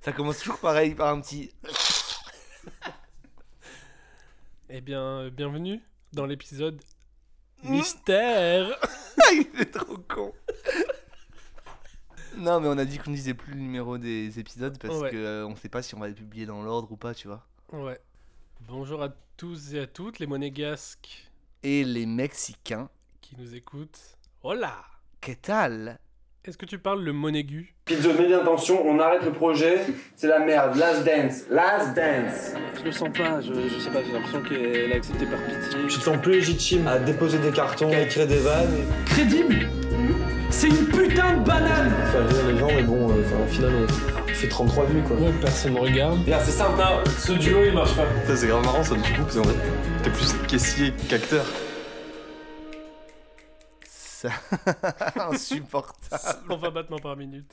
Ça commence toujours pareil par un petit. Eh bien, euh, bienvenue dans l'épisode mystère. Ah, Il est trop con. non, mais on a dit qu'on ne disait plus le numéro des épisodes parce Ouais. que euh, on sait pas si on va les publier dans l'ordre ou pas, tu vois. Ouais. Bonjour à tous et à toutes les monégasques Et les Mexicains, qui nous écoutent. Hola que tal Est-ce que tu parles le monégu Pizzo, mets bien attention, on arrête le projet, c'est la merde, last dance, last dance Je le sens pas, je, je sais pas, j'ai l'impression qu'elle a accepté par pitié. Tu te sens plus légitime à déposer des cartons, à écrire des vannes, crédible. C'est une putain de banane faire rire les gens, mais bon, euh, enfin, au final, on fait 33 vues quoi. Ouais, personne ne regarde. Regarde, c'est simple, hein. Ce duo il marche pas. Ça c'est grave marrant ça du coup parce qu'en fait t'es plus caissier qu'acteur. Ça. Insupportable. 120 battements par minute.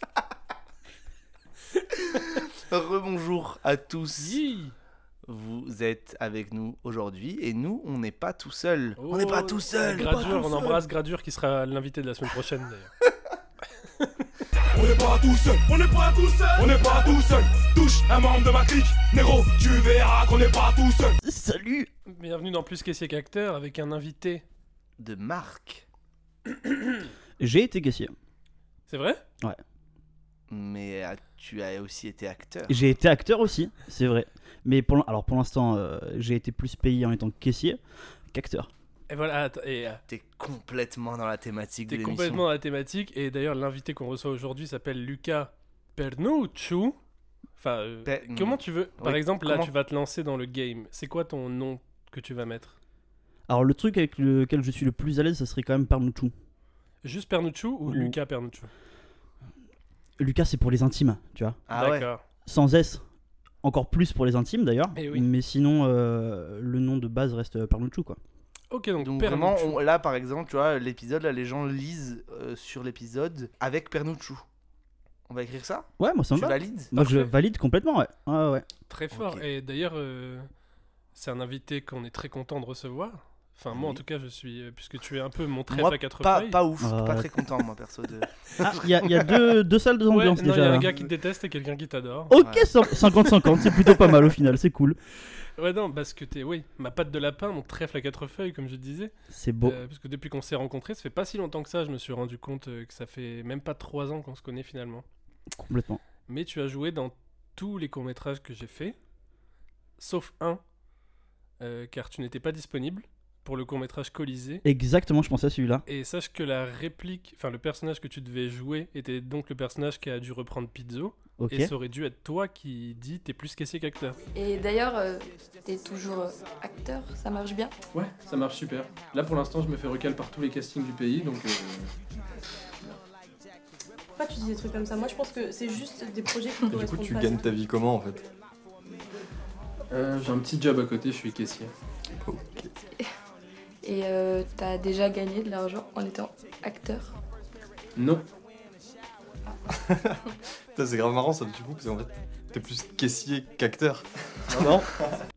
Rebonjour à tous. Yi Vous êtes avec nous aujourd'hui et nous, on n'est pas tout seul. on Oh, n'est pas tout seul. pas Gradure, tout on seul. embrasse Gradure qui sera l'invité de la semaine prochaine d'ailleurs. On n'est pas tout seul, on n'est pas tout seul, on n'est pas tout seul. Touche un membre de ma clique, négro, tu verras qu'on n'est pas tout seul. Salut Bienvenue dans Plus caissier qu'acteur avec un invité. de Marc. J'ai été caissier. C'est vrai Mais euh, tu as aussi été acteur. J'ai été acteur aussi, c'est vrai. Mais pour, l'in- alors pour l'instant, euh, j'ai été plus payé en étant caissier qu'acteur. Et voilà, att- et euh, T'es complètement dans la thématique de t'es l'émission. complètement à la thématique. Et d'ailleurs, l'invité qu'on reçoit aujourd'hui s'appelle Lucas Pernucciu. Enfin, euh, Pe- Comment tu veux Par Oui, exemple, là, comment- tu vas te lancer dans le game. C'est quoi ton nom que tu vas mettre Alors le truc avec lequel je suis le plus à l'aise, ça serait quand même Parnucci. Juste Pernucciu ou Ou- Lucas Pernucciu Lucas, c'est pour les intimes, tu vois. Ah ouais. D'accord. Sans S, encore plus pour les intimes d'ailleurs. Eh oui. Mais sinon, euh, le nom de base reste Parnucci, quoi. Ok, donc, Donc Pernucciu. vraiment, on- là par exemple, tu vois, l'épisode, là les gens lisent euh, sur l'épisode avec Pernucciu. On va écrire ça Ouais, moi ça me Tu va. valides Moi je Parfait. valide complètement, ouais. Ah, Ouais, ouais. Très fort. Ok. Et d'ailleurs, euh, c'est un invité qu'on est très content de recevoir. Enfin, moi, en Oui. tout cas, je suis... euh, Puisque tu es un peu mon trèfle Moi, à quatre pas, feuilles. pas ouf, Ah, pas ouais. très content moi perso de... Ah, il y a, il y a deux, deux salles, deux Ouais, non, ambiances il y déjà. a un gars qui te déteste et quelqu'un qui t'adore. Ok, Ouais. 50-50, c'est plutôt pas mal au final, c'est cool. Ouais, non, parce que t'es, oui, ma patte de lapin, mon trèfle à quatre feuilles, comme je disais. C'est beau. Euh, parce que depuis qu'on s'est rencontrés, ça fait pas si longtemps que ça, je me suis rendu compte euh, que ça fait même pas trois ans qu'on se connaît finalement. Complètement. Mais tu as joué dans tous les courts-métrages que j'ai fait, sauf un, euh, car tu n'étais pas disponible pour le court-métrage Colisée. Exactement, je pensais à celui-là. Et sache que la réplique, enfin le personnage que tu devais jouer était donc le personnage qui a dû reprendre Pizzo, Ok. et ça aurait dû être toi qui dis t'es plus caissier qu'acteur. Et d'ailleurs, euh, t'es toujours euh, acteur, ça marche bien. Ouais, ça marche super. Là pour l'instant je me fais recal par tous les castings du pays donc. Pourquoi tu dis des trucs comme ça Moi, je pense que c'est juste des projets qui Et du coup correspondent tu pas à gagnes ça. ta vie comment en fait j'ai un petit job à côté, je suis caissier. Et euh, t'as déjà gagné de l'argent en étant acteur. Non. Ça c'est grave marrant ça du coup parce qu'en fait t'es plus caissier qu'acteur.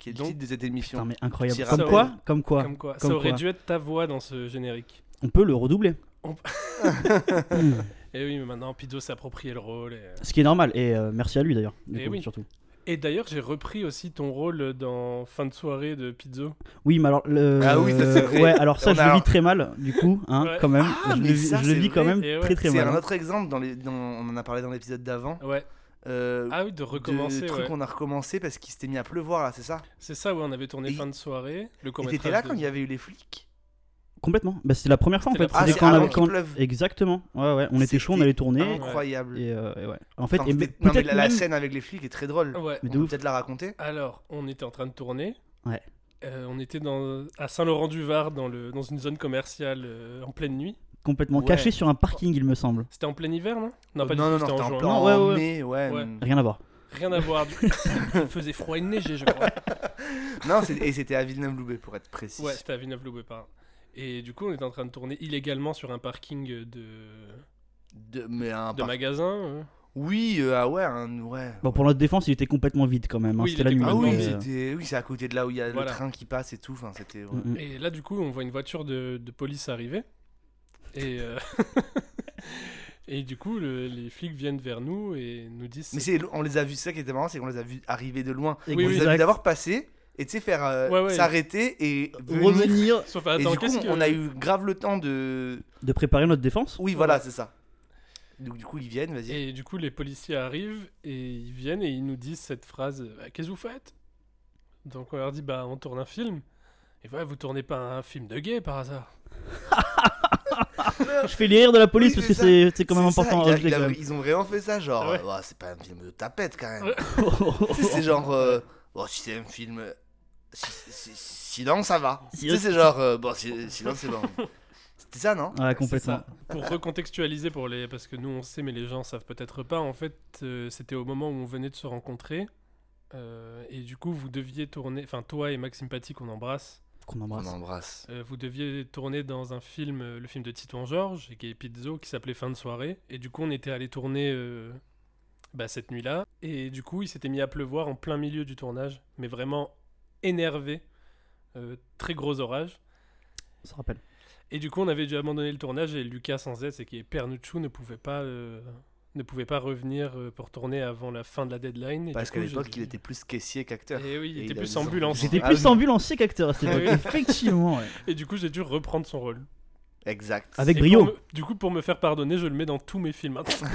qui est le Donc- titre de cette émission. Putain, mais incroyable. Petit Comme rappel. quoi, comme quoi, Comme quoi, comme ça aurait quoi. dû être ta voix dans ce générique. on peut le redoubler. On- Mmh. Et Eh oui, mais maintenant Pizzo s'est approprié le rôle. Et, Ce qui est normal, et euh, merci à lui d'ailleurs. du Eh coup, oui. Surtout. et d'ailleurs, j'ai repris aussi ton rôle dans Fin de soirée de Pizzo. Oui, mais alors. Le... Ah oui, ça, c'est vrai. Ouais, alors ça, On je a le un- vis très mal, du coup, hein, Ouais. quand même. Ah, je mais le vis, ça, je le c'est vis quand vrai. même Et ouais. très très C'est mal. hein. un autre exemple, dans les... dans- on en a parlé dans l'épisode d'avant. Ouais. Euh, Ah oui, de recommencer. de ouais. trucs qu'on a recommencé parce qu'il s'était mis à pleuvoir là, c'est ça C'est ça, ouais, on avait tourné Et- fin de soirée. Le Et court t'étais là quand il y avait eu les flics Complètement. Bah, c'était la première fois en C'était fait. la première c'est C'était quand on avant avait- qu'il quand- pleuve. Exactement. Ouais, ouais. On était chaud, on allait Ah, tourner. Incroyable. Et, euh, et ouais. En fait, Enfin, et c'était- peut- non, mais peut-être la, la même- scène avec les flics est très drôle. Ouais. Mais On de peut ouf. peut-être la raconter. Alors, on était en train de tourner. Ouais. Euh, on était dans, à Saint-Laurent-du-Var, dans, le, dans une zone commerciale euh, en pleine nuit. complètement Ouais. caché sur un parking, il me semble. C'était en plein hiver, non Non, pas du Euh, non, non, tout, non, c'était t'es en en juin. plein Non, ouais, ouais. mai, ouais. Ouais. hum. Rien à voir. Rien à voir. du- il faisait froid et neigé, je crois. Non, c'est- et c'était à Villeneuve-Loubet pour être précis. Ouais, c'était à Villeneuve-Loubet, pardon. Et du coup, on était en train de tourner illégalement sur un parking de, De, mais un de par- magasin. euh. Oui, euh, ah ouais, un- ouais. Bon, pour notre défense, il était complètement vide quand même. hein. Oui, il C'était la était nuit. Ah complètement mais, oui, vide. euh, c'était- oui, c'est à côté de là où il y a Voilà. le train qui passe et tout. Enfin, c'était. ouais. mm, mm. Et là, du coup, on voit une voiture de, de police arriver. Et, euh, Et du coup, le- les flics viennent vers nous et nous disent. Mais c'est, on les a vus, c'est ça qui était marrant, c'est qu'on les a vus arriver de loin. Oui, on oui, les a vus d'abord passer et tu sais faire euh, Ouais, ouais. s'arrêter et venir. Revenir Sauf Et attends, du coup, qu'est-ce que- on a eu grave le temps de. de préparer notre défense. Oui, voilà, c'est ça. Donc du coup, ils viennent, vas-y. Et du coup, les policiers arrivent et ils viennent et ils nous disent cette phrase Bah, Qu'est-ce que vous faites Donc on leur dit Bah, on tourne un film. Et voilà, vous tournez pas un film de gay par hasard Je fais les rires de la police Oui, parce c'est que ça. c'est c'est quand même C'est ça, important. il a- à rajouter il a- quand même. Ils ont vraiment fait ça, genre, Ah ouais. euh, Ouah, c'est pas un film de tapette quand même. Ouais. Tu sais, c'est genre, euh, bon, si c'est un film. euh, si- si- Sinon, ça va. Si- Tu sais, c'est genre, euh, bon, si- sinon, c'est bon. C'était ça, non Ouais, C'est complètement. ça. Pour recontextualiser, pour les... parce que nous on sait, mais les gens savent peut-être pas, en fait, euh, c'était au moment où on venait de se rencontrer. euh, et du coup, vous deviez tourner, enfin, toi et Maxime Paty, qu'on embrasse, Qu'on On embrasse. embrasse. euh, vous deviez tourner dans un film, euh, le film de Titouan Georges, et qui est Pizzo, qui s'appelait Fin de soirée. Et du coup, on était allé tourner euh, bah, cette nuit-là. Et du coup, il s'était mis à pleuvoir en plein milieu du tournage, mais vraiment énervé. euh, très gros orage. On se rappelle. Et du coup, on avait dû abandonner le tournage et Lucas sans et qui est Pernucciu, ne pouvait pas, euh, ne pouvait pas revenir euh, pour tourner avant la fin de la deadline. Et Parce du qu'à coup, j'ai l'époque, dû- il était plus caissier qu'acteur. Et oui, il Et était il plus avait des ambulance. enfants. J'étais Ah plus oui. ambulancier qu'acteur à cette Ah époque. oui. Effectivement, ouais. Et du coup, j'ai dû reprendre son rôle. Exact. Avec Et brio. pour me- Du coup, pour me faire pardonner, je le mets dans tous mes films. maintenant.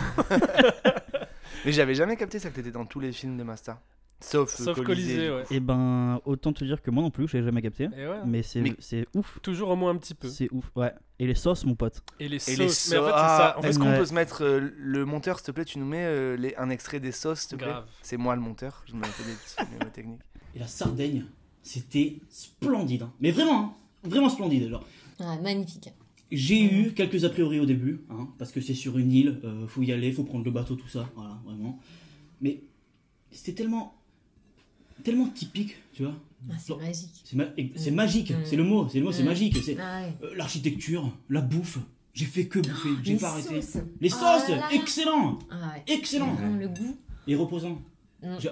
Mais j'avais jamais capté ça que t'étais dans tous les films de Masta. Sauf, euh, Sauf Colisée. Colisée, ouais. Et ben, autant te dire que moi non plus, je l'ai jamais capté. Et ouais. Mais c'est Mais- c'est ouf. Toujours au moins un petit peu. C'est ouf, ouais. Et les sauces, mon pote. Et les Et sauces. les Ah, mais en fait, c'est ça. En sauces. fait, Est-ce qu'on Ouais. peut se mettre euh, le monteur, s'il te plaît Tu nous mets euh, les- un extrait des sauces, s'il te plaît Grave. C'est moi le monteur. Je me fais des petites mnémotechniques. Et la Sardaigne, c'était splendide. hein. Mais vraiment, hein. vraiment splendide. Genre. Ah, magnifique. J'ai eu quelques a priori au début, hein, parce que c'est sur une île, euh, faut y aller, faut prendre le bateau, tout ça, voilà, vraiment. Mais c'était tellement, tellement typique, tu vois. Ah, c'est Genre, magique. c'est ma- c'est magique, c'est le mot, c'est le mot, c'est Mm. magique. C'est Ah ouais. euh, l'architecture, la bouffe. J'ai fait que bouffer, j'ai Oh, les pas arrêté. sauces. Les Oh sauces, là là. excellent, Ah ouais. excellent. Vraiment, Le goût. Et reposant. Mm. J'ai-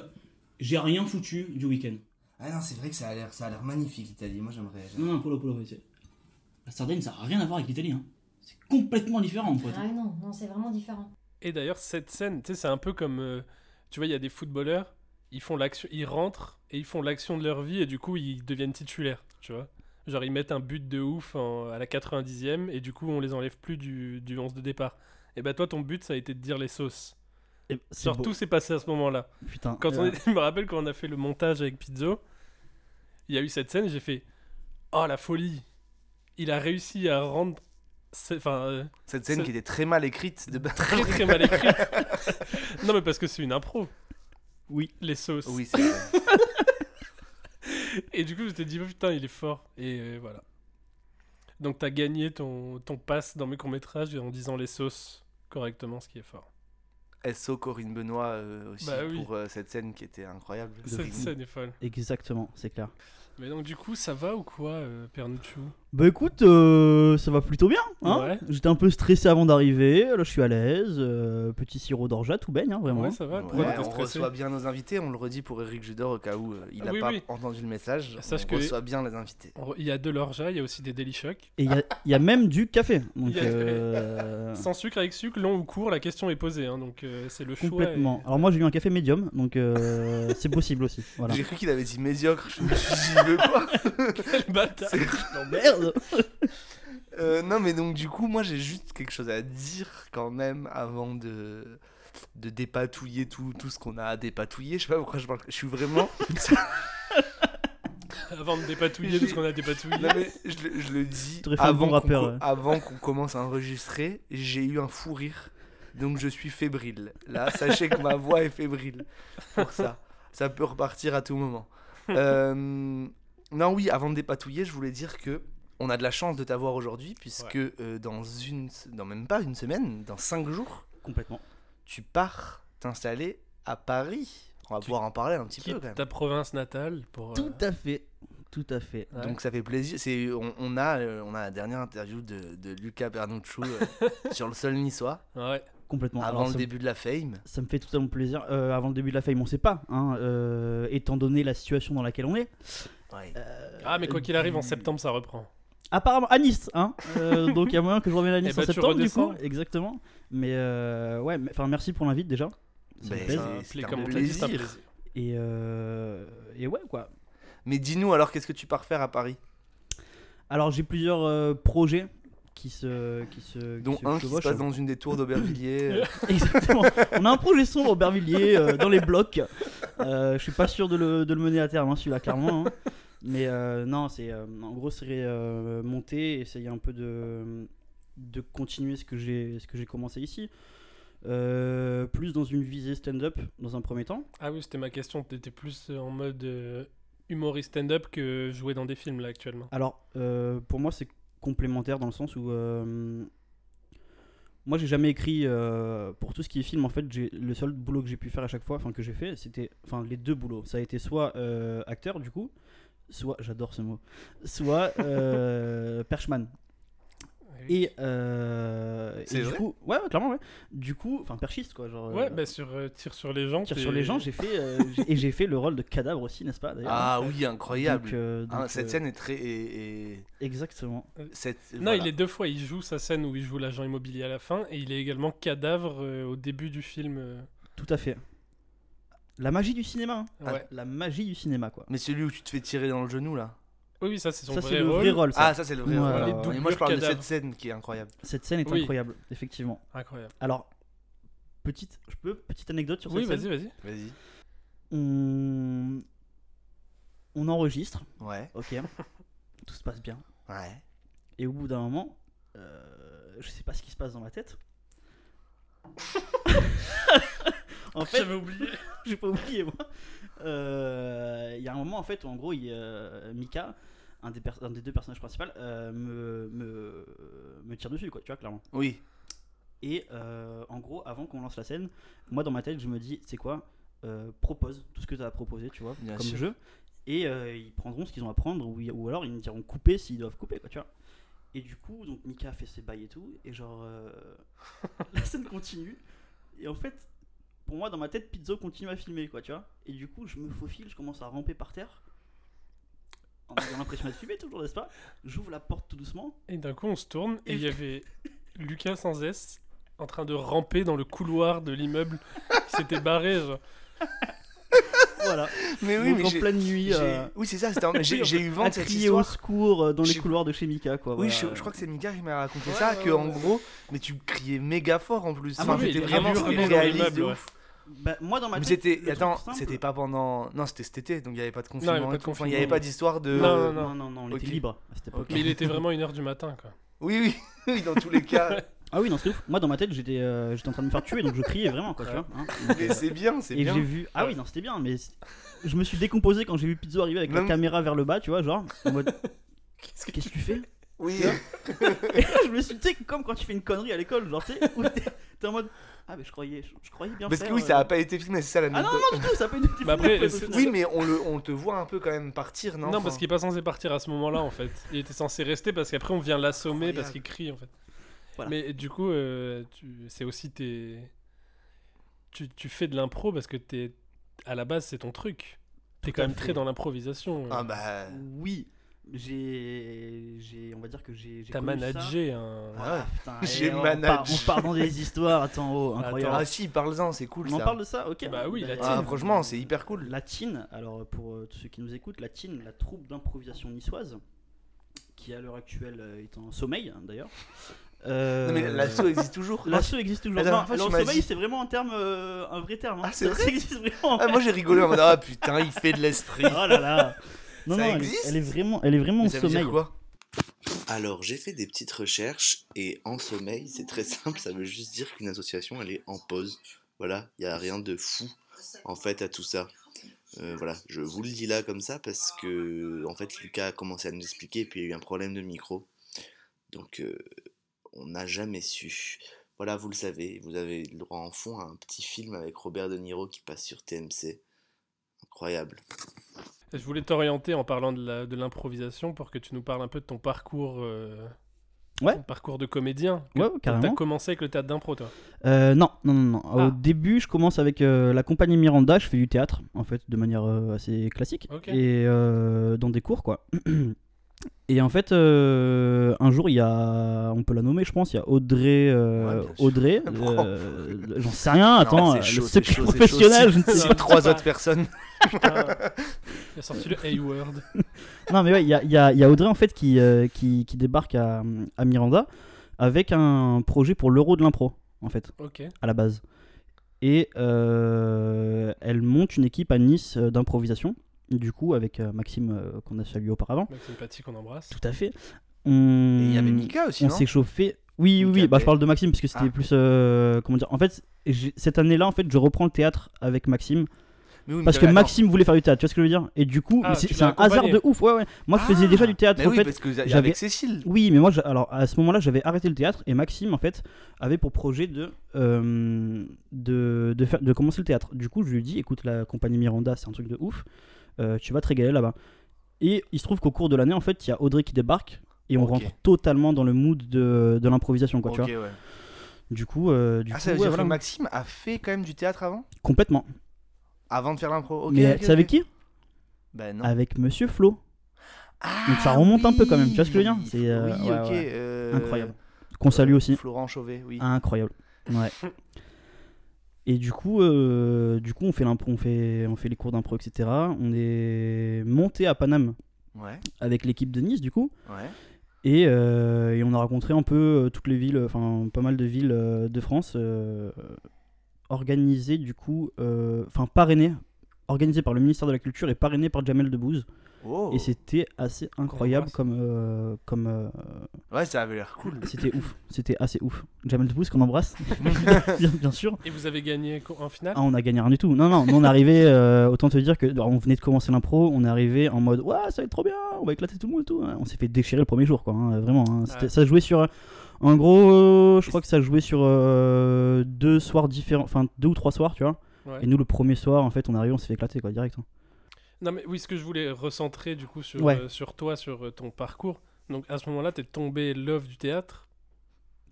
J'ai rien foutu du week-end. Ah non, c'est vrai que ça a l'air, ça a l'air magnifique l'Italie. Moi j'aimerais. Non, non, Polo, Polo, ouais, c'est- La Sardaigne, ça n'a rien à voir avec l'Italie. Hein. C'est complètement différent, mon pote. Ah non, non, c'est vraiment différent. Et d'ailleurs, cette scène, tu sais, c'est un peu comme. euh, tu vois, il y a des footballeurs, ils, font l'action, ils rentrent et ils font l'action de leur vie et du coup, ils deviennent titulaires, tu vois. Genre, ils mettent un but de ouf en- à la 90e et du coup, on les enlève plus du, du 11 de départ. Et bah, toi, ton but, ça a été de dire les sauces. Et C'est Genre, beau. tout s'est passé à ce moment-là. Putain. Quand on Euh, est- je me rappelle quand on a fait le montage avec Pizzo, il y a eu cette scène et j'ai fait Oh la folie Il a réussi à rendre. c'est- Enfin. euh, Cette scène C'est- qui était très mal écrite de base. très très mal écrit. non mais parce que c'est une impro. Oui. Les sauces. Oui, c'est vrai. Et du coup je t'ai dit oh, putain il est fort. Et euh, voilà. Donc t'as gagné ton, ton pass dans mes courts-métrages en disant les sauces correctement, ce qui est fort. SO Corinne Benoît euh, aussi Bah oui. pour euh, cette scène qui était incroyable. Cette scène est folle. Exactement, c'est clair. Mais donc du coup ça va ou quoi euh, Pernucciu Bah écoute, euh, ça va plutôt bien. Hein Ouais. J'étais un peu stressé avant d'arriver, là je suis à l'aise. euh, petit sirop d'orgeat, tout baigne, hein, vraiment. Ouais ça va. Ouais, Pourquoi t'étais on stressé reçoit bien nos invités, on le redit pour Eric Judor au cas où euh, il Ah n'a oui, pas oui. entendu le message. Sache on que- reçoit bien les invités. On re- Il y a de l'orgeat, il y a aussi des Daily Shock. Et il y, a- il y a même du café. Donc, Il y a- Ah. euh, Sans sucre, avec sucre, long ou court, la question est posée. hein, donc euh, c'est le choix. complètement. et- Alors moi j'ai eu un café médium, donc euh, c'est possible aussi. Voilà. J'ai cru qu'il avait dit médiocre, je me suis dit, j'y veux pas. Quel bâtard Oh, merde Euh, non, mais donc du coup, moi j'ai juste quelque chose à dire quand même avant de, de dépatouiller tout, tout ce qu'on a à dépatouiller. Je sais pas pourquoi je parle. Je suis vraiment. Avant de dépatouiller tout ce qu'on a dépatouillé. Non, mais je, le- je le dis Tu aurais fait un avant bon qu'on rappeur, co- ouais. avant qu'on commence à enregistrer, j'ai eu un fou rire. Donc je suis fébrile. Là, sachez que ma voix est fébrile pour ça. Ça peut repartir à tout moment. Euh, non, oui, avant de dépatouiller, je voulais dire que on a de la chance de t'avoir aujourd'hui puisque euh, dans une, se- dans même pas une semaine, dans cinq jours, Complètement. tu pars t'installer à Paris. On va Tu pouvoir en parler un petit peu quand Quitte même. ta province natale pour. euh, Tout à fait. Tout à fait. ouais. Donc ça fait plaisir. C'est on, on a euh, on a la dernière interview de, de Lucas Bernucciu euh, sur le sol niçois Ah Ouais. Complètement. avant Alors, le ça- début de la fame. Ça me fait totalement plaisir. Euh, avant le début de la fame, on sait pas, hein, euh, étant donné la situation dans laquelle on est. Ouais. Ah, mais quoi qu'il arrive, en septembre, ça reprend. apparemment à Nice, hein. Euh, donc il y a moyen que je revienne à Nice Eh ben, en tu septembre du redescends. coup, exactement. Mais euh, ouais, mais- enfin merci pour l'invite déjà. Ça Ben, me plaise. c'est- c'est comme un on t'a dit, c'est un plaisir. plaisir. Et euh, et ouais quoi. Mais dis-nous alors, qu'est-ce que tu pars faire à Paris Alors j'ai plusieurs euh, projets qui se qui se qui Dont se un qui se chevauchent. passe dans une des tours d'Aubervilliers. Exactement. On a un projet sombre au Bervilliers euh, dans les blocs. Euh, je suis pas sûr de le, de le mener à terme, hein, celui-là, clairement. hein. Mais euh, non, c'est euh, en gros, c'est euh, monter, essayer un peu de, de continuer ce que j'ai ce que j'ai commencé ici. Euh, plus dans une visée stand-up dans un premier temps. Ah oui, c'était ma question. T'étais plus euh, en mode euh, humoriste stand-up que jouer dans des films là actuellement. Alors, euh, pour moi, c'est complémentaire dans le sens où. euh, moi, j'ai jamais écrit euh, pour tout ce qui est film. En fait, j'ai le seul boulot que j'ai pu faire à chaque fois, enfin que j'ai fait, c'était, enfin les deux boulots. Ça a été soit euh, acteur du coup, soit j'adore ce mot, soit euh, perchman. Et, euh, et C'est du vrai coup, ouais, ouais, clairement, ouais. Du coup, enfin perchiste quoi, genre. Ouais, euh, bah sur euh, Tire sur les gens. tire t'es- sur les gens. J'ai fait euh, j'ai- et j'ai fait le rôle de cadavre aussi, n'est-ce pas d'ailleurs. ah oui, incroyable. Donc, euh, Hein, donc, cette euh, scène est très. et- et- Exactement. cette- Non, voilà. il est deux fois. Il joue sa scène où il joue l'agent immobilier à la fin, et il est également cadavre euh, au début du film. euh, Tout à fait. La magie du cinéma. hein. Ah, ouais. La magie du cinéma, quoi. Mais celui où tu te fais tirer dans le genou là. Oui, oui, ça c'est son Ça, c'est vrai le rôle. vrai rôle, ça. Ah, ça c'est le vrai. Ouais, rôle. ouais, Les ouais. Mais moi je parle de cadavres. cette scène qui est incroyable. Cette scène est Oui. incroyable, effectivement. Incroyable. Alors, petite, je peux petite anecdote sur Oui, cette vas-y, scène. vas-y. Vas-y. On... On enregistre, Ouais. ok. Tout se passe bien. Ouais. Et au bout d'un moment, euh, je sais pas ce qui se passe dans ma tête. en fait, J'avais oublié. j'ai pas oublié moi. Euh, Il y a un moment en fait où en gros il, euh, Mika, un des, pers- un des deux personnages principaux, euh, me, me, me tire dessus quoi, tu vois clairement. Oui. Et euh, en gros avant qu'on lance la scène, moi dans ma tête je me dis c'est quoi, euh, propose tout ce que tu as à proposer tu vois Bien comme sûr. jeu. Et euh, ils prendront ce qu'ils ont à prendre ou, ou alors ils me diront couper s'ils doivent couper quoi tu vois. Et du coup donc Mika a fait ses bails et tout et genre euh, la scène continue et en fait pour moi dans ma tête Pizzo continue à filmer quoi tu vois et du coup je me faufile je commence à ramper par terre en ayant l'impression d'être filmé toujours n'est-ce pas j'ouvre la porte tout doucement Et d'un coup, on se tourne et Et- il y avait Lucas sans S en train de ramper dans le couloir de l'immeuble qui s'était barré. genre. voilà Mais oui, Donc, mais en j'ai- pleine nuit j'ai- euh, Oui, c'est ça. c'était un- mais J'ai oui, j'ai eu à vent de cette crier au histoire. secours euh, dans les J'ai- couloirs de chez Mika quoi Oui, voilà. je, je crois que c'est Mika qui m'a raconté ça, que en gros, mais tu criais méga fort en plus. Ah Enfin, oui, c'était il vraiment rampe c'était dans réaliste l'immeuble, de ouais. ouf. Bah, moi dans ma Ah, Mais tête c'était, le attends, truc simple- c'était pas pendant. Non, c'était cet été, donc il n'y avait pas de il y avait confinement. et pas de tout. Enfin, Il n'y avait confinement. pas d'histoire de. Non, Euh, non non non on Ok. était libre à cette époque Ok. Mais il était vraiment une heure du matin, quoi. Oui, oui, oui, dans tous les cas. ah oui non c'est ouf moi dans ma tête j'étais euh, j'étais en train de me faire tuer donc je criais vraiment quoi tu Ouais. vois hein. Donc, mais euh, c'est bien, c'est Et bien. j'ai vu. Ah oui, non, c'était bien, mais c'est- je me suis décomposé quand j'ai vu Pizzo arriver avec la Non. caméra vers le bas, tu vois, genre. en mode, Qu'est-ce que tu fais Oui, Et là, je me suis dit, tu sais, comme quand tu fais une connerie à l'école, genre, tu sais, où t'es t'es en mode. Ah, mais je croyais, je, je croyais bien. parce faire, que oui, ça euh. a pas été filmé, c'est ça la Ah non, non, non, du tout, ça a pas été filmé, Bah après, en fait, au c'est- final. Oui, mais on, le, on te voit un peu quand même partir, non Non, parce qu'il est pas censé partir à ce moment-là, en fait. Il était censé rester parce qu'après, on vient l'assommer parce qu'il crie, en fait. Voilà. Mais du coup, euh, tu- c'est aussi tes. Tu, tu fais de l'impro parce que t'es. À la base, c'est ton truc. T'es Tout quand à même fait. très dans l'improvisation. Ah bah. Oui, j'ai. j'ai- On va dire que j'ai. j'ai T'as connu ça. managé un. Ah, putain, J'ai eh, on part- managé. On part dans des histoires, attends, oh, incroyable. Ah si, parle-en, c'est cool on en ça. parle de ça, ok. Bah oui, la Ah, team. franchement, c'est hyper cool. La TIN, alors pour euh, tous ceux qui nous écoutent, la TIN, la troupe d'improvisation niçoise, qui à l'heure actuelle euh, est en sommeil hein, d'ailleurs. Euh, Non, mais l'assaut existe toujours. L'assaut existe toujours. La dernière Non, fois, alors, tu m'as sommeil, dit- c'est vraiment un terme, euh, un vrai terme. hein. Ah, c'est Ça- vrai ça existe vraiment. Ah, moi j'ai rigolé en mode ah putain, il fait de l'esprit. Oh là là. Non, Ça non, elle- existe elle, est vraiment, elle est vraiment Mais en ça veut sommeil. dire quoi Alors, j'ai fait des petites recherches et en sommeil, c'est très simple, ça veut juste dire qu'une association, elle est en pause. Voilà, il n'y a rien de fou en fait à tout ça. Euh, voilà, je vous le dis là comme ça parce que en fait Lucas a commencé à nous expliquer puis il y a eu un problème de micro. Donc euh, on n'a jamais su. Voilà, vous le savez, vous avez le droit en fond à un petit film avec Robert De Niro qui passe sur TMC. Incroyable. Je voulais t'orienter en parlant de la- de l'improvisation pour que tu nous parles un peu de ton parcours. euh, Ouais. ton parcours de comédien. Ouais, Que- carrément. T'as commencé avec le théâtre d'impro, toi. Euh, non, non, non. non. Ah. Au début, je commence avec euh, la compagnie Miranda. Je fais du théâtre, en fait, de manière euh, assez classique. Ok. Et euh, dans des cours, quoi. Et en fait, euh, un jour, il y a, on peut la nommer, je pense, il y a Audrey, euh, Audrey, euh, j'en sais rien, attends, c'est euh, chaud, le c'est secret chaud, c'est professionnel, chaud, je ne c'est- sais c'est pas. trois autres personnes. Il a sorti le A-word. non mais ouais, il y a, il y a- il y a Audrey en fait qui, euh, qui, qui débarque à, à Miranda avec un projet pour l'euro de l'impro en fait, Ok. à la base. Et euh, elle monte une équipe à Nice euh, d'improvisation, du coup avec euh, Maxime euh, qu'on a salué auparavant. Maxime Paty qu'on embrasse. Tout à fait. On... Et il y avait Mika aussi, Hmm, On non s'est chauffé. Oui, oui, oui. Bah, je parle de Maxime parce que c'était Ah. plus euh, comment dire. En fait, j'ai- cette année-là, en fait, je reprends le théâtre avec Maxime. Mais oui, mais parce que t'avais- attends. Maxime voulait faire du théâtre, tu vois ce que je veux dire Et du coup, Ah, mais c'est tu c'est l'as un hasard accompagné. Ah. de ouf. Ouais, ouais. Moi, je faisais déjà du théâtre. mais en oui, fait, parce que vous avez- j'avais- avec Cécile. Oui, mais moi, je- alors à ce moment-là, j'avais arrêté le théâtre et Maxime, en fait, avait pour projet de euh, de, de faire, de commencer le théâtre. Du coup, je lui dis, écoute, la compagnie Miranda, c'est un truc de ouf. Euh, tu vas te régaler là-bas. Et il se trouve qu'au cours de l'année, en fait, il y a Audrey qui débarque et on Ok. rentre totalement dans le mood de, de l'improvisation, quoi. Ok, tu vois. ouais. Du coup, euh, du Ah, coup, ça veut ouais, dire voilà. que Maxime a fait quand même du théâtre avant complètement. Avant de faire l'impro. Ok, mais ok, tu ok. sais avec qui Bah non. Ah, Avec Monsieur Flo. Donc ça remonte un peu quand même. Tu vois ce que je veux dire C'est euh, oui, ouais, ok, ouais. euh, incroyable. Qu'on salue aussi. Hein. Florent Chauvet, oui. Incroyable. Ouais. Et du coup, euh, du coup, on fait l'impro, on fait, on fait les cours d'impro, etc. On est monté à Paname Ouais. avec l'équipe de Nice, du coup. Ouais. Et, euh, et on a rencontré un peu euh, toutes les villes, enfin pas mal de villes euh, de France, euh, organisées du coup, euh, enfin parrainées, organisées par le ministère de la Culture et parrainées par Jamel Debbouze. Oh. Et c'était assez incroyable comme, euh, comme, euh, Ouais, ça avait l'air cool. c'était ouf, c'était assez ouf. Jamel Debbouze qu'on embrasse, bien, bien sûr. Et vous avez gagné co- en finale Ah, on a gagné rien du tout. Non, non, nous, on est arrivé, euh, autant te dire que alors, on venait de commencer l'impro, on est arrivé en mode ouais, ça va être trop bien, on va éclater tout le monde et tout. hein. On s'est fait déchirer le premier jour, quoi, hein, vraiment. hein. C'était- Ouais. Ça jouait sur. euh, En gros, euh, je crois que ça jouait sur euh, deux soirs différents, enfin deux ou trois soirs, tu vois. Ouais. Et nous, le premier soir, en fait, on est arrivé, on s'est fait éclater, quoi, direct. hein. Non, mais oui, ce que je voulais recentrer du coup sur, Ouais. euh, sur toi, sur euh, ton parcours. Donc à ce moment-là, t'es tombé love du théâtre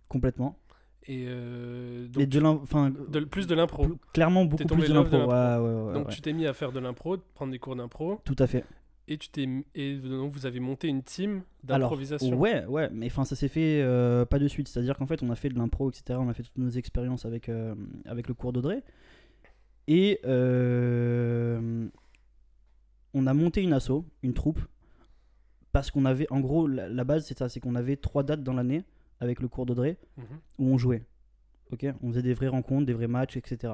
Complètement. et euh, donc Mais de tu- l'im- enfin, de- plus de l'impro. plus- clairement, T'es beaucoup tombé plus de love l'impro. Ouais, ouais, ouais, donc ouais. tu t'es mis à faire de l'impro, de prendre des cours d'impro. Tout à fait. Et tu t'es et donc vous avez monté une team d'improvisation. Alors, ouais, ouais, mais enfin ça s'est fait euh, pas de suite. C'est-à-dire qu'en fait on a fait de l'impro, etc. On a fait toutes nos expériences avec, euh, avec le cours d'Audrey. Et euh, on a monté une asso, une troupe, parce qu'on avait, en gros, la, la base c'est ça, c'est qu'on avait trois dates dans l'année avec le cours d'Audrey Mhm. où on jouait. Ok, on faisait des vraies rencontres, des vrais matchs, etc.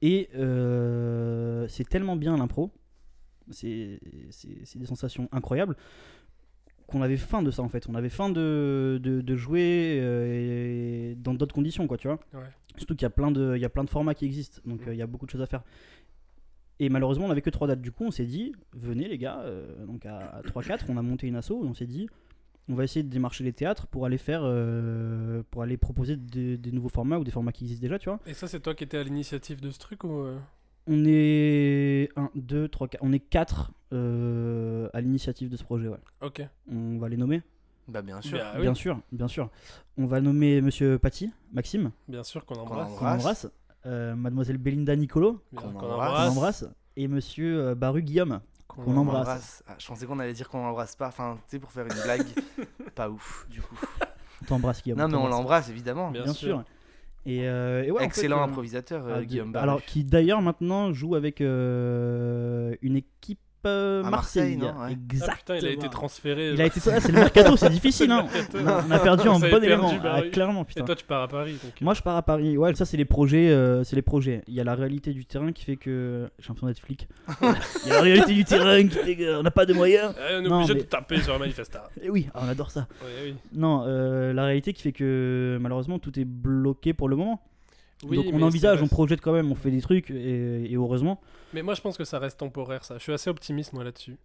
Et euh, c'est tellement bien l'impro, c'est c'est- c'est des sensations incroyables qu'on avait faim de ça en fait. On avait faim de, de, de jouer euh, et dans d'autres conditions, quoi, tu vois. Ouais. Surtout qu'il y, a plein de- il y a plein de formats qui existent, donc euh, il y a beaucoup de choses à faire. Et malheureusement, on n'avait que trois dates. Du coup, on s'est dit, venez les gars, euh, donc à, 3-4, on a monté une asso et on s'est dit, on va essayer de démarcher les théâtres pour aller faire, euh, pour aller proposer des, des nouveaux formats ou des formats qui existent déjà, tu vois. Et ça, c'est toi qui étais à l'initiative de ce truc ou euh, On est 1, 2, 3, 4, on est 4 à l'initiative de ce projet, ouais. Ok. On va les nommer Bah, bien sûr. Bah, oui. bien sûr, bien sûr. On va nommer Monsieur Paty, Maxime. Bien sûr qu'on embrasse. Qu'on embrasse. Euh, Mademoiselle Belinda Nicolo. Bien, Qu'on qu'on embrasse. Qu'on embrasse. Et Monsieur euh, Baru Guillaume. Qu'on On embrasse. Ah, je pensais qu'on allait dire qu'on l'embrasse pas. Enfin, tu sais, pour faire une blague. pas ouf, du coup. T'embrasses Guillaume. Non, mais on t'embrasse. l'embrasse, évidemment. Bien, sûr. Et, euh, et ouais, en fait, Excellent euh, improvisateur, euh, ah, de- Guillaume Barru. Alors, qui d'ailleurs maintenant joue avec euh, une équipe euh, À Marseille, Marseille. non Ouais. Ah, Exactement. putain, il a été transféré. Il a été- Ah, c'est le mercato, c'est difficile, hein. C'est le On a- on a perdu Vous un avez bon perdu, élément. bah Ah, oui. clairement, putain. Et toi, tu pars à Paris. donc, euh, Moi, je pars à Paris. Ouais, ça, c'est les projets. euh, c'est les projets. Il y a la réalité du terrain qui fait que j'ai l'impression d'être flic. Il y a la réalité du terrain qui fait qu'on n'a pas de moyens. Eh, on est Non, obligé mais- de taper sur un manifestant. Eh oui, ah, on adore ça. Ouais, oui. Non, euh, la réalité qui fait que malheureusement tout est bloqué pour le moment. Oui, Donc mais on ça envisage, on reste- projette quand même, on fait des trucs et, et heureusement. Mais moi, je pense que ça reste temporaire, ça. Je suis assez optimiste, moi, là-dessus.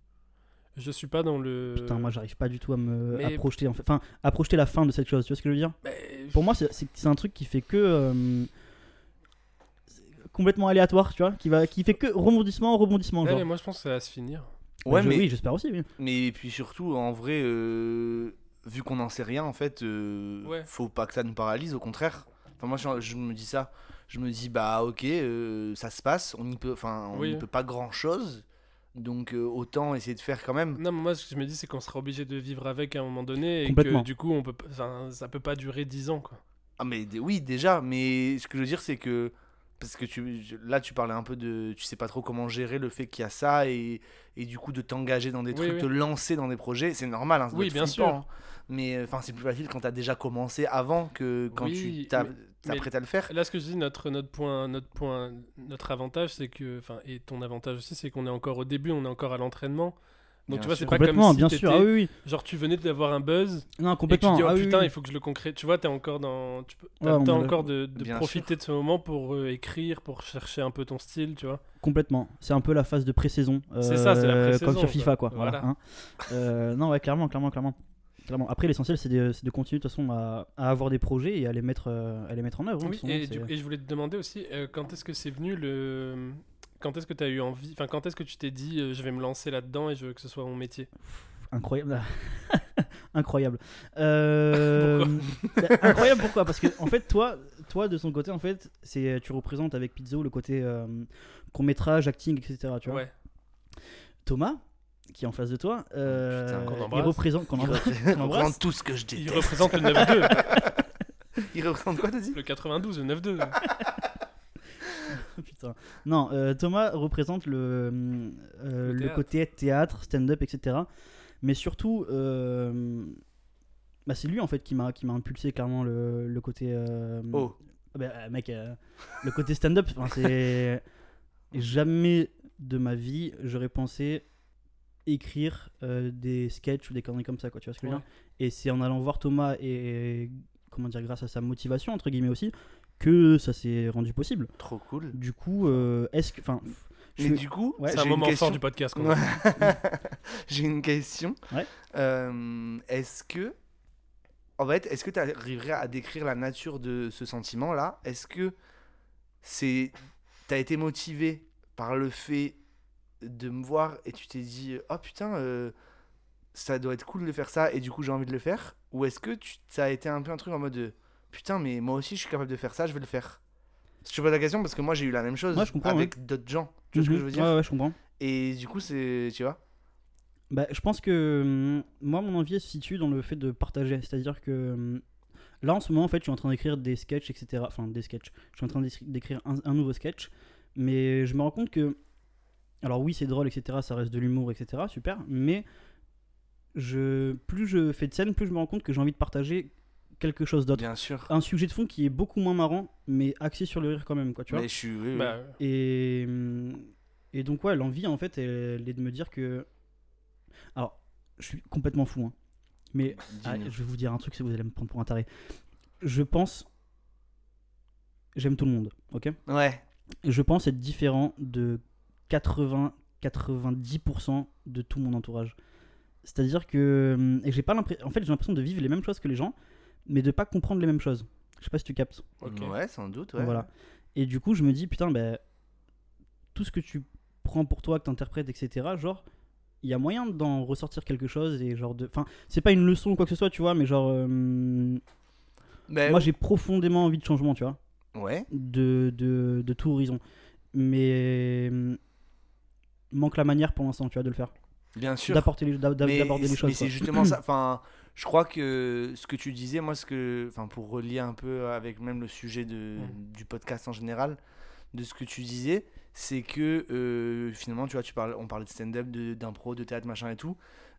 Je suis pas dans le. Putain, moi j'arrive pas du tout à me à mais- Bah, projeter en fait, enfin à projeter la fin de cette chose. Tu vois ce que je veux dire Pour moi, c'est- c'est c'est un truc qui fait que euh, c'est complètement aléatoire, tu vois, qui va qui fait que rebondissement, rebondissement. Ouais, genre. mais moi, je pense que ça va se finir. Bah, je- oui, j'espère aussi. oui. Mais puis surtout, en vrai, euh, vu qu'on n'en sait rien, en fait, euh, Ouais. faut pas que ça nous paralyse, au contraire. Enfin, moi, je, je me dis ça. Je me dis, bah, ok, euh, ça se passe, on n'y peut, enfin, on Oui. n'y peut pas grand chose. Donc euh, autant essayer de faire quand même. Non, mais moi, ce que je me dis, c'est qu'on sera obligé de vivre avec à un moment donné et Complètement. que du coup, on peut, p- ça, ça peut pas durer 10 ans. Quoi. Ah mais d- oui déjà, mais ce que je veux dire c'est que parce que tu je- là tu parlais un peu de tu sais pas trop comment gérer le fait qu'il y a ça et, et du coup de t'engager dans des Oui, trucs, oui. te lancer dans des projets, c'est normal. hein, ça doit Oui, être bien flippant, sûr. hein. Mais enfin c'est plus facile quand t'as déjà commencé avant que quand Oui, tu t'as- mais- mais t'apprêtes à le faire. Là, ce que je dis, notre, notre, point, notre, point, notre avantage, c'est que. Enfin, et ton avantage aussi, c'est qu'on est encore au début, on est encore à l'entraînement. Donc, Bien tu vois, c'est sûr. pas Complètement, comme si bien sûr. t'étais- Ah oui, Genre, tu venais d'avoir un buzz. Non, et que complètement. tu dis, oh Ah oui, putain, oui. il faut que je le concrète. Tu vois, t'es encore dans. Tu peux, Ouais, on t'as est là. encore de, de Bien sûr. profiter de ce moment pour euh, écrire, pour chercher un peu ton style, tu vois. Complètement. C'est un peu la phase de pré-saison. C'est ça, c'est la euh, pré-saison, Comme sur FIFA, quoi. quoi. Voilà. Voilà. hein. Euh, non, ouais, clairement, clairement, clairement. clairement. Après, l'essentiel, c'est de, c'est de continuer de toute façon à, à avoir des projets et à les mettre, euh, à les mettre en œuvre. hein, Oui, sinon, et, c'est- du- et je voulais te demander aussi, euh, quand est-ce que c'est venu le. Quand est-ce que tu as eu envie. Enfin, quand est-ce que tu t'es dit, euh, je vais me lancer là-dedans et je veux que ce soit mon métier Incroyable. incroyable. Euh, bah, incroyable pourquoi Parce que en fait toi, toi de son côté en fait, c'est euh, tu représentes avec Pizzo le côté court métrage, acting, etc. Tu vois. Ouais. Thomas qui est en face de toi, euh, Putain, qu'on il embrasse. représente qu'on Il embrasse, repré- qu'on il embrasse. représente tout ce que je Il déteste. représente le 9-2. Il représente quoi, t'as dit Le 92, le 9-2. Putain. Non, euh, Thomas représente le, euh, euh, le théâtre. côté théâtre, stand-up, etc. Mais surtout, euh, bah, c'est lui en fait qui m'a qui m'a impulsé clairement le, le côté. euh, Oh. ah bah, euh, mec, euh, le côté stand-up, enfin, c'est jamais de ma vie j'aurais pensé écrire euh, des sketchs ou des conneries comme ça quoi tu vois ce que je veux dire et c'est en allant voir Thomas et, et, comment dire grâce à sa motivation entre guillemets aussi que ça s'est rendu possible trop cool du coup euh, est-ce que enfin Mais je- du coup, Ouais. j'ai une question. Ouais. Ouais. j'ai une question. Ouais. Euh, est-ce que, en fait, est-ce que tu arriverais à décrire la nature de ce sentiment-là Est-ce que c'est, t'as été motivé par le fait de me voir et tu t'es dit, oh putain, euh, ça doit être cool de faire ça et du coup j'ai envie de le faire Ou est-ce que tu, ça a été un peu un truc en mode, de, putain, mais moi aussi je suis capable de faire ça, je vais le faire Je te pose la question parce que moi j'ai eu la même chose Ouais, je comprends, avec ouais. d'autres gens. Tu vois ce que Mhm. je veux dire Ouais, ouais, je comprends. Et du coup, c'est. Tu vois Bah, je pense que hum, moi, mon envie elle se situe dans le fait de partager. C'est-à-dire que hum, là, en ce moment, en fait, je suis en train d'écrire des sketchs, etc. Enfin, des sketchs. Je suis en train d'é- d'écrire un, un nouveau sketch. Mais je me rends compte que. Alors, oui, c'est drôle, etc. Ça reste de l'humour, etc. Super. Mais je, plus je fais de scène, plus je me rends compte que j'ai envie de partager quelque chose d'autre. Bien sûr. Un sujet de fond qui est beaucoup moins marrant, mais axé sur le rire quand même, quoi. Tu vois Mais je suis- oui, oui. Bah, Et, hum, et donc, ouais, l'envie, en fait, elle est de me dire que. Alors, je suis complètement fou, hein. mais Dis-nous. ah, je vais vous dire un truc si vous allez me prendre pour un taré. Je pense. J'aime tout le monde, ok Ouais. Je pense être différent de 80-90% de tout mon entourage. C'est-à-dire que. hum, Et j'ai pas l'impression. En fait, j'ai l'impression de vivre les mêmes choses que les gens, mais de pas comprendre les mêmes choses. Je sais pas si tu captes. Ok. Mm, Ouais, sans doute, ouais. Voilà. Et du coup, je me dis, putain, ben tout ce que tu prends pour toi, que t'interprètes, etc., genre, il y a moyen d'en ressortir quelque chose et genre de. Enfin, c'est pas une leçon ou quoi que ce soit, tu vois, mais genre. euh, Mais- Moi, j'ai profondément envie de changement, tu vois. Bah, Ouais. De, de, de tout horizon. Mais. euh, Manque la manière pour l'instant, tu vois, de le faire. Bien sûr. D'apporter les- d'a- d'a- Mais D'aborder les c'est- choses. Mais c'est quoi. justement ça. Enfin, je crois que ce que tu disais, moi, ce que, enfin, pour relier un peu avec même le sujet de, du podcast en général, de ce que tu disais, c'est que euh, finalement, tu vois, tu parles, on parlait de stand-up, de- d'impro, de, théâtre, machin et tout.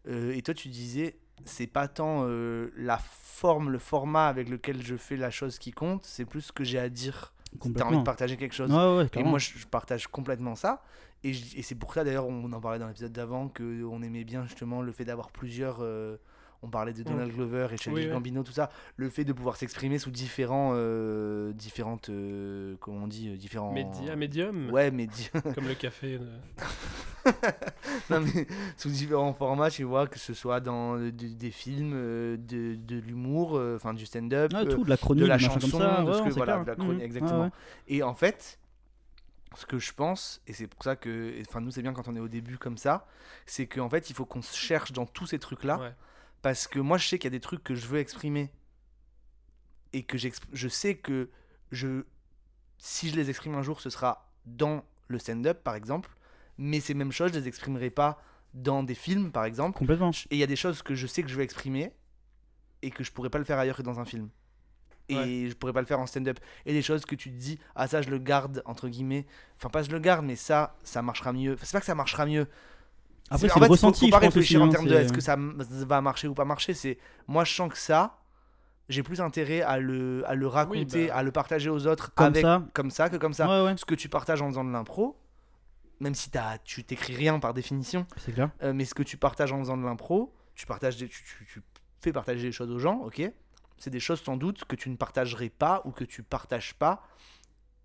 Euh, et toi, tu disais, c'est pas tant euh, la forme, le format avec lequel je fais la chose qui compte, c'est plus ce que j'ai à dire. T'as envie Complètement. de partager quelque chose. Ouais, ouais, ouais, et clairement. moi, je- je partage complètement ça. Et, je- et c'est pour ça, d'ailleurs, on en parlait dans l'épisode d'avant, que on aimait bien justement le fait d'avoir plusieurs. euh, on parlait de Donald Mm. Glover et Chad Oui, oui. Gambino, tout ça. Le fait de pouvoir s'exprimer sous différents. euh, différentes. euh, comment on dit euh, Oh. Différents. Média- médium Ouais, médium. ah, Comme le café. euh. Non, mais sous différents formats, tu vois, que ce soit dans euh, du- des films, euh, de, de l'humour, euh, enfin du stand-up, Ah, Ouais, euh, Ah, tout, de la chronique, la des machins comme chanson, ça, de ce ouais, que- c'est voilà, clair. de la chronique, Mhm. exactement. Ouais, ouais. Et en fait, ce que je pense, et c'est pour ça que, et, enfin nous c'est bien quand on est au début comme ça, c'est qu'en fait il faut qu'on se cherche dans tous ces trucs-là, parce que moi je sais qu'il y a des trucs que je veux exprimer et que j'exp- je sais que je si je les exprime un jour, ce sera dans le stand-up par exemple, mais ces mêmes choses, je les exprimerai pas dans des films, par exemple. Complètement. Et il y a des choses que je sais que je vais exprimer et que je pourrais pas le faire ailleurs que dans un film. Et je pourrais pas le faire en stand-up. Et des choses que tu te dis, ah ça je le garde, entre guillemets. Enfin, pas je le garde, mais ça, ça marchera mieux. Enfin, c'est pas que ça marchera mieux. C'est- en Après, c'est le fait, faut- ressenti, faut je pas pense réfléchir aussi, en hein, termes de c'est- est-ce que ça m- va marcher ou pas marcher. C'est moi, je sens que ça, j'ai plus intérêt à le, à le raconter, à le partager aux autres bah. Comme avec ça. comme ça que comme ça. Ouais, ouais. Ce que tu partages en faisant de l'impro, même si t'as, tu t'écris rien par définition, C'est clair. euh, mais ce que tu partages en faisant de l'impro, tu partages, des- tu, tu- tu fais partager des choses aux gens, ok. C'est des choses sans doute que tu ne partagerais pas ou que tu partages pas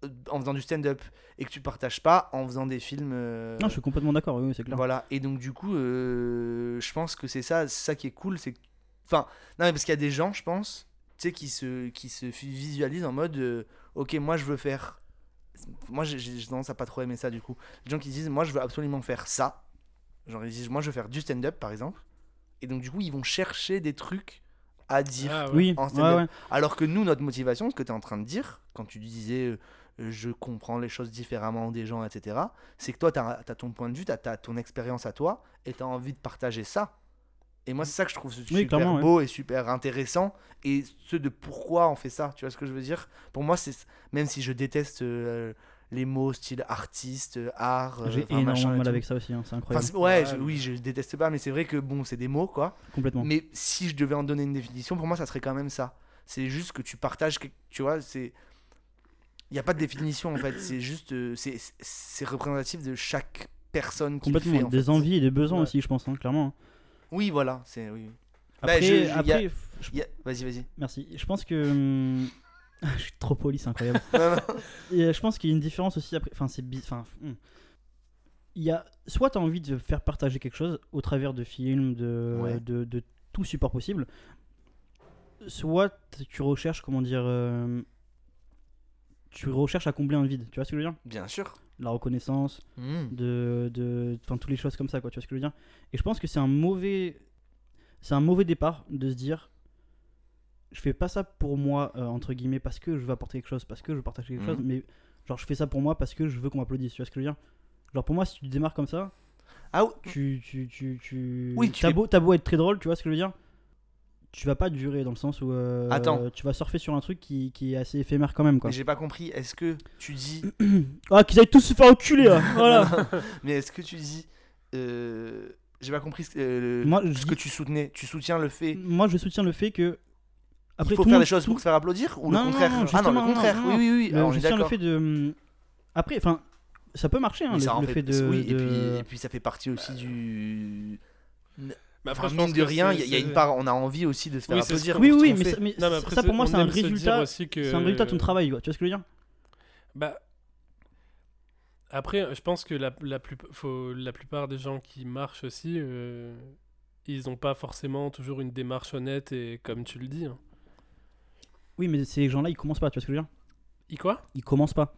euh, en faisant du stand-up et que tu partages pas en faisant des films. euh, Non, je suis complètement d'accord, oui, oui, c'est clair. voilà, et donc du coup, euh, je pense que c'est ça, c'est ça qui est cool, c'est que- Enfin, non mais parce qu'il y a des gens, je pense, tu sais, qui se, qui se fi- visualisent en mode, euh, ok, moi je veux faire... Moi j'ai- j'ai j'ai tendance à pas trop aimer ça du coup. Les gens qui disent, moi je veux absolument faire ça. Genre ils disent, moi je veux faire du stand-up par exemple. Et donc du coup, ils vont chercher des trucs à dire Ah ouais. Oui, Bah, en stand-up. ouais, ouais. Alors que nous, notre motivation, ce que tu es en train de dire, quand tu disais euh, euh, je comprends les choses différemment des gens, etc., c'est que toi, tu as, ton point de vue, tu as, ton expérience à toi, et tu as envie de partager ça. Et moi, c'est ça que je trouve super clairement, ouais. beau et super intéressant, et ce de pourquoi on fait ça, tu vois ce que je veux dire Pour moi, c'est même si je déteste euh, les mots style artiste, euh, art, euh, J'ai enfin, machin énormément et mal tout. avec ça aussi, hein, c'est incroyable. Enfin, ouais, je- Ouais, oui, je déteste pas, mais c'est vrai que bon, c'est des mots, quoi. Complètement. Mais si je devais en donner une définition, pour moi, ça serait quand même ça. C'est juste que tu partages, quelque- tu vois, c'est. Il n'y a pas de définition en fait, c'est juste. euh, c'est- c'est- C'est représentatif de chaque personne qui le Complètement. fait, en des fait. envies et des besoins Ouais. aussi, je pense, hein, clairement. Oui, voilà, c'est. Oui. Après- Bah, je- je- y a- après, y a- Vas-y, vas-y. Merci. Je pense que. hum, je suis trop poli, c'est incroyable. Non, Et, euh, je pense qu'il y a une différence aussi après. Enfin, c'est. bi- Enfin. hum. Il y a. Soit t'as envie de faire partager quelque chose au travers de films, de, Ouais. de, de tout support possible. Soit tu recherches, comment dire. euh, tu recherches à combler un vide, tu vois ce que je veux dire Bien sûr. La reconnaissance, Mm. de, de, enfin toutes les choses comme ça, quoi, tu vois ce que je veux dire Et je pense que c'est un mauvais, c'est un mauvais départ de se dire, je fais pas ça pour moi euh, entre guillemets parce que je veux apporter quelque chose, parce que je veux partager quelque Mhm. chose, mais genre je fais ça pour moi parce que je veux qu'on m'applaudisse, tu vois ce que je veux dire Genre pour moi, si tu démarres comme ça, ah, tu, tu, tu, tu, Oui, tu t'as fais- beau, t'as beau être très drôle, tu vois ce que je veux dire tu vas pas durer dans le sens où euh, Attends. tu vas surfer sur un truc qui, qui est assez éphémère quand même quoi. Mais j'ai pas compris, est-ce que tu dis. Ah qu'ils aillent tous se faire enculer là, voilà. Non, non. Mais est-ce que tu dis. euh, J'ai pas compris ce, que- euh, Moi, ce que tu soutenais. Tu soutiens le fait. Moi, je soutiens le fait que. Après, Il faut tout le faire monde- des choses tout- pour se faire applaudir ou le Non, non, contraire non, Ah non, justement, le contraire. non, non. Oui, oui, oui. Le- alors, on je est soutiens le d'accord. fait de. hum, Après, enfin, ça peut marcher, hein, Mais le, ça en le fait, de. oui, et, de- puis, et puis ça fait partie aussi du. Bah, Mais après, Enfin, je mine pense de Bah, que rien, c'est- il y, a- il y a c'est- une part, on a envie aussi de se faire Oui, c'est ce applaudir. qu'on- pour Oui, ce oui, qu'on mais, fait. ça, mais Non, mais ça, après, ça, pour c'est- moi, on c'est un aime se dire résultat. aussi que- C'est un résultat de ton travail, quoi, tu vois ce que je veux dire Bah, après, je pense que la, la, plus, faut, la plupart des gens qui marchent aussi, euh, ils n'ont pas forcément toujours une démarche honnête et comme tu le dis. hein. Oui, mais ces gens-là, ils commencent pas, tu vois ce que je veux dire Ils quoi Ils commencent pas.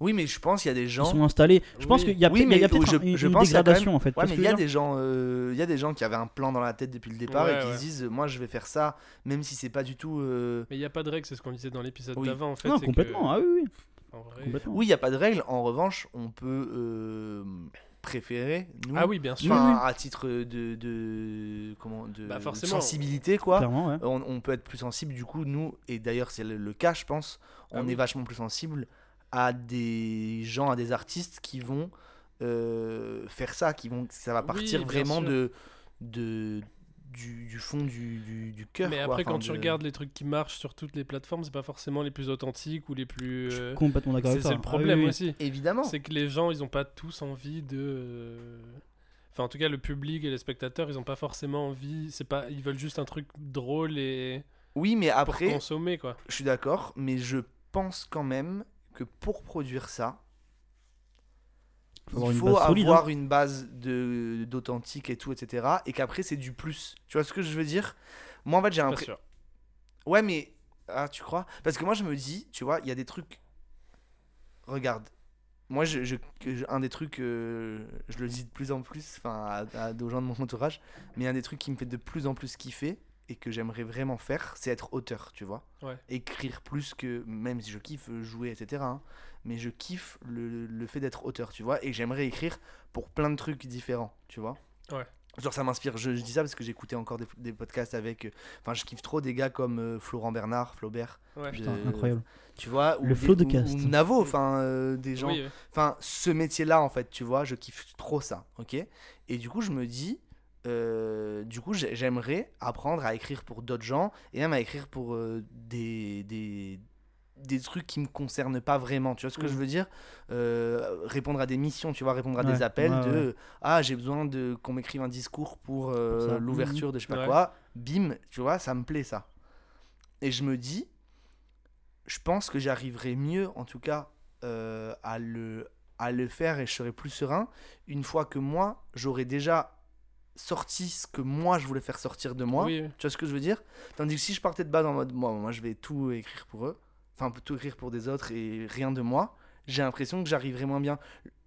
Oui, mais je pense qu'il y a des gens. sont installés. Je pense qu'il y a Oui, peut-être- il y mais a peut-être je- un- une- je une pense qu'il y a quand dégradation, même- en fait, tu vois Ouais, ce mais que il y je a veux des gens, euh, il y a des gens qui avaient un plan dans la tête depuis le départ Ouais, et qui ouais. se disent, moi, je vais faire ça, même si c'est pas du tout. euh, Mais il n'y a pas de règle, c'est ce qu'on disait dans l'épisode Oui. d'avant en fait. Non, c'est complètement, ah que- oui, oui. En vrai, Oui, il n'y a pas de règle. En revanche, on peut euh, préférer, nous, Ah oui, bien sûr. enfin, Oui, oui. à titre de, de, comment, de Bah, forcément. sensibilité, quoi. Clairement, ouais. on, on peut être plus sensible, du coup, nous, et d'ailleurs, c'est le, le cas, je pense, on Ah oui. est vachement plus sensible à des gens, à des artistes qui vont euh, faire ça, qui vont, ça va partir bien vraiment sûr. de, de, du, du fond du, du, du cœur. Mais quoi, après, enfin, quand tu de- regardes les trucs qui marchent sur toutes les plateformes, c'est pas forcément les plus authentiques ou les plus. euh, complètement d'accord c'est- avec toi. C'est le Ah oui, problème oui. aussi. Évidemment. C'est que les gens, ils ont pas tous envie de. euh, Enfin, en tout cas, le public et les spectateurs, ils ont pas forcément envie. C'est pas. Ils veulent juste un truc drôle et. Oui, mais après, Pour consommer, quoi. Je suis d'accord, mais je pense quand même que pour produire ça, Faut avoir il une faut base solide, avoir hein. une base de d'authentique et tout, etc. Et qu'après, c'est du plus. Tu vois ce que je veux dire Moi, en fait, j'ai Pas l'impression. sûr. Ouais, mais. Ah, tu crois Parce que moi, je me dis, tu vois, il y a des trucs. Regarde. Moi, je, je- que je- un des trucs, euh, je le dis de plus en plus, enfin, à, à- aux gens de mon entourage, mais un des trucs qui me fait de plus en plus kiffer, et que j'aimerais vraiment faire, c'est être auteur, tu vois. Ouais. Écrire plus que, même si je kiffe jouer, etc. hein, mais je kiffe le, le fait d'être auteur, tu vois. Et j'aimerais écrire pour plein de trucs différents, tu vois. Ouais. Genre ça m'inspire, je, je dis ça parce que j'écoutais encore des, des podcasts avec... euh, Enfin, je kiffe trop des gars comme euh, Florent Bernard, Flaubert. Ouais. Putain, euh, incroyable. Tu vois, ou, Le des- flow de ou- cast. ou Navo, enfin, euh, des gens... Oui, oui. Enfin, ce métier-là, en fait, tu vois, je kiffe trop ça, ok Et du coup, je me dis, euh, du coup, j'ai- j'aimerais apprendre à écrire pour d'autres gens et même à écrire pour euh, des, des, des trucs qui me concernent pas vraiment, tu vois ce que Mhm. je veux dire Euh, Répondre à des missions, tu vois, répondre à Ouais, des appels ouais, de ouais. Ah, j'ai besoin de qu'on m'écrive un discours pour euh, Pour ça. l'ouverture de je sais pas Ouais. quoi, bim, tu vois, ça me plaît ça. Et je me dis, je pense que j'arriverai mieux, en tout cas, euh, à, le, à le faire et je serai plus serein une fois que moi, j'aurai déjà sorti ce que moi, je voulais faire sortir de moi. Oui, oui. Tu vois ce que je veux dire Tandis que si je partais de base en mode, moi, moi je vais tout écrire pour eux, enfin, tout écrire pour des autres et rien de moi, j'ai l'impression que j'arriverai moins bien.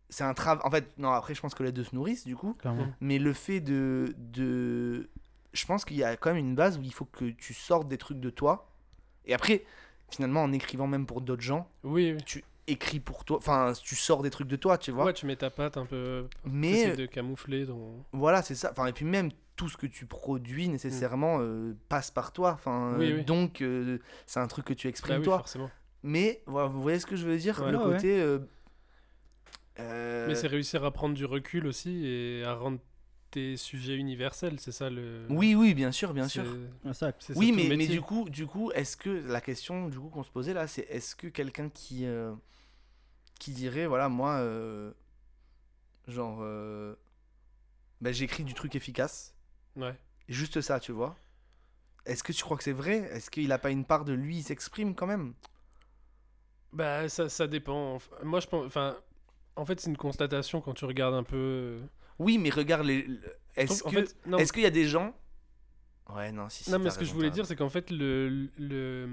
C'est un travail. En fait, non, après, je pense que les deux se nourrissent, du coup. Clairement. Mais le fait de. de... Je pense qu'il y a quand même une base où il faut que tu sortes des trucs de toi. Et après, finalement, en écrivant même pour d'autres gens, oui, oui. tu écris pour toi. Enfin, tu sors des trucs de toi, tu vois. euh, Ouais, tu mets ta patte un peu. Mais- t'essaies de camoufler dans. Voilà, c'est ça. Enfin, et puis même tout ce que tu produis nécessairement euh, passe par toi. Enfin, Mm. Oui, euh, oui. donc euh, c'est un truc que tu exprimes Bah oui, toi. forcément. Mais voilà, vous voyez ce que je veux dire Ouais. Ah Le Ouais, ouais. côté. euh, euh, Mais c'est réussir à prendre du recul aussi et à rendre tes sujets universels, c'est ça le. Oui, oui, bien sûr, bien C'est- sûr. Ah, ça, c'est oui, tout le mais, mais métier. du coup, du coup, est-ce que la question du coup qu'on se posait là, c'est est-ce que quelqu'un qui euh, qui dirait voilà moi euh, genre euh, bah, j'écris du truc efficace, Ouais. juste ça, tu vois. Est-ce que tu crois que c'est vrai Est-ce qu'il a pas une part de lui il s'exprime quand même Bah, ça, ça dépend. Enf- Moi, je pense. Enfin, en fait, c'est une constatation quand tu regardes un peu. euh, Oui, mais regarde les. Est-ce trouve- en que fait, non. est-ce qu'il y a des gens Ouais, non, si. si, Non, mais t'as ce que je raison, voulais t'as dire, c'est qu'en fait, le, le,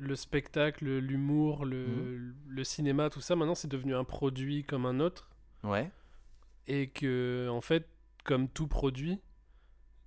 le spectacle, l'humour, le, Mhm. le cinéma, tout ça, maintenant, c'est devenu un produit comme un autre. Ouais. Et que, en fait, comme tout produit,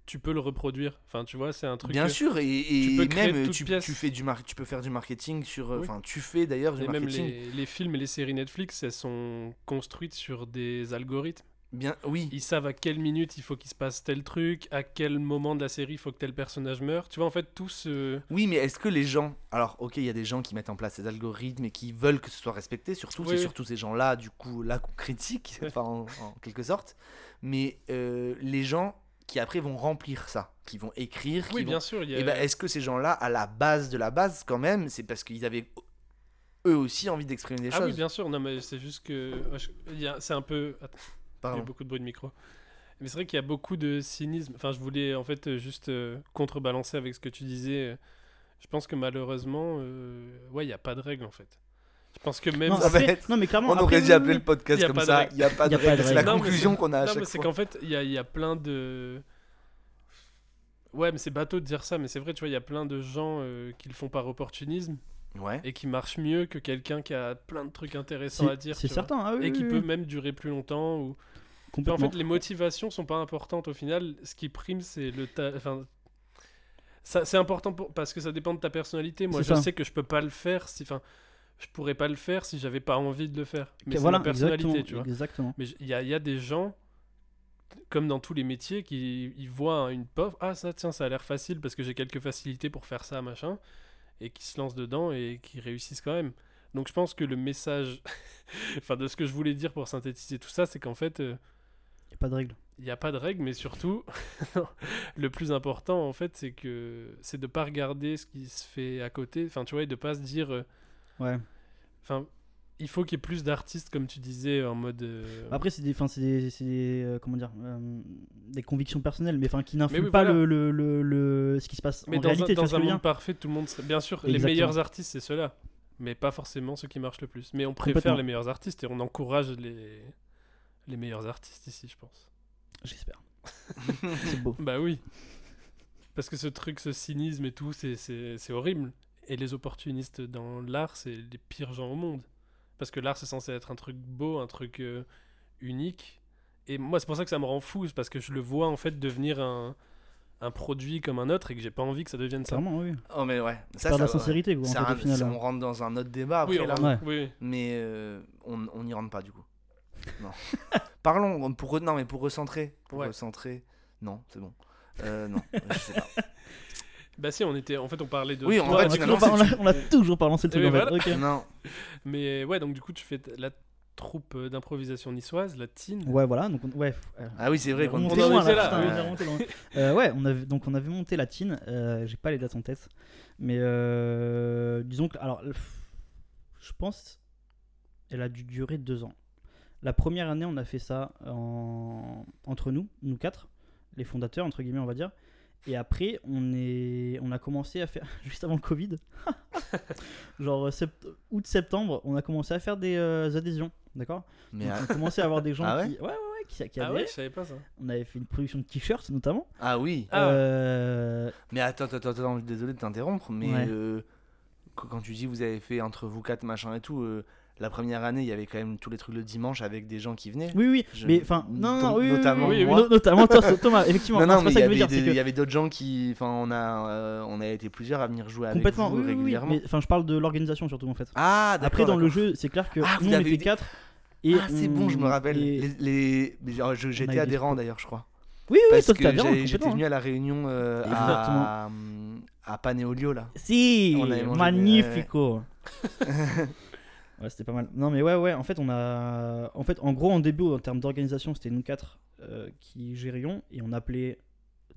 tu peux le reproduire. Enfin, tu vois, c'est un truc. Bien que- sûr, et, et tu peux créer même toute tu, pièce. tu fais du mar- tu peux faire du marketing sur, euh, Oui. enfin tu fais d'ailleurs du Et même marketing. les, les films et les séries Netflix, elles sont construites sur des algorithmes. Bien, oui. Ils savent à quelle minute il faut qu'il se passe tel truc, à quel moment de la série il faut que tel personnage meure. Tu vois, en fait, tout ce. Oui, mais est-ce que les gens. Alors, ok, il y a des gens qui mettent en place ces algorithmes et qui veulent que ce soit respecté, surtout, Oui, c'est oui. surtout ces gens-là, du coup, là qu'on critique, enfin, en, en quelque sorte. Mais euh, les gens qui après vont remplir ça, qui vont écrire. Oui, qui bien vont- sûr, il y a- Eh ben, est-ce que ces gens-là, à la base de la base, quand même, c'est parce qu'ils avaient eux aussi envie d'exprimer des ah choses oui, bien sûr. Non, mais c'est juste que ouais, je- il y a- c'est un peu. Attends, Il y Pardon. a eu beaucoup de bruit de micro. Mais c'est vrai qu'il y a beaucoup de cynisme. Enfin, je voulais en fait euh, juste euh, contrebalancer avec ce que tu disais. Je pense que malheureusement, euh, ouais, il n'y a pas de règles en fait. Je pense que même. Non, Ça va après- être- non, mais clairement, On après, aurait oui, dû appeler oui, le oui. Il y podcast a comme pas de ça, règles. il n'y a pas Il y de a pas de règles. C'est la Non, mais conclusion c'est- qu'on a à non, mais chaque c'est fois. qu'en fait, il y a, il y a plein de. Ouais, mais c'est bateau de dire ça, mais c'est vrai, tu vois, il y a plein de gens euh, qui le font par opportunisme Ouais. et qui marchent mieux que quelqu'un qui a plein de trucs intéressants C'est- à dire. c'est tu vois, certain, ah oui, Et qui oui, peut oui. même durer plus longtemps. Ou... Mais en Complètement. fait, les motivations sont pas importantes au final. Ce qui prime, c'est le. ta- Enfin, ça, c'est important pour- parce que ça dépend de ta personnalité. Moi, C'est je ça. sais que je peux pas le faire si. Enfin, je pourrais pas le faire si j'avais pas envie de le faire. Mais c'est voilà, ma personnalité, exactement, tu vois. exactement. Mais j- il y a, il y a des gens, comme dans tous les métiers, qui ils voient une pauvre. Ah, ça, tiens, ça a l'air facile parce que j'ai quelques facilités pour faire ça, machin. Et qui se lancent dedans et qui réussissent quand même. Donc je pense que le message. enfin, de ce que je voulais dire pour synthétiser tout ça, c'est qu'en fait. euh, Il n'y a pas de règle. il n'y a pas de règle, mais surtout, le plus important, en fait, c'est que c'est de pas regarder ce qui se fait à côté. Enfin, tu vois, et de pas se dire. euh, Ouais. Enfin, il faut qu'il y ait plus d'artistes, comme tu disais, en mode. euh, Après, c'est des, 'fin, c'est des, c'est des, euh, comment dire, euh, des convictions personnelles, mais enfin qui n'influent oui, pas voilà. le, le, le, le- ce qui se passe mais en dans réalité. un, tu vois dans ce un que je veux monde dire parfait, tout le monde. serait- Bien sûr, les Exactement. meilleurs artistes, c'est ceux-là. Mais pas forcément ceux qui marchent le plus. Mais on préfère Complètement. les meilleurs artistes et on encourage les, les meilleurs artistes ici, je pense. J'espère. c'est beau. Bah oui. Parce que ce truc, ce cynisme et tout, c'est- c'est c'est horrible. Et les opportunistes dans l'art, c'est les pires gens au monde. Parce que l'art, c'est censé être un truc beau, un truc euh, unique. Et moi, c'est pour ça que ça me rend fou, c'est parce que je le vois en fait devenir un, un produit comme un autre et que j'ai pas envie que ça devienne ça. Clairement, oui. Oh, mais ouais. Tu perds la sincérité, quoi, en c'est fait, au un- final, ça, hein. on rentre dans un autre débat après, Oui, on là. rentre- Ouais. oui. Mais euh, on on n'y rentre pas, du coup. Non. Parlons, pour, re- non, mais pour recentrer. Pour recentrer. Non, c'est bon. Euh, non, je sais pas. Bah si, on était, en fait, on parlait de. Oui, toi, en fait, tu- finalement, c'est- on l'a- on l'a toujours pas lancé le Eh truc, oui, en fait. voilà. Ok. Non. Mais ouais, donc du coup, tu fais t- la troupe euh, d'improvisation niçoise, la TIN. Ouais, voilà. Donc, on- ouais, euh, Ah oui, c'est vrai qu'on on était était loin, loin, là, là. putain, Ouais. on est remonté loin. Euh, ouais, on avait, donc on avait monté la tine. euh, J'ai pas les dates en tête, mais euh, disons que alors, pff, je pense, elle a dû durer deux ans. La première année, on a fait ça en- entre nous, nous quatre, les fondateurs entre guillemets, on va dire. Et après, on est, on a commencé à faire juste avant le Covid, genre sept- août-septembre, on a commencé à faire des euh, adhésions, d'accord. Mais Donc, ah- on commençait à avoir des gens Ah ouais qui, ouais, ouais, ouais, qui, qui Ah avaient- ouais, je savais pas ça. on avait fait une production de t-shirts notamment. Ah oui. Euh, Mais attends, attends, attends, désolé de t'interrompre, mais Ouais. euh, qu- quand tu dis vous avez fait entre vous quatre machin et tout, euh, la première année il y avait quand même tous les trucs le dimanche avec des gens qui venaient. Oui, oui, Je- mais enfin, non, non, donc, oui, oui, notamment oui, oui, moi. no- notamment toi, Thomas, effectivement, Non, non, non, mais c'est pas il ça y que je veux avait dire, des- c'est que- il y avait d'autres gens qui, enfin, on a, euh, on a été plusieurs à venir jouer avec complètement, vous oui, oui, oui, régulièrement. mais enfin, je parle de l'organisation surtout en fait. Ah, d'accord, Après, dans le d'accord. jeu, c'est clair que Ah, vous nous on avez eu était des- quatre. Et Ah, c'est bon, je me on- rappelle. et- Les, les- mais genre, je- eu J'étais des- adhérent d'ailleurs, je crois. Oui, oui, oui, Parce toi, t'es que adhérent, j'avais- j'étais complètement. hein. venu à la réunion euh, à, à Panéolio là. Si, On avait mangé des- magnifico. ouais, c'était pas mal. Non, mais ouais, ouais. En fait, on a, en fait, en gros, en début, en termes d'organisation, c'était nous quatre euh, qui gérions et on appelait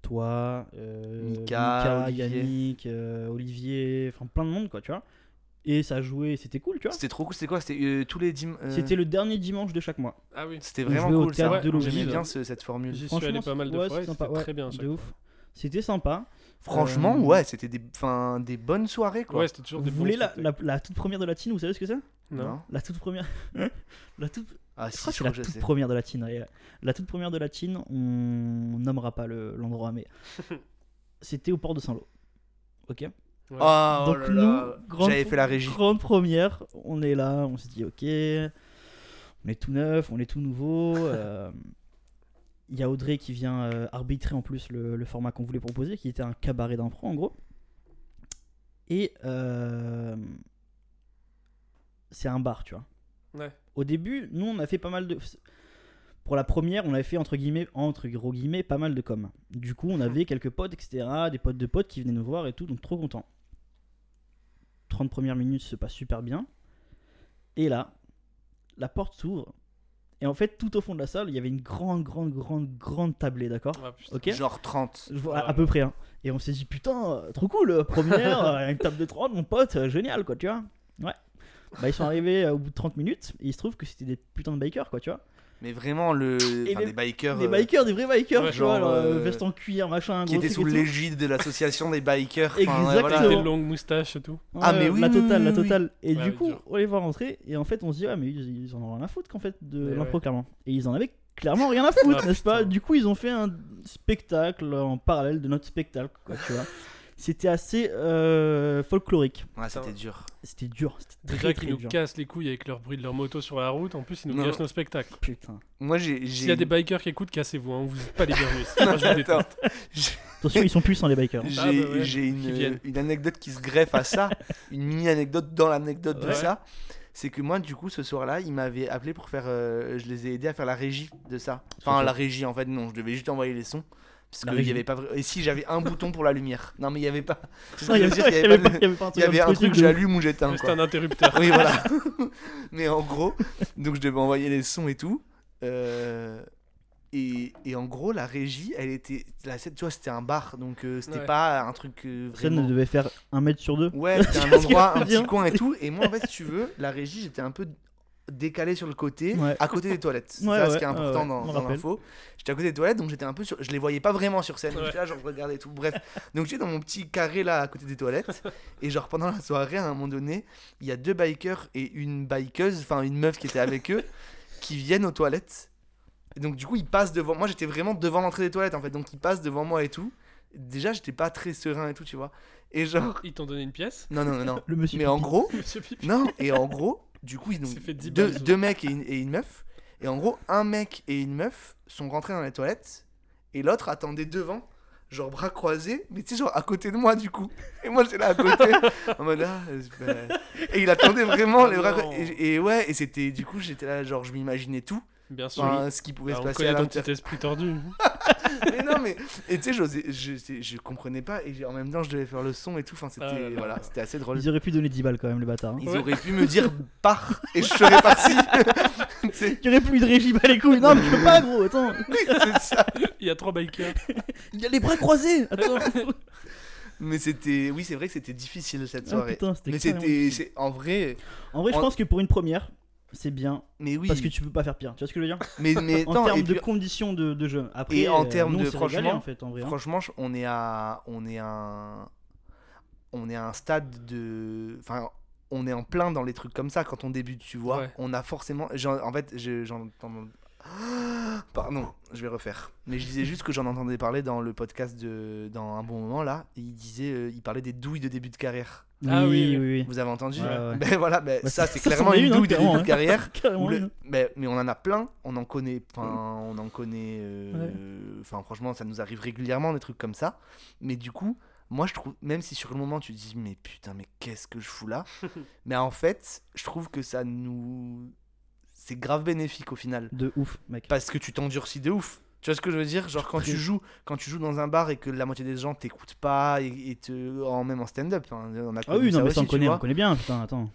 toi, euh, Mika, Olivier. Yannick, euh, Olivier, enfin plein de monde, quoi, tu vois. Et ça jouait, c'était cool, tu vois. C'était trop cool, c'était quoi C'était euh, tous les dim- euh, C'était le dernier dimanche de chaque mois. Ah oui. C'était On vraiment jouait au cool, ça. théâtre de Euh, Ouais, j'aimais Louvre. bien ce- cette formule. J'y suis Franchement, allé pas mal de ouais, fois et sympa, c'était ouais, très bien. à chaque de ouf. C'était sympa. Franchement, Euh, ouais, c'était des, enfin, des bonnes soirées quoi. Vous voulez la, la, la toute première de la Tine, vous savez ce que c'est Non. Non. La toute première. la toute. Ah, je si, je crois que c'est la crois que je toute sais. première de la Tine. ouais. La toute première de la Tine, on nommera pas le- l'endroit, mais c'était au port de Saint-Lô. Ok. Ah, oh Donc là nous, là, grande- j'avais fait la régie. Grande première, on est là, on se dit ok, on est tout neuf, on est tout nouveau. euh, Il y a Audrey qui vient euh, arbitrer en plus le, le format qu'on voulait proposer, qui était un cabaret d'impro en gros. Et euh, c'est un bar, tu vois. Ouais. Au début, nous on a fait pas mal de. Pour la première, on avait fait entre guillemets, entre gros guillemets, pas mal de com. Du coup, on avait quelques potes, etc., des potes de potes qui venaient nous voir et tout, donc trop content. 30 premières minutes se passent super bien. Et là, la porte s'ouvre. Et en fait, tout au fond de la salle, il y avait une grande, grande, grande, grande tablée, d'accord Ok Genre 30. Je Ah. vois, à, à peu près. hein. Et on s'est dit, putain, euh, trop cool, euh, première, euh, une table de 30, mon pote, euh, génial, quoi, tu vois. Ouais. Bah, ils sont arrivés euh, au bout de 30 minutes, et il se trouve que c'était des putains de bikers, quoi, tu vois. Mais vraiment, le... Et enfin, des bikers. Des euh, bikers, des vrais bikers, ouais, tu vois, genre, alors, euh, euh, veste en cuir, machin, qui gros étaient sous truc et tout. l'égide de l'association des bikers. enfin, ouais, voilà. Avec des longues moustaches et tout. Ah, mais oui, La oui, totale, oui, la oui. totale. Et Ouais, du oui, coup, on les voit rentrer et en fait, on se dit, ouais, mais ils, ils en ont rien à foutre qu'en fait de Ouais, l'impro, ouais. clairement. Et ils en avaient clairement rien à foutre, Ah, n'est-ce pas Du coup, ils ont fait un spectacle en parallèle de notre spectacle, quoi, tu vois. C'était assez euh, folklorique. Ouais, c'était dur. C'était dur, c'était Déjà très qu'ils très nous dur. cassent les couilles avec leur bruit de leur moto sur la route, en plus ils nous Non. gâchent nos spectacles. Putain. Moi, j'ai- S'il j'ai y a une- des bikers qui écoutent, cassez-vous, hein, vous êtes pas les bienvenus. Non, Moi, je vous attends. déteste. Attention, ils sont puissants, les bikers. J'ai Ah, bah ouais. j'ai Qu'ils viennent. une, une anecdote qui se greffe à ça, une mini anecdote dans l'anecdote de Ouais. ça. C'est que moi, du coup, ce soir-là, ils m'avaient appelé pour faire. euh, je les ai aidés à faire la régie de ça. Enfin, Trop la fort. régie, en fait, non, je devais juste envoyer les sons. Parce La qu'il y régie. avait pas. vra- Et si j'avais un bouton pour la lumière Non, mais il y avait pas. C'est ce Non, que je il y veux dire, avait- il y il y avait avait pas pas- le- il y avait pas un Il truc- y avait un un truc truc, de- j'allume ou j'éteins. C'était quoi. un interrupteur. Oui, voilà. Mais en gros, donc je devais envoyer les sons et tout. euh, et, et en gros, la régie, elle était. La scène, tu vois, c'était un bar, donc euh, c'était Ouais. pas un truc euh, Personne vraiment. ne devait faire un mètre sur deux. Ouais, c'était C'est un ce que je endroit, veux un dire. petit coin et tout. Et moi, en fait, si tu veux, la régie, j'étais un peu décalé sur le côté, Ouais. à côté des toilettes. C'est Ouais, ça ouais, ce qui est important ouais, ouais, dans, je me dans rappelle. l'info. J'étais à côté des toilettes, donc j'étais un peu sur. Je les voyais pas vraiment sur scène. donc Ouais. j'étais là, genre, je regardais et tout. Bref. Donc j'étais dans mon petit carré là, à côté des toilettes. et genre, pendant la soirée, à un moment donné, il y a deux bikers et une bikeuse, enfin une meuf qui était avec eux, qui viennent aux toilettes. Et donc du coup, ils passent devant moi. J'étais vraiment devant l'entrée des toilettes en fait. Donc ils passent devant moi et tout. Déjà, j'étais pas très serein et tout, tu vois. Et genre. Ils t'ont donné une pièce Non, non, non, non. Le monsieur Mais en pipi. gros. Le monsieur pipi. Non, et en gros, du coup, ils ont s'est fait dix deux, balles. deux mecs et une, et une meuf. Et en gros, un mec et une meuf sont rentrés dans les toilettes. Et l'autre attendait devant genre bras croisés, mais tu sais, genre à côté de moi du coup. Et moi j'étais là à côté, en mode ah, euh, bah. Et il attendait vraiment les bras Ah Non. croisés. Et, et ouais, et c'était du coup, j'étais là, genre je m'imaginais tout. Bien sûr. Enfin, ce qui pouvait Bah, se on passer connaît à ton l'intérieur. petit esprit tordu. mais non, mais. Et tu sais, j'osais- je, c'est- je comprenais pas, et j'ai- en même temps, je devais faire le son et tout. Enfin, c'était Ah là là. voilà, c'était assez drôle. Ils auraient pu donner 10 balles quand même, le bâtard. hein. Ils auraient pu me dire pars et je serais parti. Tu sais. Il y aurait plus de régime à les couilles. Non, mais tu peux pas, gros, attends. Il y a trois bikers. Il y a les bras croisés. Attends. Mais c'était. Oui, c'est vrai que c'était difficile cette Ah, soirée. putain, c'était mais carrément c'était. c'est- En vrai. En vrai, je on- pense que pour une première, c'est bien. Mais oui. Parce que tu peux pas faire pire. Tu vois ce que je veux dire Mais- mais en attends, termes et de puis- conditions de, de jeu. Après, et en euh, termes nous, on de s'est régalés, franchement, en fait, en vrai, hein. franchement, je- on est à, on est à, un- on est à un stade de, enfin, on est en plein dans les trucs comme ça quand on débute, tu vois. On a forcément, j'en- en fait, je- j'en entends- Pardon, je vais refaire. Mais je disais juste que j'en entendais parler dans le podcast de, dans un bon moment là. et il disait, euh, il parlait des douilles de début de carrière. Ah oui, oui, oui, oui. Vous avez entendu Ouais, ouais. Ben voilà, ben, Bah, ça ça, c'est ça, clairement c'en est une une, hein, douille de début clairement, de hein. carrière. Carrément où le- une. mais, mais on en a plein, on en connaît, enfin, on en connaît. euh, Enfin, franchement, ça nous arrive régulièrement des trucs comme ça. Mais du coup, moi, je trouve, même si sur le moment tu te dis, mais putain, mais qu'est-ce que je fous là Mais en fait, je trouve que ça nous, c'est grave bénéfique au final. De ouf, mec. Parce que tu t'endurcis de ouf. Tu vois ce que je veux dire Genre quand tu joues, quand tu joues dans un bar et que la moitié des gens t'écoutent pas et, et te, en même en stand-up, hein, on a Ah connu oui, non, mais aussi, ça, on tu connaît, vois. on connaît bien. Putain, attends.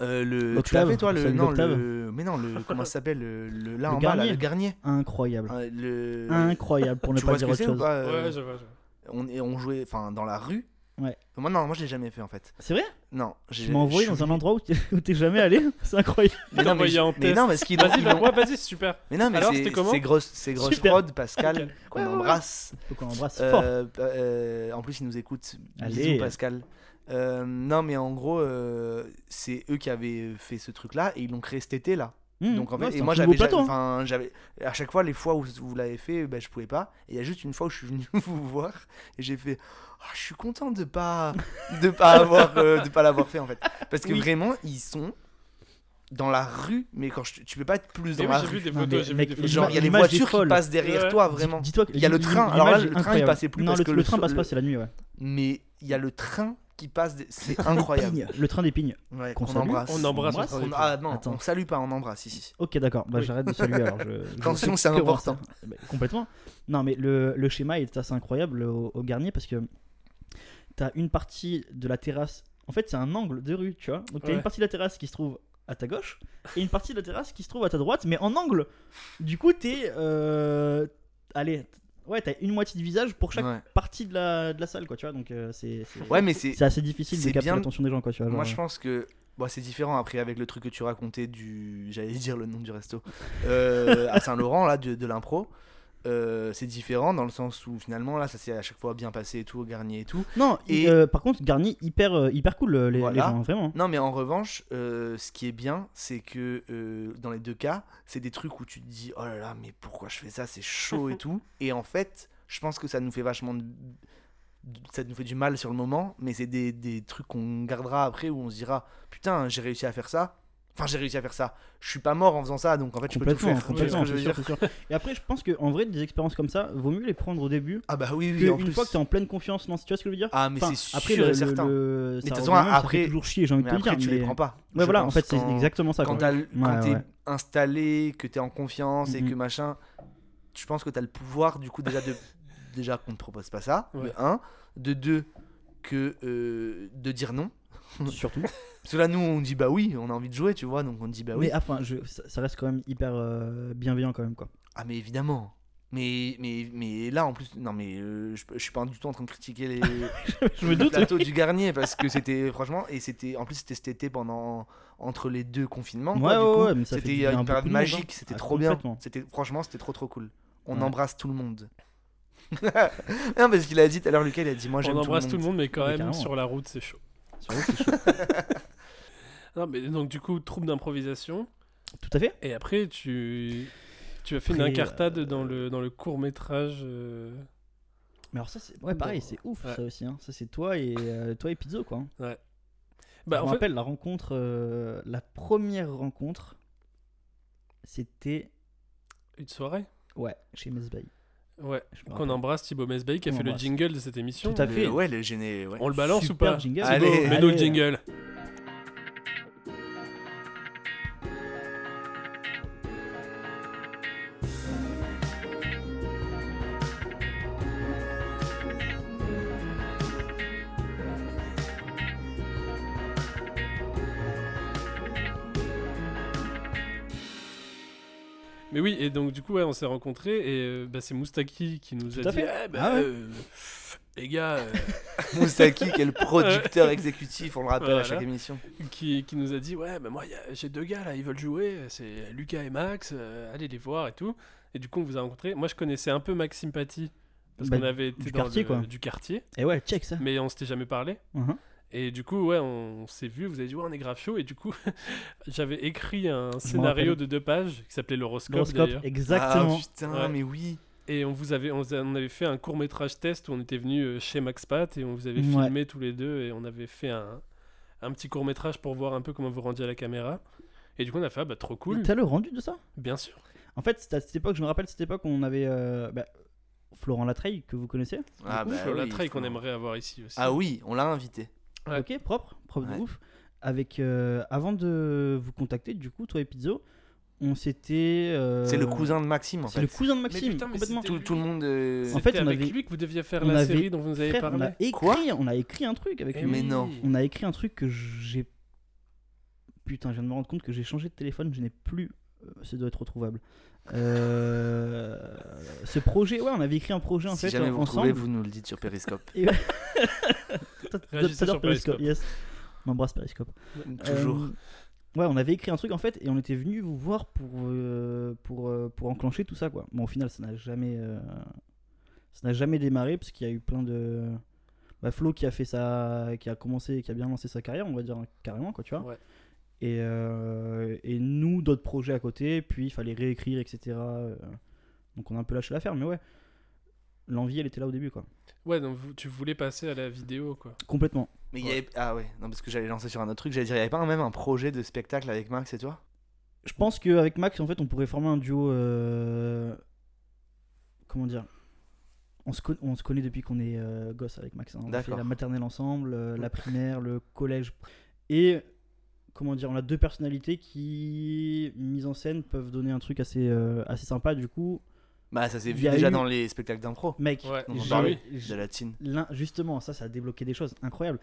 Euh, le, tu Octave, l'avais toi on le salue non Octave. le mais non le comment ça s'appelle le, le là Le en bas là, Garnier. le garnier Incroyable. Euh, le Incroyable, pour ne Tu pas vois ce dire que c'est autre ou chose. pas, euh, Ouais, je vois, je on et on jouait enfin dans la rue Ouais. moi non moi je l'ai jamais fait en fait C'est vrai non j'ai- Tu m'as envoyé je suis dans un endroit où t'es- où t'es jamais allé C'est incroyable. Mais non, mais je- mais non, parce qu'ils Vas-y, ils bah, l'ont- ouais, vas-y, super. Mais non, mais Alors, c'est- c'était comment c'est grosse, c'est grosse Super. prod, Pascal, Nickel. qu'on Ouais, ouais, ouais. embrasse. Faut qu'on embrasse Euh, fort. euh, en plus, il nous écoute. Bisous, Allez. Pascal. Euh, non, mais en gros, euh, c'est eux qui avaient fait ce truc-là et ils l'ont créé cet été-là. Mmh. Donc en fait, Ouais, c'est et un moi tout beau j'avais, ja- plateau, hein. enfin, j'avais, à chaque fois les fois où vous l'avez fait, ben, je pouvais pas. Et il y a juste une fois où je suis venu vous voir et j'ai fait, Ah, je suis content de pas, de pas avoir, euh, de pas l'avoir fait en fait, parce que Oui. vraiment ils sont dans la rue, mais quand je- tu peux pas être plus Mais dans oui, la j'ai vu rue. des Non, photos, mais j'ai vu mec, des photos. Genre il y a les l'image est voitures qui folle. passent derrière Ouais. toi vraiment. Dis-toi que il y a le l'im- train. Alors là l'image le est train il incroyable. passait plus Non, parce le- que le train passe pas, c'est la nuit, ouais. Mais il y a le train qui passe, des- Le c'est train incroyable. d'Épigne, Le train d'épines. Ouais, qu'on qu'on salue. embrasse. On embrasse, on salue. On- Ah non, Attends. on salue pas, on embrasse ici. Ok, d'accord. Bah, j'arrête de saluer alors. Je, je- Attention, c'est que voir important. ça. Bah, complètement. Non, mais le, le schéma est assez incroyable au, au Garnier parce que t'as une partie de la terrasse. En fait, c'est un angle de rue, tu vois. Donc, t'as Ouais. une partie de la terrasse qui se trouve à ta gauche et une partie de la terrasse qui se trouve à ta droite, mais en angle. Du coup, t'es. euh, Allez. Ouais, t'as une moitié de visage pour chaque Ouais. partie de la, de la salle, quoi, tu vois. Donc, euh, c'est. Ouais, mais c'est. C'est assez difficile de c'est capter bien- l'attention des gens, quoi, tu vois. Moi, genre, euh. je pense que. Bon, c'est différent après avec le truc que tu racontais du. J'allais dire le nom du resto. Euh, à Saint-Laurent, là, de, de l'impro. Euh, c'est différent dans le sens où finalement, là, ça s'est à chaque fois bien passé et tout, au Garnier et tout. Non, et. il- euh, par contre, Garnier, hyper, euh, hyper cool, euh, les, les Voilà. gens, vraiment. Non, mais en revanche, euh, ce qui est bien, c'est que euh, dans les deux cas, c'est des trucs où tu te dis oh là là, mais pourquoi je fais ça C'est chaud et tout. Et en fait, je pense que ça nous fait vachement. De... de- Ça nous fait du mal sur le moment, mais c'est des, des trucs qu'on gardera après où on se dira putain, j'ai réussi à faire ça. Enfin, j'ai réussi à faire ça. Je suis pas mort en faisant ça, donc en fait, je peux tout Complètement, faire. Tu vois ce complètement, que je veux c'est sûr, dire c'est sûr. Et après, je pense qu'en vrai, des expériences comme ça, vaut mieux les prendre au début. Ah bah oui, oui, que en une plus. fois que t'es en pleine confiance, non, tu vois ce que je veux dire Ah, mais Enfin, c'est après, sûr le, et certain. Le, mais le- de ça toute façon, revient, ça fait après, toujours chier, j'ai envie de mais te le après, dire. tu mais- les prends pas. Ouais, Je voilà, en pense fait, c'est quand- exactement ça. Quand, quoi. t'as le- quand Ouais, t'es ouais. installé, que t'es en confiance et Mhm. que machin, je pense que t'as le pouvoir, du coup, déjà de. déjà qu'on ne propose pas ça, Ouais. de 1. De 2, que. euh, de dire non. Surtout. Parce que là, nous, on dit bah oui, on a envie de jouer, tu vois, donc on dit bah oui. Mais ah, enfin, je- ça ça reste quand même hyper euh, bienveillant, quand même, quoi. Ah, mais évidemment. Mais, mais, mais là, en plus, non, mais euh, je, je suis pas du tout en train de critiquer les, Je me le doute, plateau oui. du Garnier parce que c'était, franchement, et c'était, en plus, c'était cet été pendant, entre les deux confinements. quoi, Ouais, du ouais, coup. ouais, mais ça fait c'était du bien à une beaucoup période de monde, hein. magique, c'était Ah, trop bien. complètement. C'était, franchement, c'était trop trop cool. On Ouais. embrasse tout le monde. non, parce qu'il a dit tout à l'heure, Lucas, il a dit Moi j'aime tout On le monde. embrasse tout le monde, mais quand Mais même, carrément. sur la route, c'est chaud. Sur la route, c'est chaud. non, mais donc, du coup, troupe d'improvisation. Tout à fait. Et après, tu, tu as fait une Après, incartade euh, dans le, dans le court-métrage. euh, Mais alors, ça, c'est. Ouais, pareil, c'est ouf, Ouais. ça aussi. hein. Ça, c'est toi et euh, toi et Pizzo, quoi. Ouais. je Bah, me en fait, rappelle la rencontre, euh, la première rencontre, c'était une soirée. ouais chez Mesbay. Ouais, qu'on embrasse Thibaut Mesbay qui a On fait le embrasse. jingle de cette émission. Tout à fait. Le- Euh, ouais, le gêné, ouais. On le balance Super ou pas jingle. Thibaut, Allez, mets-nous le allez. jingle. Mais oui, et donc du coup, ouais, on s'est rencontrés et euh, bah, c'est Moustaki qui nous Tout a à dit fait. Eh ben, Ah ouais. euh, les gars. euh, Moustaki, qui est le producteur exécutif, on le rappelle à Voilà. chaque émission. Qui, qui nous a dit Ouais, bah, moi, y a- j'ai deux gars là, ils veulent jouer, c'est Lucas et Max, euh, allez les voir et tout. Et du coup, on vous a rencontrés. Moi, je connaissais un peu Maxime Paty parce Bah, qu'on avait été du dans quartier, le- quoi. du quartier. Eh ouais, check ça. Mais on s'était jamais parlé. Mhm. Et du coup, ouais, on s'est vu, vous avez dit, ouais, on est grave chaud. Et du coup, j'avais écrit un Je scénario rappelle. de deux pages qui s'appelait L'horoscope. L'horoscope, d'ailleurs. exactement. Ah, putain, mais oui. Et on vous avait, on, vous a- on avait fait un court métrage test où on était venu euh, chez Max Pat et on vous avait Ouais. filmé tous les deux et on avait fait un, un petit court métrage pour voir un peu comment vous rendiez à la caméra. Et du coup, on a fait, ah, bah, trop cool. Mais T'as le rendu de ça Bien sûr. En fait, c'était à cette époque, je me rappelle, cette époque, on avait euh, bah, Florent Latreille, que vous connaissez. du Ah coup. bah Flo oui, Latreille qu'on Flo. aimerait avoir ici aussi. Ah oui, on l'a invité. Ok, propre, propre Ouais. de ouf. Avec, euh, avant de vous contacter, du coup, toi et Pizzo, on s'était. euh, C'est le cousin de Maxime, en C'est le fait. cousin de Mais Maxime, putain, mais complètement. c'était Tout- lui. tout le monde, euh, En C'était fait, on avec avait lui que vous deviez faire on la avait- série dont vous nous avez frère, On a parlé. écrit, on a écrit un truc avec Eh lui. mais non. On a écrit un truc que j'ai. Putain, je viens de me rendre compte que j'ai changé de téléphone, je n'ai plus. euh, Ça doit être retrouvable. Euh, Ce projet, ouais, on avait écrit un projet en si fait jamais vous ensemble. trouvez, vous nous le dites sur Periscope. Et- Tout à l'heure, Réagissez sur Periscope, Periscope. yes. On embrasse Periscope. Ouais. Toujours. Euh, ouais, on avait écrit un truc en fait et on était venu vous voir pour, euh, pour, euh, pour enclencher tout ça quoi. Bon, au final, ça n'a jamais, euh, ça n'a jamais démarré parce qu'il y a eu plein de. Bah, Flo qui a fait ça, qui a commencé, qui a bien lancé sa carrière, on va dire carrément quoi, tu vois. Ouais. Et, euh, et nous, d'autres projets à côté, puis il fallait réécrire, etc. euh, Donc on a un peu lâché l'affaire, mais ouais, l'envie elle était là au début quoi. Ouais, donc vous- tu voulais passer à la vidéo, quoi. Complètement. Mais il y avait... Ah ouais, non, parce que j'allais lancer sur un autre truc, j'allais dire, il n'y avait pas même un projet de spectacle avec Max et toi Je pense qu'avec Max, en fait, on pourrait former un duo. euh, Comment dire on se, con- on se connaît depuis qu'on est euh, gosse avec Max. hein. On a fait D'accord. la maternelle ensemble, euh, la primaire, le collège. Et comment dire, on a deux personnalités qui, mises en scène, peuvent donner un truc assez, euh, assez sympa. Du coup, Bah, ça s'est il vu y a déjà eu- dans les spectacles d'impro. Mec, dont on j'ai- parlait, j'ai- de la tine. l'un- Justement, ça, ça a débloqué des choses incroyables.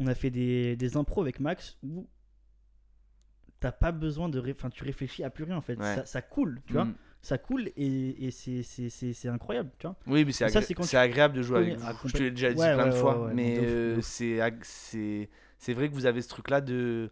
On a fait des, des impros avec Max où t'as pas besoin de. ré- Enfin, tu réfléchis à plus rien en fait. Ouais. Ça, ça coule, tu vois. Mm. Ça coule et, et c'est- c'est c'est- c'est incroyable, tu vois. Oui, mais c'est Et ça, agré- quand c'est tu agréable de jouer connais- avec vous. Ah, Je te l'ai déjà dit Ouais, plein ouais, de ouais, fois, ouais, mais de ouf. euh, c'est ag- c'est c'est vrai que vous avez ce truc-là de.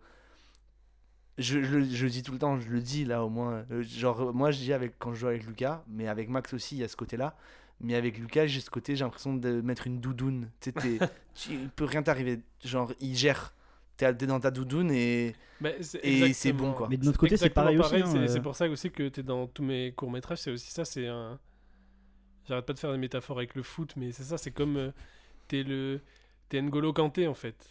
Je, je, le- je le dis tout le temps, je le dis là au moins. euh, Genre, moi je dis avec, quand je joue avec Lucas, mais avec Max aussi, il y a ce côté-là. Mais avec Lucas, j'ai ce côté, j'ai l'impression de mettre une doudoune. Tu sais, t'es- tu- il peut rien t'arriver. Genre, il gère. T'es t'es dans ta doudoune et. Mais c'est et c'est exactement- bon quoi. Mais de notre côté, c'est exactement pareil aussi, hein, c'est- euh. C'est pour ça aussi que tu es dans tous mes courts-métrages. C'est aussi ça, c'est un. J'arrête pas de faire des métaphores avec le foot, mais c'est ça, c'est comme. euh, t'es le. T'es N'Golo Kanté en fait.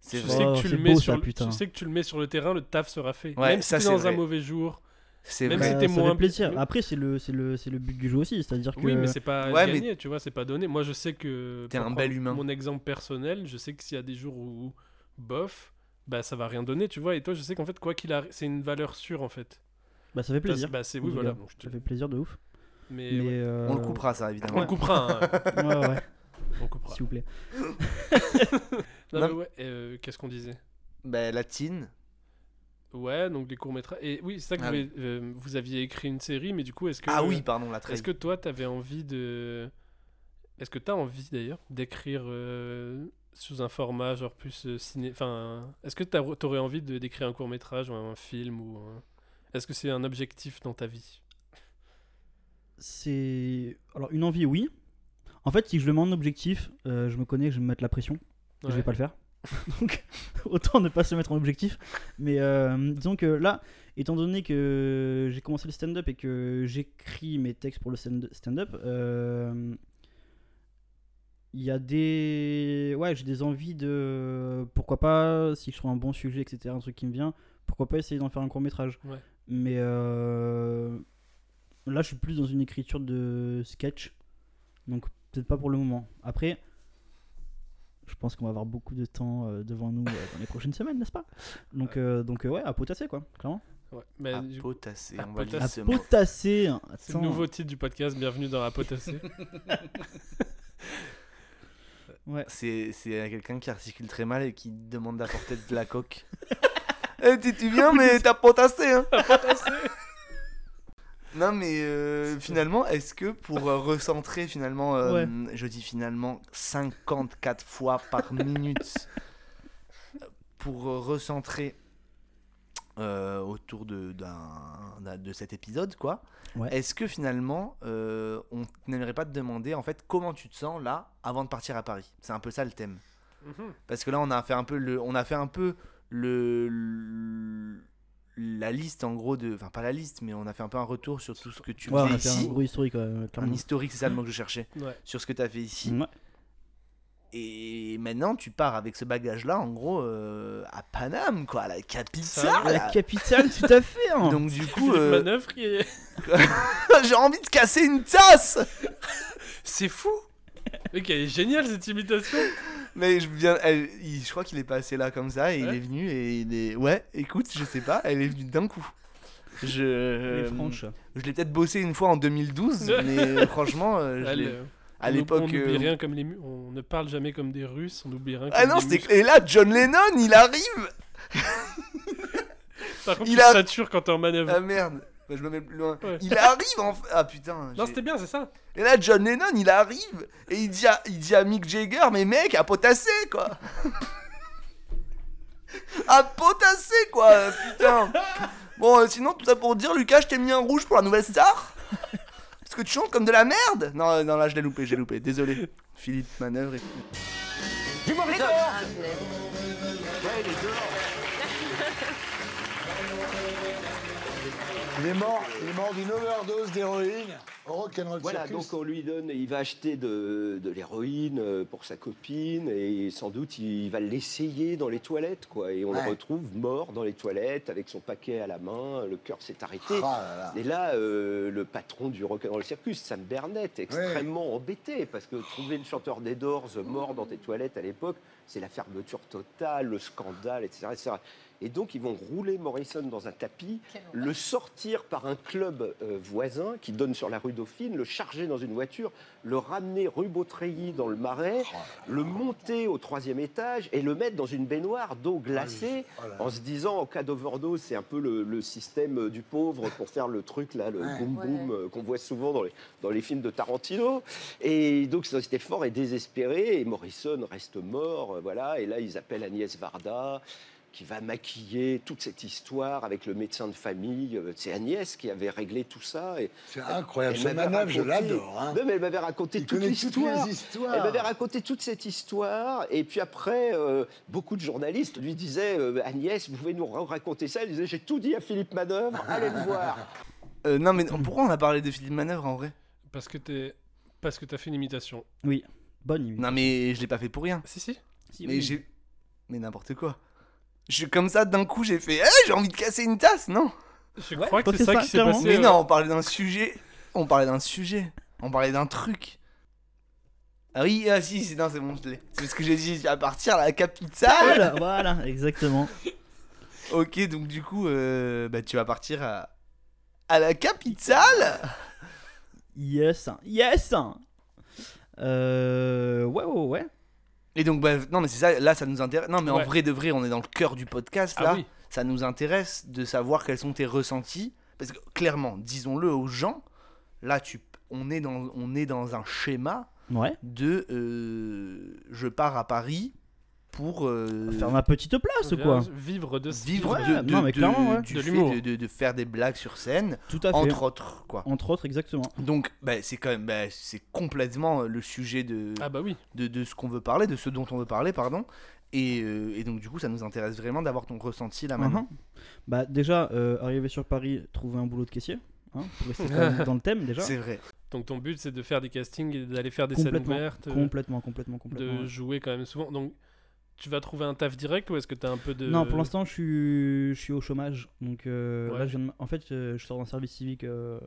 C'est tu vrai. sais, Oh, que tu, c'est le mets beau, sur ça, le- putain. tu sais que tu le mets sur le terrain, le taf sera fait. Ouais, Même ça, si c'est t'es dans un vrai. mauvais jour. C'est même Bah, si t'es ça fait moins. plaisir. Après, c'est le, c'est le, c'est le but du jeu aussi, c'est-à-dire que. Oui, mais c'est pas Ouais, gagné, tu vois, c'est pas donné. Moi, je sais que. T'es pour un prendre bel humain. Mon exemple personnel, je sais que s'il y a des jours où, où bof, bah ça va rien donner, tu vois. Et toi, je sais qu'en fait, quoi qu'il arrive, c'est une valeur sûre en fait. Bah, ça fait plaisir. Bah, c'est En oui, tout voilà. cas, bon, je te- Ça fait plaisir de ouf. Mais Mais, ouais. euh, On le coupera, ça, évidemment. On le coupera. hein. Ouais, ouais. On le coupera. S'il vous plaît. non, Non. mais ouais, euh, qu'est-ce qu'on disait Bah, la tine. Ouais, donc les courts-métrages. Et oui, c'est ça que Ah vous, oui. avez- euh, vous aviez écrit une série, mais du coup, est-ce que. euh, Ah oui, pardon, la trahie. Est-ce que toi, t'avais envie de. Est-ce que t'as envie d'ailleurs d'écrire euh, sous un format genre plus euh, ciné. Enfin, est-ce que t'as- t'aurais envie de- d'écrire un court-métrage ou un film ou. un- Est-ce que c'est un objectif dans ta vie C'est. Alors, une envie, oui. En fait, si je demande un objectif, euh, je me connais, je vais me mettre la pression. et Je Ouais. vais pas le faire. Donc, autant ne pas se mettre en objectif. Mais euh, disons que là, étant donné que j'ai commencé le stand-up et que j'écris mes textes pour le stand- stand-up, euh, il y a des. Ouais, j'ai des envies de. Pourquoi pas, si je trouve un bon sujet, etc., un truc qui me vient, pourquoi pas essayer d'en faire un court-métrage. Ouais. Mais euh, là, je suis plus dans une écriture de sketch. Donc peut-être pas pour le moment. Après, je pense qu'on va avoir beaucoup de temps euh, devant nous euh, dans les prochaines semaines, n'est-ce pas Donc, euh, donc euh, ouais, à potasser quoi, clairement. Ouais, Ah, mais du coup- potasser, à Ah, on va lire potasser. ce mot. À potasser, hein, C'est le attends. nouveau titre du podcast, bienvenue dans Apotassé. C'est c'est quelqu'un qui articule très mal et qui demande d'apporter de la coque. Eh, tu, tu viens, mais t'as potassé, hein Non, mais euh, finalement, est-ce que pour euh, recentrer, finalement, euh, je dis finalement 54 fois par minute, pour euh, recentrer euh, autour de, d'un- d'un- de cet épisode, quoi, Ouais. est-ce que finalement, euh, on n'aimerait pas te demander, en fait, comment tu te sens là, avant de partir à Paris C'est un peu ça le thème. Mhm. Parce que là, on a fait un peu le, on a fait un peu le, le- la liste en gros de, enfin pas la liste, mais on a fait un peu un retour sur tout ce que tu Ouais, on faisais a fait ici. un gros historique, ouais, clairement. Un historique, c'est ça le mot que je cherchais. Ouais. Mm. Sur ce que tu as fait ici. Ouais. Et maintenant, tu pars avec ce bagage-là, en gros, euh, à Paname, quoi, à la capitale. À la capitale, tout à fait, hein. Ah Donc du coup, euh, Philippe Manœuvre qui est- j'ai envie de casser une tasse. C'est fou. Mec, elle est géniale cette imitation. Mais je viens, elle- il- je crois qu'il est passé là comme ça et il est venu et il est. Ouais, écoute, je sais pas, elle est venue d'un coup. Je. euh, est franche. Je l'ai peut-être bossé une fois en 2012, mais franchement, euh, je Elle, l'ai- euh, à on- l'époque. on n'oublie euh, rien comme les, mu- on ne parle jamais comme des Russes, on n'oublie rien. Ah comme non, des c'était. muscles. Et là, John Lennon, il arrive Par contre, il tu a- satures quand t'es en manœuvre. Ah merde, Bah, je me mets plus loin. Ouais. Il arrive en. Ah putain. Non, j'ai- c'était bien, c'est ça. Et là, John Lennon, il arrive et il dit à, il dit à Mick Jagger, mais mec, à potasser, quoi À potasser, quoi, euh, putain Bon, euh, sinon, tout ça pour dire, Lucas, je t'ai mis un rouge pour la nouvelle star Parce que tu chantes comme de la merde Non, euh, non, là, je l'ai loupé, j'ai loupé, désolé. Philippe, manœuvre et... Dis-moi, les Il est mort, il est mort d'une overdose d'héroïne au Rock'n'Roll Voilà, Circus. donc on lui donne, il va acheter de, de l'héroïne euh, pour sa copine et sans doute il va l'essayer dans les toilettes, quoi. Et on Ouais. le retrouve mort dans les toilettes avec son paquet à la main, le cœur s'est arrêté. Ah là là. Et là, euh, le patron du Rock'n'Roll Circus, Sam Bernett, extrêmement embêté parce que trouver le chanteur des Doors mort dans tes toilettes à l'époque, c'est la fermeture totale, le scandale, etc., etc. Et donc ils vont rouler Morrison dans un tapis, Ah le sortir par un club euh, voisin qui donne sur la rue Dauphine, le charger dans une voiture, le ramener rue Beautreilly dans le marais, Oh le monter au troisième étage et le mettre dans une baignoire d'eau glacée Oh là là. en se disant en cas d'overdose, c'est un peu le, le système euh, du pauvre pour faire le truc là, le Ouais. boum boum Ouais. euh, qu'on voit souvent dans les, dans les films de Tarantino. Et donc c'était fort et désespéré. Et Morrison reste mort, euh, voilà. Et là ils appellent Agnès Varda qui va maquiller toute cette histoire avec le médecin de famille. Euh, C'est Agnès qui avait réglé tout ça. et- C'est incroyable, elle ce m'avait manœuvre, je raconté- l'adore, hein. Non, mais elle m'avait raconté Il toute connaît toutes l'histoire. les histoires. Elle m'avait raconté toute cette histoire. Et puis après, euh, beaucoup de journalistes lui disaient euh, Agnès, vous pouvez nous ra- raconter ça Elle disait J'ai tout dit à Philippe Manœuvre, allez le voir. Euh, non, mais pourquoi on a parlé de Philippe Manœuvre, en vrai Parce que t'es, parce que t'as fait une imitation. Oui, bonne imitation. Non, mais je l'ai pas fait pour rien. Si, si. Si, mais oui. j'ai... Mais n'importe quoi. Je suis comme ça, d'un coup, j'ai fait Eh, j'ai envie de casser une tasse !» Non Je Ouais, crois que je c'est ça, qui s'est passé. euh, Mais ouais. euh, non, on parlait d'un sujet. On parlait d'un sujet. On parlait d'un truc. Ah oui, ah si, c'est, non, c'est bon, je l'ai. C'est ce que j'ai dit, à partir à la Voilà, capitale. voilà, exactement. ok, donc du coup, euh, bah, tu vas partir à, à la capitale Yes, hein. yes. Euh, ouais, ouais, ouais. Et donc, bah, non, mais c'est ça, là, ça nous intéresse. Non, mais en Ouais. vrai de vrai, on est dans le cœur du podcast, Ah là. oui. Ça nous intéresse de savoir quels sont tes ressentis. Parce que, clairement, disons-le aux gens, là, tu, on, est dans, on est dans un schéma Ouais. de euh, je pars à Paris pour. euh, Faire ma petite place ou Ah, quoi Vivre de Vivre Ouais, de, de- non, mais de- clairement, ouais. du De fait l'humour. de, de- de faire des blagues sur scène, Tout à fait. entre autres, quoi. Entre autres, exactement. Donc, bah, c'est quand même, bah, c'est complètement euh, le sujet de, Ah bah oui. de, de ce qu'on veut parler, de ce dont on veut parler, pardon. Et, euh, et donc, du coup, ça nous intéresse vraiment d'avoir ton ressenti là maintenant. Mhm. Bah déjà, euh, arriver sur Paris, trouver un boulot de caissier, hein, pour rester quand même dans le thème déjà. Donc ton but c'est de faire des castings et d'aller faire des scènes Complètement, ouvertes. euh, complètement, complètement, complètement, De ouais. jouer quand même souvent. Donc tu vas trouver un taf direct ou est-ce que t'as un peu de. Non, pour l'instant, je suis, je suis au chômage. Donc, euh, Ouais. là, je viens de- en fait, euh, je sors d'un service civique. euh,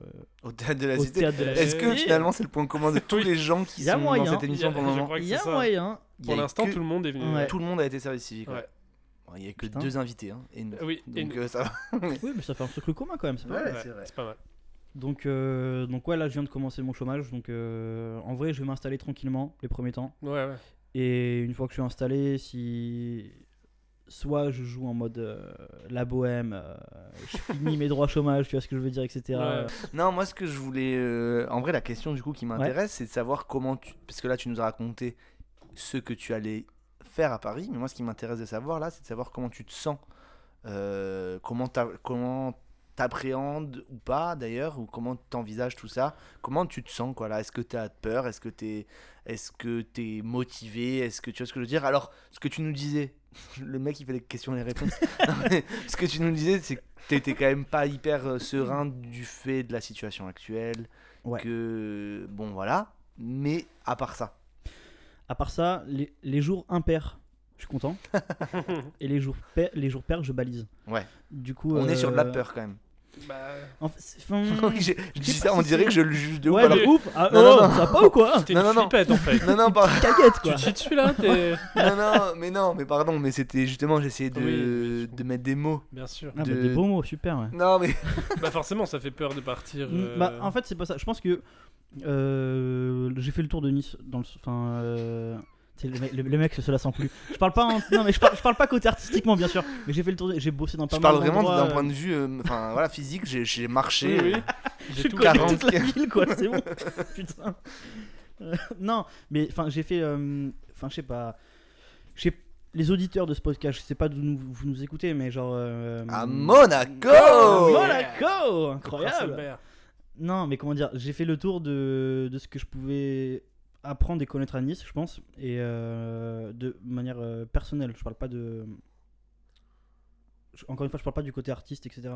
Au théâtre de la Cité. Théâtre de la Est-ce que Cité. finalement c'est le point commun de tous les gens qui Il y a sont moyen. dans cette émission Il y a- pour le je moment crois que Il y a c'est ça. moyen. Il y Pour a l'instant, que- tout le monde est venu. Ouais. Tout le monde a été service civique. ouais. Ouais. Bon, Il n'y a que Putain. deux invités. hein, et nous. Oui, et Donc nous. euh, ça va. oui, mais ça fait un truc commun quand même. c'est pas mal. C'est pas mal. Donc, euh, donc ouais, là, je viens de commencer mon chômage. Donc, euh, en vrai, je vais m'installer tranquillement les premiers temps. Ouais, ouais. Et une fois que je suis installé, si soit je joue en mode euh, la bohème, euh, je finis mes droits chômage, tu vois ce que je veux dire, etc. Euh, Non, moi, ce que je voulais. euh, en vrai, la question du coup qui m'intéresse, c'est de savoir comment tu. Parce que là, tu nous as raconté ce que tu allais faire à Paris, mais moi, ce qui m'intéresse de savoir là, c'est de savoir comment tu te sens. Euh, comment t'a- comment t'appréhendes ou pas d'ailleurs ou comment t'envisages tout ça comment tu te sens quoi là est-ce que t'as peur est-ce que t'es est-ce que t'es motivé est-ce que tu vois ce que je veux dire alors ce que tu nous disais le mec il fait les questions et les réponses Non, mais ce que tu nous disais c'est que t'étais quand même pas hyper euh, serein du fait de la situation actuelle que bon voilà mais à part ça À part ça, les, les jours impairs, je suis content. Et les jours pairs, les jours pairs, je balise. Ouais. Du coup, On est sur de la euh, peur, quand même. En fait, c'est- Oui, j'ai- je sais dis pas ça, si on dirait c'est- que je le juge de ouf, ouais, alors- de ouf. Ah, Non, oh, non, non. ça va ou quoi T'es une Non, non, non. flippette, en fait. Non, non, pas- Petite Caguette quoi. Tu te tues là, t'es. non, non, mais non, mais pardon, mais c'était justement, j'essayais de, de mettre des mots. Bien sûr. Ah, bah, des beaux mots, super. Ouais. Non, mais. bah, forcément, ça fait peur de partir. euh, Bah, en fait, c'est pas ça. Je pense que euh, j'ai fait le tour de Nice. Dans le, enfin, euh, tu sais, le, mec- le- le mec, cela sent plus. Je parle pas. en- non, mais je parle, je parle pas côté artistiquement, bien sûr. Mais j'ai fait le tour. de- J'ai bossé dans pas Je mal parle vraiment d'endroits, d'un euh, point de vue, euh, enfin voilà, physique. J'ai, j'ai marché. Oui, oui. euh, J'ai j'ai tout tout connu 40. toute la ville, quoi, c'est bon. Putain. Euh, non, mais enfin, j'ai fait. euh, Enfin, je sais pas. Je sais- Les auditeurs de ce podcast, je sais pas d'où nous- vous nous écoutez, mais genre. euh, À Monaco à Yeah. Monaco Le prince Incroyable Albert. Non, mais comment dire J'ai fait le tour de, de ce que je pouvais apprendre et connaître à Nice, je pense, et euh, de manière euh, personnelle. Je parle pas de je- encore une fois, je parle pas du côté artiste, etc.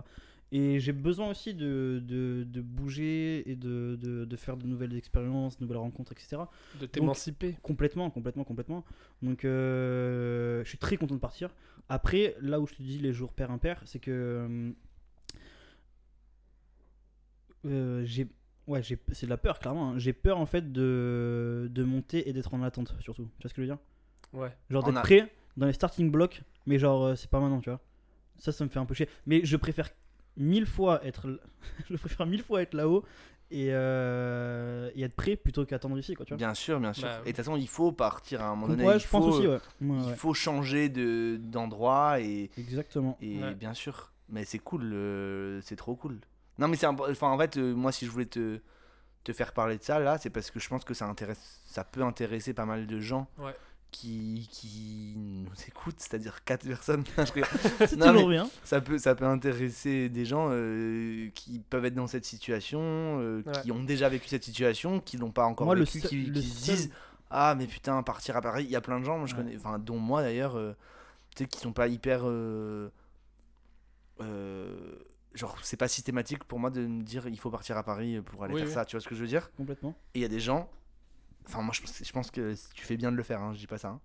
Et j'ai besoin aussi de, de, de bouger et de, de, de faire de nouvelles expériences, de nouvelles rencontres, etc. De Donc, t'émanciper. Complètement, complètement, complètement. Donc, euh, je suis très content de partir. Après, là où je te dis les jours pair impair, c'est que euh, euh, j'ai ouais j'ai c'est de la peur clairement hein. j'ai peur en fait de, de monter et d'être en attente surtout tu vois ce que je veux dire Ouais. genre En d'être a- prêt dans les starting blocks mais genre euh, c'est pas maintenant tu vois ça ça me fait un peu chier mais je préfère mille fois être l- je préfère mille fois être là-haut et, euh, et être prêt plutôt qu'attendre ici quoi tu vois euh, Bien sûr, bien sûr. Bah, et de toute façon, il faut partir à un moment Com- donné. ouais, il je pense faut- aussi, ouais. Ouais, Il ouais. faut changer de, d'endroit et. Exactement. Et Ouais. bien sûr. Mais c'est cool, euh, c'est trop cool. Non, mais c'est un- enfin en fait, euh, moi si je voulais te te faire parler de ça là, c'est parce que je pense que ça intéresse, ça peut intéresser pas mal de gens. Ouais. Qui, qui nous écoutent, c'est-à-dire quatre personnes. Non, je rigole. C'est Non, toujours mais bien. Ça peut, ça peut intéresser des gens euh, qui peuvent être dans cette situation, euh, Ouais. qui ont déjà vécu cette situation, qui l'ont pas encore Moi, le vécu, seul- qui, le qui se seul- disent ah mais putain partir à Paris. Il y a plein de gens, moi, je Ouais. connais, enfin dont moi d'ailleurs, euh, tu sais qui sont pas hyper euh, euh, genre c'est pas systématique pour moi de me dire il faut partir à Paris pour aller Oui, faire oui. ça tu vois ce que je veux dire Complètement. et il y a des gens enfin moi je pense, je pense que tu fais bien de le faire hein, je dis pas ça hein.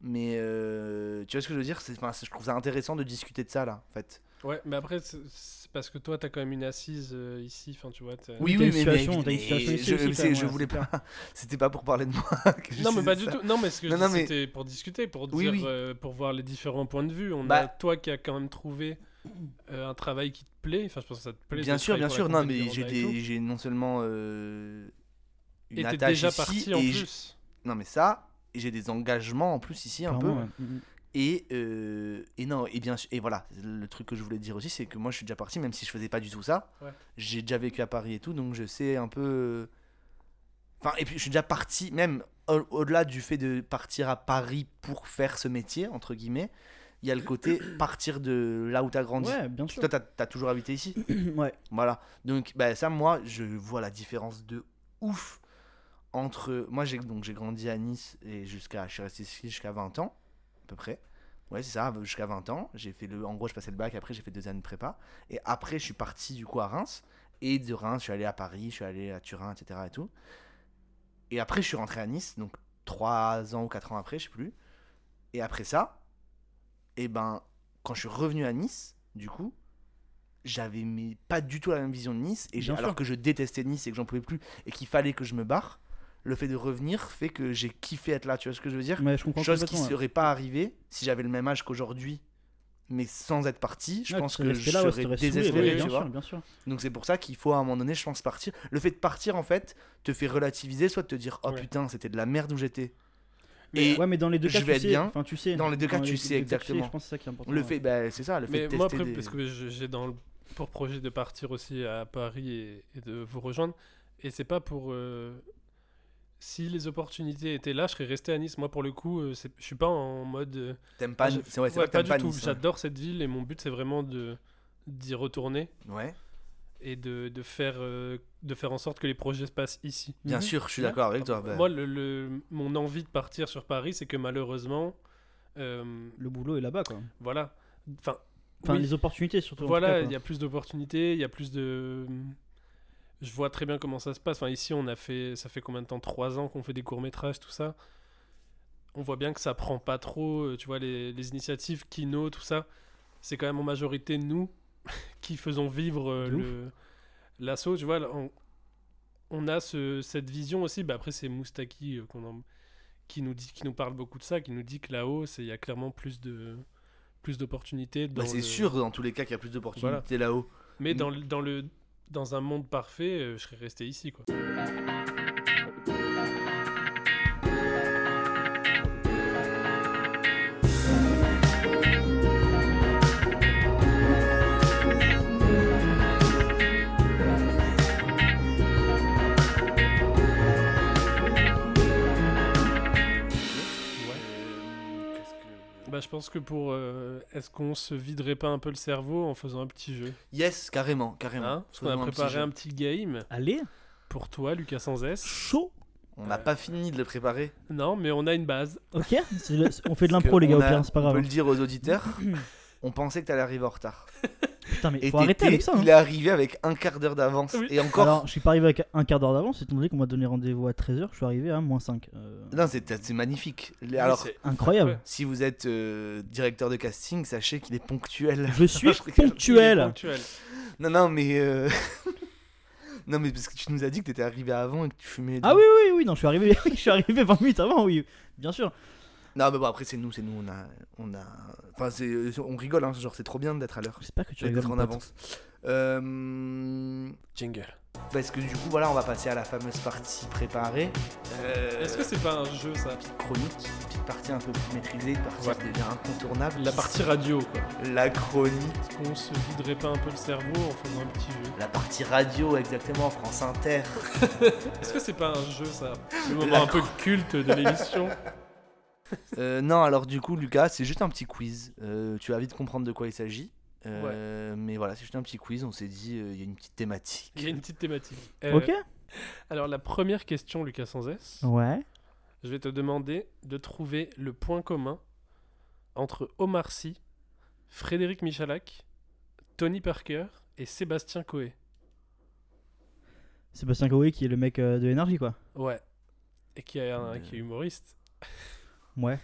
mais euh, tu vois ce que je veux dire c'est enfin, c'est- je trouve ça intéressant de discuter de ça là en fait Ouais, mais après, c'est- c'est parce que toi, t'as quand même une assise euh, ici. Enfin, tu vois. t'as- oui oui mais, mais- mais je, mais c'est- je voulais pas c'était pas pour parler de moi que je Non, mais pas du disais ça. tout. Non, mais ce que je Non, dis, non, mais- c'était pour discuter, pour dire, Oui, oui. euh, pour voir les différents points de vue. On a Bah. toi qui a quand même trouvé euh, un travail qui te plaît. Enfin, je pense que ça te plaît. Bien de sûr, bien travailler pour la sûr. Non, compagnie mais de j'ai Randa et tout. des- j'ai non seulement euh, une Et t'es attache déjà ici parti en et j'- plus. Non, mais ça, et j'ai des engagements en plus ici un peu. Clairement, ouais. Mhm. Et, euh, et non, et bien sûr, et voilà, le truc que je voulais dire aussi, c'est que moi je suis déjà parti, même si je faisais pas du tout ça. Ouais. J'ai déjà vécu à Paris et tout, donc je sais un peu. euh, Enfin, et puis je suis déjà parti, même au- au-delà du fait de partir à Paris pour faire ce métier, entre guillemets, il y a le côté partir de là où t'as grandi. Ouais, bien sûr. Toi, t'as t'as toujours habité ici Ouais. Voilà. Donc, bah, ça, moi, je vois la différence de ouf entre. Moi, j'ai donc j'ai grandi à Nice et jusqu'à. Je suis resté ici jusqu'à 20 ans, à peu près. Ouais, c'est ça, jusqu'à 20 ans. J'ai fait le. En gros, je passais le bac, après, j'ai fait deux années de prépa. Et après, je suis parti, du coup, à Reims. Et de Reims, je suis allé à Paris, je suis allé à Turin, etc. Et tout. Et après, je suis rentré à Nice, donc 3 ans ou 4 ans après, je sais plus. Et après ça, et ben, quand je suis revenu à Nice, du coup, j'avais mais pas du tout la même vision de Nice. Et j'ai- Bien sûr. alors que je détestais Nice et que j'en pouvais plus et qu'il fallait que je me barre, le fait de revenir fait que j'ai kiffé être là. Tu vois ce que je veux dire Ouais, je comprends Chose qui complètement, ouais. serait pas arrivée si j'avais le même âge qu'aujourd'hui, mais sans être parti. Je Ouais, pense tu que serais resté je là, ouais, tu serais t'aurais saoulé, ouais, désespéré, bien tu vois. sûr, bien sûr. Donc c'est pour ça qu'il faut à un moment donné, je pense, partir. Le fait de partir, en fait, te fait relativiser, soit de te dire, oh putain, c'était de la merde où j'étais. Mais- ouais, mais dans les deux cas, je tu vais être sais. bien. Enfin, tu sais. Dans les deux Dans cas, les tu deux sais cas, tu sais, exactement. je pense que c'est ça qui est important, Le ouais. fait, bah, c'est ça, le fait mais de moi tester après des- parce que je- j'ai dans le- pour projet de partir aussi à Paris et, et de vous rejoindre et c'est pas pour euh, si les opportunités étaient là je serais resté à Nice moi pour le coup euh, c'est- je suis pas en mode euh, T'aimes pas je- Nice. C'est vrai, c'est vrai que pas t'aimes du pas tout Nice, ouais. j'adore cette ville et mon but c'est vraiment de d'y retourner Ouais. et de, de faire euh, de faire en sorte que les projets se passent ici Bien Mhm. sûr, je suis d'accord avec toi, bah. moi le, le- mon envie de partir sur Paris c'est que malheureusement euh, le boulot est là-bas quoi voilà enfin Enfin, oui. les opportunités, surtout, en tout cas, Voilà, quoi. il y a plus d'opportunités, il y a plus de. Je vois très bien comment ça se passe. Enfin, ici, on a fait, ça fait combien de temps Trois ans qu'on fait des courts métrages, tout ça. On voit bien que ça prend pas trop. euh, Tu vois, les, les initiatives Kino, tout ça, c'est quand même en majorité nous qui faisons vivre euh, De ouf. le l'assaut. Tu vois, on, on a ce- cette vision aussi. Bah, après, c'est Moustaki euh, qu'on en- qui nous dit, qui nous parle beaucoup de ça, qui nous dit que là-haut, c'est- il y a clairement plus de plus d'opportunités. Bah, dans c'est le- sûr, dans tous les cas, qu'il y a plus d'opportunités là-haut. mais dans, le- dans, le, dans un monde parfait, euh, je serais resté ici. Quoi. Bah, je pense que pour. euh, Est-ce qu'on se viderait pas un peu le cerveau en faisant un petit jeu Yes, carrément, carrément. Hein Parce qu'on a Faisons un préparé petit jeu. un petit, game. Allez Pour toi, Lucas Sans S. Chaud On n'a pas fini de le préparer. Non, mais on a une base. Ok, c'est le- on fait de Parce que l'impro, les gars, au on a- pire, c'est pas On grave. peut le dire aux auditeurs, on pensait que t'allais arriver en retard. Putain, mais Et faut arrêter t'étais- avec ça, hein. Il est arrivé avec un quart d'heure d'avance. Et encore. Alors, je suis pas arrivé avec un quart d'heure d'avance, étant donné qu'on m'a donné rendez-vous à 13h, je suis arrivé à moins 5. Non, c'est c'est magnifique. Les- Alors, c'est incroyable. Si vous êtes euh, directeur de casting, sachez qu'il est ponctuel. Je suis Non, rigole. ponctuel. Il est ponctuel. Non, non, mais. euh, non, mais parce que tu nous as dit que t'étais arrivé avant et que tu fumais. Ah oui, oui, oui, non, je suis arrivé, je suis arrivé 20 minutes avant, oui, bien sûr. Non, mais bon, après, c'est nous, c'est nous, on a. On a... Enfin, c'est- on rigole, hein, genre, c'est trop bien d'être à l'heure. J'espère que tu D'être rigoles, en mon pote. avance. Euh... Jingle. Parce que du coup, voilà, on va passer à la fameuse partie préparée. Euh, Est-ce que c'est pas un jeu ça Chronique, petite partie un peu plus maîtrisée, une partie qui devient incontournable. La partie radio, quoi. La chronique. Est-ce qu'on se viderait pas un peu le cerveau en faisant un petit jeu La partie radio, exactement, France Inter. Est-ce que c'est pas un jeu ça Le moment La un peu cro- culte de l'émission. Euh, non, alors du coup, Lucas, c'est juste un petit quiz. Euh, tu vas vite comprendre de quoi il s'agit. Euh, Mais voilà, c'est juste un petit quiz. On s'est dit, euh, il y a une petite thématique. Il y a une petite thématique. Euh, Ok. Alors la première question, Lucas Sans S. Ouais. Je vais te demander de trouver le point commun entre Omar Sy, Frédéric Michalak, Tony Parker et Sébastien Coé. Sébastien Coé qui est le mec euh, de l'énergie, quoi. Ouais. Et qui est, Euh. un- qui est humoriste. Ouais.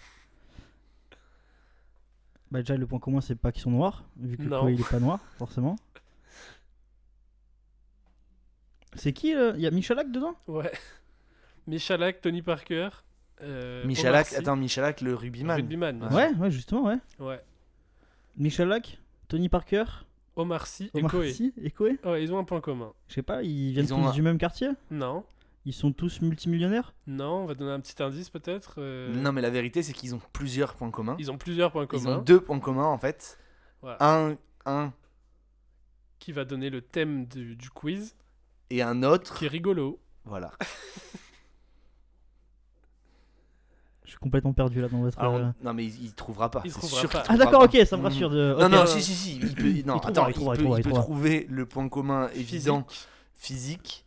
Bah, déjà, le point commun, c'est pas qu'ils sont noirs, vu que Non. Coé, il est pas noir, forcément. C'est qui euh, Il y a Michalak dedans Ouais. Michalak, Tony Parker. euh, Michalak, Omar Sy. attends, Michalak, le rugbyman. Rugbyman, bien Ouais, ouais, justement, ouais. Ouais. Michalak, Tony Parker, Omar Sy et Omar Coé. Sy et Coé Ouais, ils ont un point commun. je sais pas, ils viennent Ils ont tous un- du même quartier Non. Ils sont tous multimillionnaires Non, on va donner un petit indice peut-être. euh, Non, mais la vérité, c'est qu'ils ont plusieurs points communs. Ils ont plusieurs points Ils ont communs. deux points communs, en fait. Voilà. Un, un Qui va donner le thème du, du quiz. et un autre. Qui est rigolo. Voilà. Ah, Je suis complètement perdu là dans votre. Alors, euh, non, mais il, il trouvera pas. Il c'est trouvera sûr pas. qu'il Ah, trouvera d'accord, pas. ok, ça me rassure de- Non, ok, non, ouais. si, si, si. Il peut, Il non, trouvera, attends, il il, trouvera, il peut, trouvera, il il peut trouvera. trouver le point commun évident physique.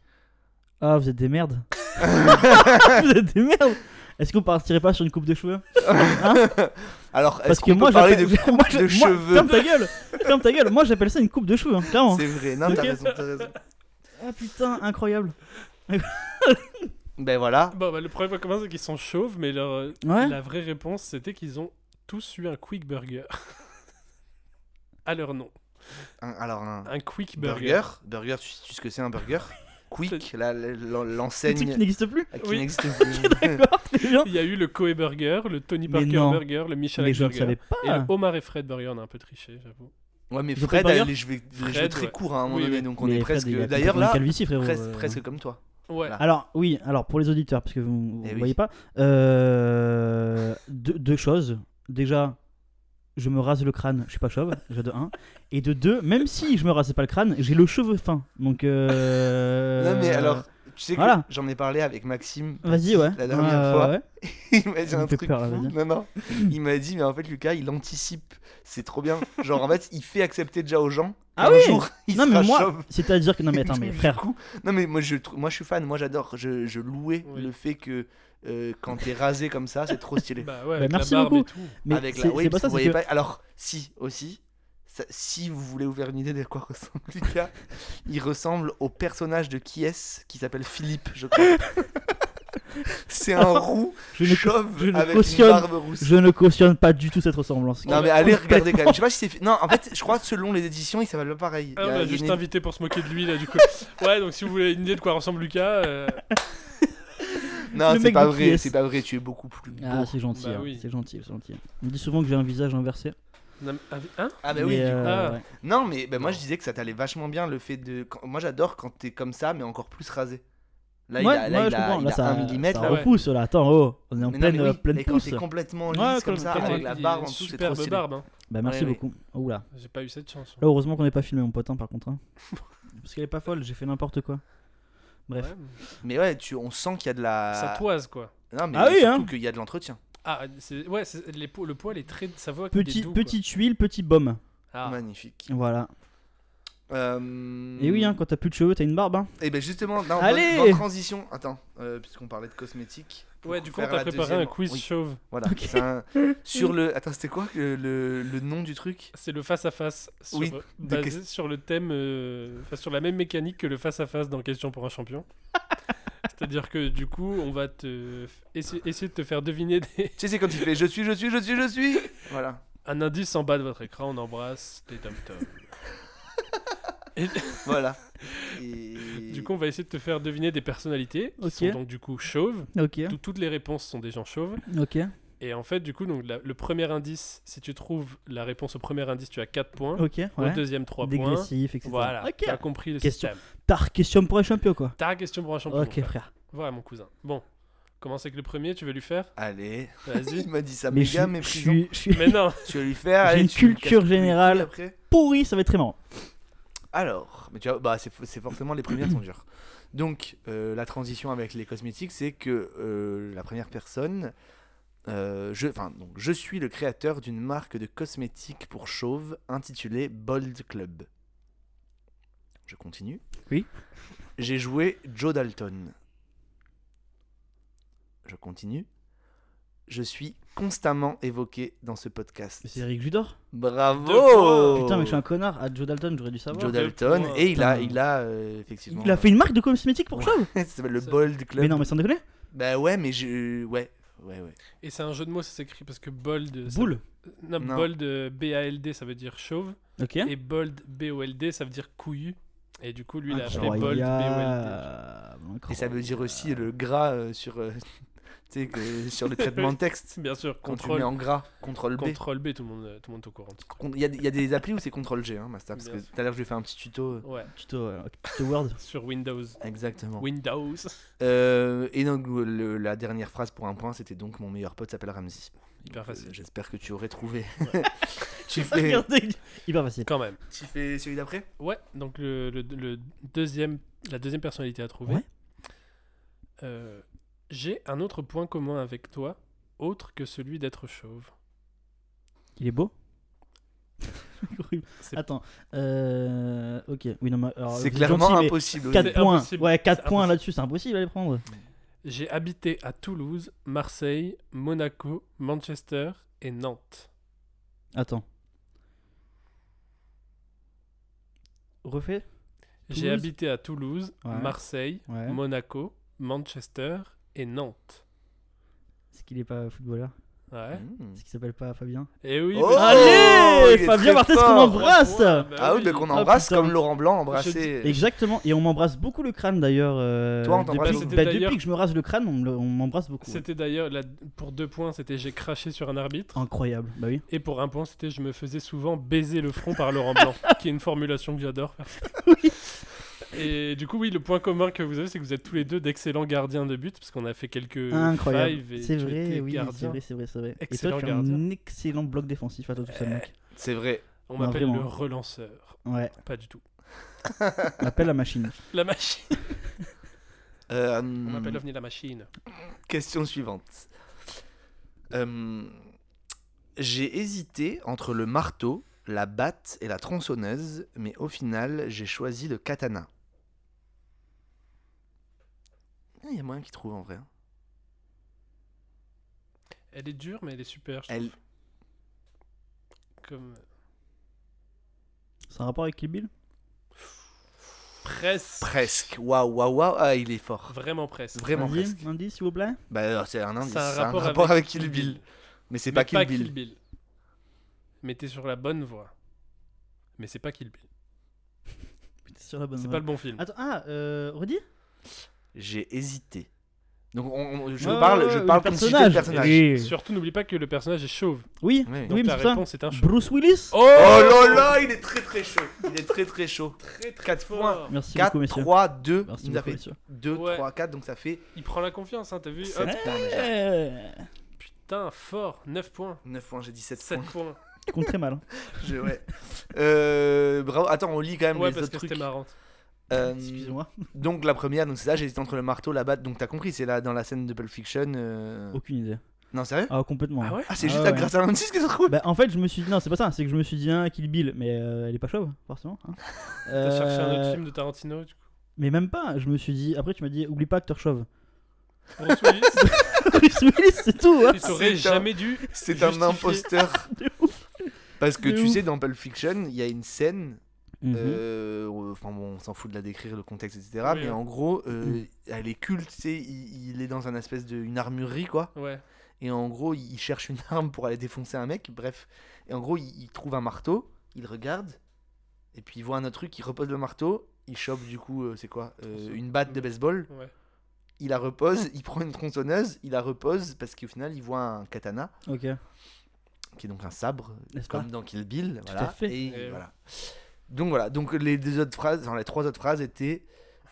Ah, vous êtes des merdes. vous êtes des merdes. Est-ce qu'on partirait pas sur une coupe de cheveux Hein Alors, Parce est-ce que qu'on moi, peut parler de j'appelle- coupe moi, de je- moi, cheveux Ferme ta gueule Ferme ta gueule Moi, j'appelle ça une coupe de cheveux, hein, clairement. C'est vrai, non, t'as Ok raison, t'as raison. Ah putain, incroyable. Ben voilà. Ben Bon, bah, le premier point commun, c'est qu'ils sont chauves, mais leur, Ouais. Hein la vraie réponse, c'était qu'ils ont tous eu un quick burger. à leur nom. Un- alors un, Un quick burger. burger. Burger, tu sais tu sais ce que c'est un burger Quick, la- la- l'en- l'enseigne. Le truc qui n'existe plus Ah, Qui Oui. n'existe plus. Il y a eu le Coe Burger, le Tony Mais Parker non. Burger, le Michelin Mais je ne Burger. savais pas. Et oh, le Omar et Fred Burger, on a un peu triché, j'avoue. Ouais, mais Je peux Fred, pas elle- dire je vais, je vais Fred, très ouais. court à un moment Oui, donné, oui. donc on Mais est Fred, presque. il a D'ailleurs, complètement là, calvitie, frérot, presque, euh. presque comme toi. Ouais. Alors oui, alors pour les auditeurs, parce que vous Ah. Eh ne oui. voyez pas, euh, deux, deux choses. Déjà, je me rase le crâne, je suis pas chauve, déjà de 1. Et de 2, même si je me rasais pas le crâne, j'ai le cheveu fin. Donc... Euh, Non, mais alors, tu sais que voilà. j'en ai parlé avec Maxime. Vas-y, ouais. La dernière Ouais, fois. ouais. Il m'a dit Ça me un fait truc. peur, là, fou. vas-y. Non, non. Il m'a dit, mais en fait, Lucas, il anticipe. C'est trop bien. Genre, en fait, il fait accepter déjà aux gens. Ah qu'un oui jour, il Non, mais sera moi, chauve. c'est-à-dire que- non, mais attends, Donc, mais du frère. coup- non, mais moi, je, trou- moi, je suis fan. Moi, j'adore. Je, je louais le fait que. euh, quand t'es rasé comme ça, c'est trop stylé. Bah ouais, avec Bah, la merci barbe et beaucoup. tout. Mais Avec la- c'est- oui, c'est pas parce ça, que vous c'est voyez que- pas- Alors, si, aussi, ça- si vous voulez vous faire une idée de quoi ressemble Lucas, il ressemble au personnage de qui est-ce qui s'appelle Philippe, je crois. C'est un roux Je ne- chauve je ne avec cautionne- une barbe rousse. Je ne cautionne pas du tout cette ressemblance. Non mais allez regarder quand même. Je sais pas si c'est fait- non en fait je crois que selon les éditions il s'appelle pas pareil. Ah, Il y on a- l'a il y a juste une- invité pour se moquer de lui, là, du coup. ouais, donc si vous voulez une idée de quoi ressemble Lucas. euh, Non Le c'est mec pas de vrai Kies. c'est pas vrai tu es beaucoup plus beau. Ah, c'est gentil, Bah hein, oui. c'est gentil, c'est gentil. On me dit souvent que j'ai un visage inversé. non, mais avec- Hein Ah bah Mais, oui, du coup. euh, ouais. Non, mais bah, moi je disais que ça t'allait vachement bien le fait de. quand- Moi j'adore quand t'es comme ça, mais encore plus rasé. Là, Ouais, il a, là, ouais, il je a- comprends. il Là, a ça, un millimètre. ça là, ouais. repousse, là. Attends, oh, on est Mais en non, pleine, mais oui, euh, pleine mais quand pousse. t'es complètement lisse Ouais, comme ça, complètement. Ah, avec la il- barbe en dessous, c'est trop Superbe stylé. barbe. hein. Bah, merci Ouais, ouais. beaucoup. Oh là. J'ai pas eu cette chance. Là, heureusement qu'on n'est pas filmé, mon pote, hein, par contre. hein. Parce qu'elle est pas folle, j'ai fait n'importe quoi. Bref. Mais ouais, tu, on sent qu'il y a de la. Ça toise, quoi. Non, mais Ah oui, surtout hein. qu'il y a de l'entretien. Ah, c'est- ouais, c'est- les po- le poil est très. Ça voit qu'il est Petit, doux, quoi. petite huile, petit baume. Ah. Magnifique. Voilà. Euh, Et oui, hein, quand t'as plus de cheveux, t'as une barbe. Hein. Et ben justement, non, Allez bonne, bonne transition. Attends, euh, puisqu'on parlait de cosmétiques. pour Ouais, du coup, faire on t'a la préparé deuxième- un quiz Oui, chauve. Voilà. Ok. c'est un- Sur le. Attends, c'était quoi le, le- le nom du truc C'est le face-à-face. sur- euh, Oui, des basé ques- sur le thème. euh, enfin, sur la même mécanique que le face-à-face dans Question pour un champion. C'est-à-dire que du coup, on va te f- essayer, essayer de te faire deviner des. Tu sais, c'est quand il fait je suis, je suis, je suis, je suis. Voilà. Un indice en bas de votre écran, on embrasse les tom Voilà. Du coup, on va essayer de te faire deviner des personnalités qui Ok. sont donc du coup chauves. Ok. Tout- toutes les réponses sont des gens chauves. Ok. Et en fait, du coup, donc, la- le premier indice, si tu trouves la réponse au premier indice, tu as 4 points. Ok, ouais. Le deuxième, 3 points. Dégressif, etc. Voilà, Ok. tu as compris le Question. système. Tard question pour un champion, quoi. T'as la question pour un champion. Ok, mon frère. Voilà, mon cousin. Bon, commence avec le premier, tu veux lui faire Allez. Vas-y. Il m'a dit ça Mais méga je- méprisant. je suis- je suis- Mais non. Tu vas lui faire. J'ai allez, une tu lui culture casses les couilles générale après. pourrie, ça va être très marrant. Alors, mais tu vois, bah, c'est c'est forcément les premières sont dures. Donc, euh, la transition avec les cosmétiques, c'est que euh, la première personne, euh, je, enfin, donc, je suis le créateur d'une marque de cosmétiques pour chauves intitulée Bold Club. Je continue. Oui. J'ai joué Joe Dalton. Je continue. Je suis constamment évoqué dans ce podcast. C'est Eric Judor Bravo Putain, mais je suis un connard. À Joe Dalton, j'aurais dû savoir. Oh. Joe Dalton et il a, Putain. il a euh, effectivement. Il a fait une marque de cosmétiques pour Ouais. chauve Ça s'appelle le Bold Club. Mais non, mais sans déconner. Bah ouais, mais je, ouais, ouais, ouais. Et c'est un jeu de mots, ça s'écrit parce que bold. ça- Boule. Non, Non. bold, euh, B-A-L-D, ça veut dire chauve. Ok. Et bold, B-O-L-D, ça veut dire couillu. Et du coup, lui, Ah, il a appelé bold, B-O-L-D. Incroyable. Et ça veut dire aussi le gras euh, sur, euh, tu sais, que- sur le traitement de texte. Bien sûr, Quand tu contrôle- mets en gras, contrôle B. Contrôle B, tout le monde, euh, tout le monde est au courant. Con- Il y, a- il y a des applis où c'est contrôle G, hein, Master, parce Bien que sûr. tout à l'heure je lui ai fait un petit tuto. euh, Ouais. Tuto, euh, tuto Word. Sur Windows. Exactement. Windows. Euh, et donc le- la dernière phrase pour un point, c'était donc mon meilleur pote s'appelle Ramsey. Hyper Donc, euh, facile. J'espère que tu aurais trouvé. Ouais. Ah, tu fais. Hyper facile. Quand même. Tu fais celui d'après Ouais, donc le, le- le deuxième, la deuxième personnalité à trouver. Ouais. Euh, J'ai un autre point commun avec toi, autre que celui d'être chauve. Il est beau Attends, euh, ok, oui non mais alors, C'est vous êtes clairement gentil, mais impossible. quatre C'est points, impossible. ouais, 4 C'est points impossible. là-dessus, c'est impossible à les prendre. J'ai habité à Toulouse, Marseille, Monaco, Manchester et Nantes. Attends. Refais J'ai Toulouse habité à Toulouse, Ouais. Marseille, Ouais. Monaco, Manchester et Nantes. C'est qu'il est pas footballeur. Ouais. Mmh. Ce qui s'appelle pas Fabien. Eh oui, Oh, Mm. Allez il est Fabien très Barthez fort. qu'on embrasse Ah oui, mais qu'on embrasse putain. comme Laurent Blanc embrassait. Exactement, et on m'embrasse beaucoup le crâne d'ailleurs. euh, Toi, on depuis- t'embrasse bah, aussi. depuis, D'ailleurs- que je me rase le crâne, on me le- on m'embrasse beaucoup. C'était d'ailleurs, là, pour deux points, c'était j'ai craché sur un arbitre. Incroyable, bah oui. Et pour un point, c'était je me faisais souvent baiser le front par Laurent Blanc, qui est une formulation que j'adore. Et du coup, oui, le point commun que vous avez, c'est que vous êtes tous les deux d'excellents gardiens de but, parce qu'on a fait quelques Euh, Incroyable. fives et C'est tu vrai, étais oui, c'est gardien. vrai, c'est vrai, c'est vrai. Excellent et toi, tu as gardien. Euh. un excellent bloc défensif à toi tout seul, mec. C'est vrai. On Non, m'appelle vraiment. le relanceur. Ouais. Pas du tout. On m'appelle la machine. La machine. Euh, On Hmm. m'appelle OVNI la machine. Question suivante. Euh, j'ai hésité entre le marteau, la batte et la tronçonneuse, mais au final, j'ai choisi le katana. Ah, Il y a moyen qu'il trouve en vrai. hein. Elle est dure, mais elle est super. Je Elle- trouve. Comme... C'est un rapport avec Kill Bill Presque. Presque. Waouh, waouh, waouh. Ah, il est fort. Vraiment presque. Vraiment Vas-y, presque. Indice, s'il vous plaît Bah, alors, c'est un indice. C'est un c'est un rapport rapport avec avec Kill Bill. Mais c'est Mais pas Kill Bill. Mais t'es sur la bonne voie. Mais c'est pas Kill Bill. T'es sur la bonne C'est voie. pas le bon film. Attends, ah, euh, redis J'ai hésité. Donc, on- on- je Ouais, parle, ouais, je ouais, parle Euh, le comme si j'étais personnage. le personnage. Et- Surtout, n'oublie pas que le personnage est chauve. Oui, Oui. Donc oui, mais la c'est ça. réponse est un chauve. Bruce Willis Oh, Oh là là, il est très très chaud. Il est très très chaud. 4 points. Merci 4, beaucoup, messieurs. 3, 2. Merci il nous a beaucoup, fait messieurs. 2, Ouais. 3, 4. Donc ça fait Il prend la confiance, hein, t'as vu Hop, 7 points. Ouais. Putain, fort, 9 points. 9 points, j'ai dit 7, 7 points. points. Tu comptes très mal. hein. Je- ouais. Euh, bravo. Attends, on lit quand même Ouais, les parce autres que c'était trucs. marrant. Euh, Excusez-moi. Donc la première, donc c'est ça, j'hésite entre le marteau, la batte. Donc t'as compris, c'est là dans la scène de Pulp Fiction. euh, Aucune idée. Non, sérieux Ah, complètement. Ah ouais Ah, c'est juste à- grâce à l'indice que ça trouve Bah, en fait, je me suis dit, non, c'est pas ça, c'est que je me suis dit, un Kill Bill, mais euh, elle est pas chauve, forcément. hein. T'as cherché un autre Euh, film de Tarantino du coup. Mais même pas, je me suis dit, après, tu m'as dit, oublie pas acteur chauve. Bruce Willis, Bruce Willis, c'est tout, hein il t'aurait C'est un- jamais dû. C'est un justifier- imposteur. Parce que De tu ouf. sais, dans Pulp Fiction, il y a une scène. Mhm. euh, où- Enfin bon, on s'en fout de la décrire, le contexte, etc. Oui, mais hein. en gros, euh, elle est culte, tu sais, il, il est dans un espèce de une armurerie quoi. Ouais. Et en gros, il cherche une arme pour aller défoncer un mec. Bref, et en gros, il, il trouve un marteau, il regarde, et puis il voit un autre truc, il repose le marteau, il chope du coup, euh, c'est quoi, euh, une batte de baseball. Ouais. Il la repose, il prend une tronçonneuse, il la repose parce qu'au final, il voit un katana Ok. qui est donc un sabre, N'est-ce pas comme dans Kill Bill. Tout Voilà, à fait. Et, Et voilà. Donc voilà, donc les deux autres phrases, enfin, les trois autres phrases étaient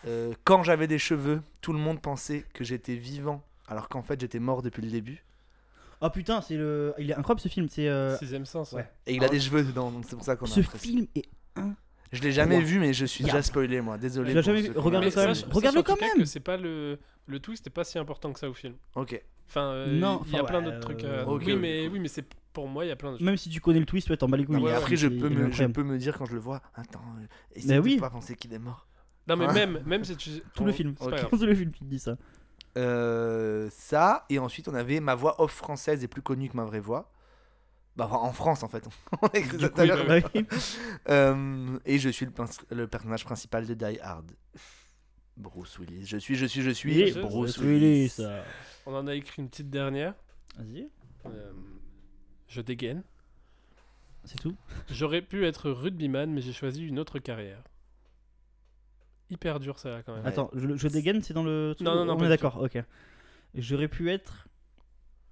euh, quand j'avais des cheveux, tout le monde pensait que j'étais vivant, alors qu'en fait j'étais mort depuis le début. Oh putain, c'est le. Il est incroyable ce film, c'est. euh, Sixième sens. Ouais. ouais. Et il a des cheveux dedans, donc c'est pour ça qu'on a. Ah. Ce l'impression. film est. un- Je l'ai jamais Ouah. vu, mais je suis Y'a- déjà spoilé moi. Désolé. Tu l'as pour jamais ceux vu qui Regarde-le l'ont pas Mais quand même. vu. sache- sache en Regarde-le tout quand cas même. que C'est pas le le twist n'est pas si important que ça au film. Ok. Enfin, euh, Non, il y a enfin, plein ouais, d'autres trucs. euh, euh, ok, oui, ok, mais oui, mais c'est pour moi, il y a plein de. Même si tu connais le twist, ouais, t'en bats les couilles. Non, Ouais, mais mais après, je peux, il est me, je incroyable. peux me dire quand je le vois, attends, euh, essaye de oui. pas penser qu'il est mort. Non, mais Hein même, même si tu. Tout le film. C'est pas grave. Tout le film, tu te dis ça. Euh, ça, et ensuite on avait ma voix off française est plus connue que ma vraie voix. Bah, enfin, en France en fait, on a écrit ça tout à l'heure. Bah oui. Euh, et je suis le, pince- le personnage principal de Die Hard. Bruce Willis. Je suis, je suis, je suis Oui, Bruce Bruce Willis. Willis. euh. On en a écrit une petite dernière. Vas-y. Euh, je dégaine. C'est tout. J'aurais pu être rugbyman, mais j'ai choisi une autre carrière. Hyper dur, ça, quand même. Ouais. Attends, je, je dégaine, c'est dans le. Non, non, non, On pas est du d'accord, ok. J'aurais pu être.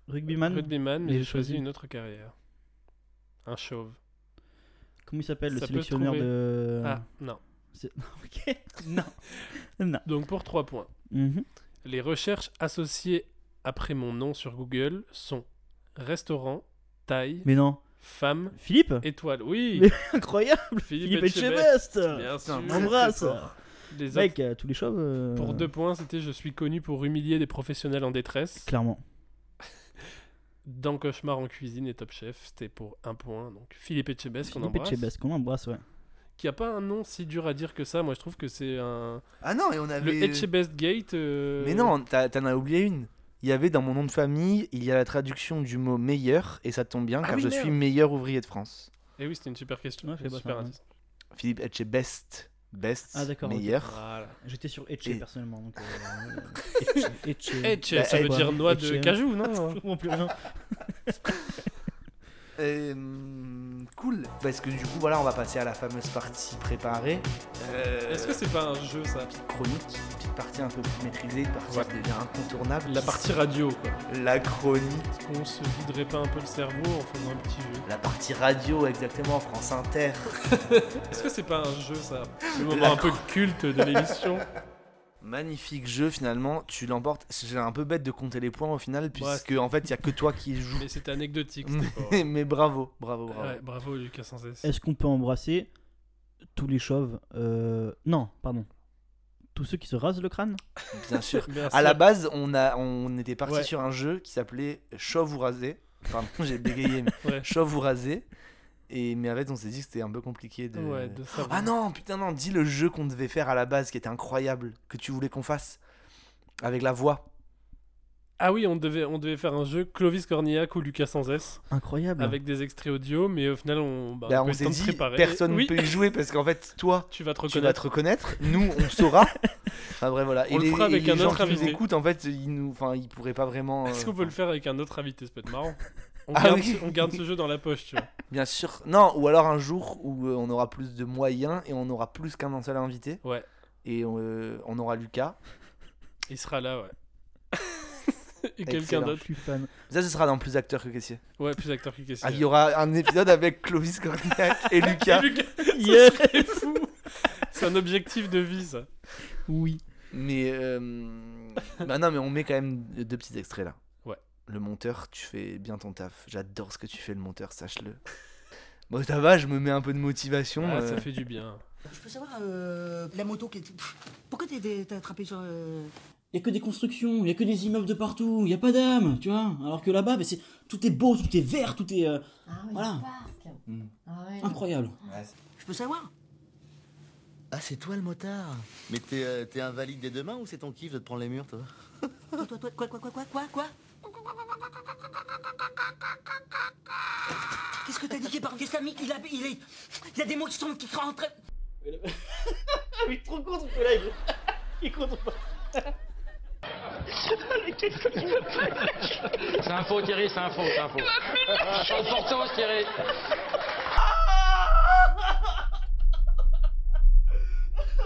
Rugbyman Rugbyman, mais Mais j'ai j'ai choisi choisi- une autre carrière. Un chauve. Comment il s'appelle le Ça peut se sélectionneur trouver. de. Ah, non. C'est- ok. Non. non. Donc, pour 3 points. Mhm. Les recherches associées après mon nom sur Google sont restaurant, taille, Mais non. femme, Philippe étoile. Oui, Mais incroyable Philippe Philippe Etchebest. Etchebest Bien sûr. Putain, Embrasse Très, très fort. Les autres- Mec, euh, tous les chauves. euh, Pour deux points, c'était je suis connu pour humilier des professionnels en détresse. Clairement. Dans Cauchemar en cuisine et Top Chef, c'était pour un point. Donc Philippe Etchebest, qu'on Philippe embrasse. Etchebest, qu'on embrasse, ouais. Qui a pas un nom si dur à dire que ça. Moi, je trouve que c'est un. Ah non, et on Le avait. Etchebest Gate. euh, Mais non, t'as- t'en as oublié une. Il y avait dans mon nom de famille, il y a la traduction du mot meilleur, et ça tombe bien Ah car oui, je merde. suis meilleur ouvrier de France. Eh oui, c'était une super question. Ouais, je sais pas, super ça, indice. Philippe Etchebest. best, Ah d'accord. ok. meilleur. Voilà. J'étais sur Etche Et- personnellement. Donc, euh, Etche, Bah, Etche. Etche, bah, ça veut dire noix de Etche. cajou, non C'est vraiment plus rien. Euh, cool, parce que du coup, voilà, on va passer à la fameuse partie préparée. Euh, hein. Est-ce que c'est pas un jeu ça Chronique, petite partie un peu plus maîtrisée, une partie qui devient incontournable. La partie radio, quoi. La chronique. On se viderait pas un peu le cerveau en faisant un petit jeu La partie radio, exactement, France Inter. Est-ce que c'est pas un jeu ça Le La moment un peu chronique. culte de l'émission. Magnifique jeu finalement, tu l'emportes. C'est un peu bête de compter les points au final, puisque en fait il y a que toi qui joues. Mais c'était anecdotique. Mais, mais bravo, bravo, bravo. Ouais, bravo Lucas Sanzès. Est-ce qu'on peut embrasser tous les chauves euh, Non, pardon. Tous ceux qui se rasent le crâne Bien sûr. Merci. à la base, on, a, on était parti Ouais. sur un jeu qui s'appelait Chauve ou rasé. Pardon, j'ai bégayé. Mais Ouais. Chauve ou rasé. Et, mais en fait, on s'est dit que c'était un peu compliqué de. Ouais, de savoir. ah non, putain, non, dis le jeu qu'on devait faire à la base qui était incroyable, que tu voulais qu'on fasse. Avec la voix. Ah oui, on devait, on devait faire un jeu Clovis Cornillac ou Lucas Sanzès. Incroyable. Avec des extraits audio, mais au final, on, bah, Bah, on, on s'est s'est dit, personne ne peut y jouer parce qu'en fait, toi, tu vas te Tu vas te reconnaître, nous on saura. Enfin bref, voilà. On le fera avec un gens autre qui nous invité. écoutent, en fait, ils nous, enfin, ils pourraient pas vraiment. Est-ce euh, qu'on peut le faire avec un autre invité Ça peut être marrant. On, Ah garde, oui. ce- on garde ce jeu dans la poche, tu vois. Bien sûr. Non, ou alors un jour où euh, on aura plus de moyens et on aura plus qu'un seul invité. Ouais. Et on, euh, on aura Lucas. Il sera là, ouais. Et quelqu'un Excellent. d'autre. Ça, ce sera dans Plus Acteur que Caissier. Ouais, Plus Acteur que Caissier. Ah, il y aura un épisode avec Clovis Cornillac et Lucas. Et Lucas, ça serait fou. C'est un objectif de vie, ça. Oui. Mais. euh, bah non, mais on met quand même deux petits extraits là. Ouais. Le monteur, tu fais bien ton taf. J'adore ce que tu fais, le monteur, sache-le. Bon, ça va, je me mets un peu de motivation. Ah, euh. Ça fait du bien. Je peux savoir, euh, la moto qui est... Pff, Pourquoi t'es- t'es t'es attrapé sur... euh, Il y a que des constructions, il y a que des immeubles de partout, il y a pas d'âme, tu vois. Alors que là-bas, ben, c'est tout est beau, tout est vert, tout est euh, voilà, Mm. Ah Ah, incroyable. Je peux savoir Ah, c'est toi le motard Mais t'es euh, t'es invalide des deux mains ou c'est ton kiff de te prendre les murs, toi Toi, toi, toi, quoi, quoi, quoi, quoi, quoi, quoi Qu'est-ce que t'as dit par Qu'est-ce que t'as mis il a, il, est, il a des mots qui sont qui rentrent... Ah mais trop con ce live Il compte pas C'est un faux, Thierry, c'est un faux, c'est un faux. Euh, Sur le porto, Thierry.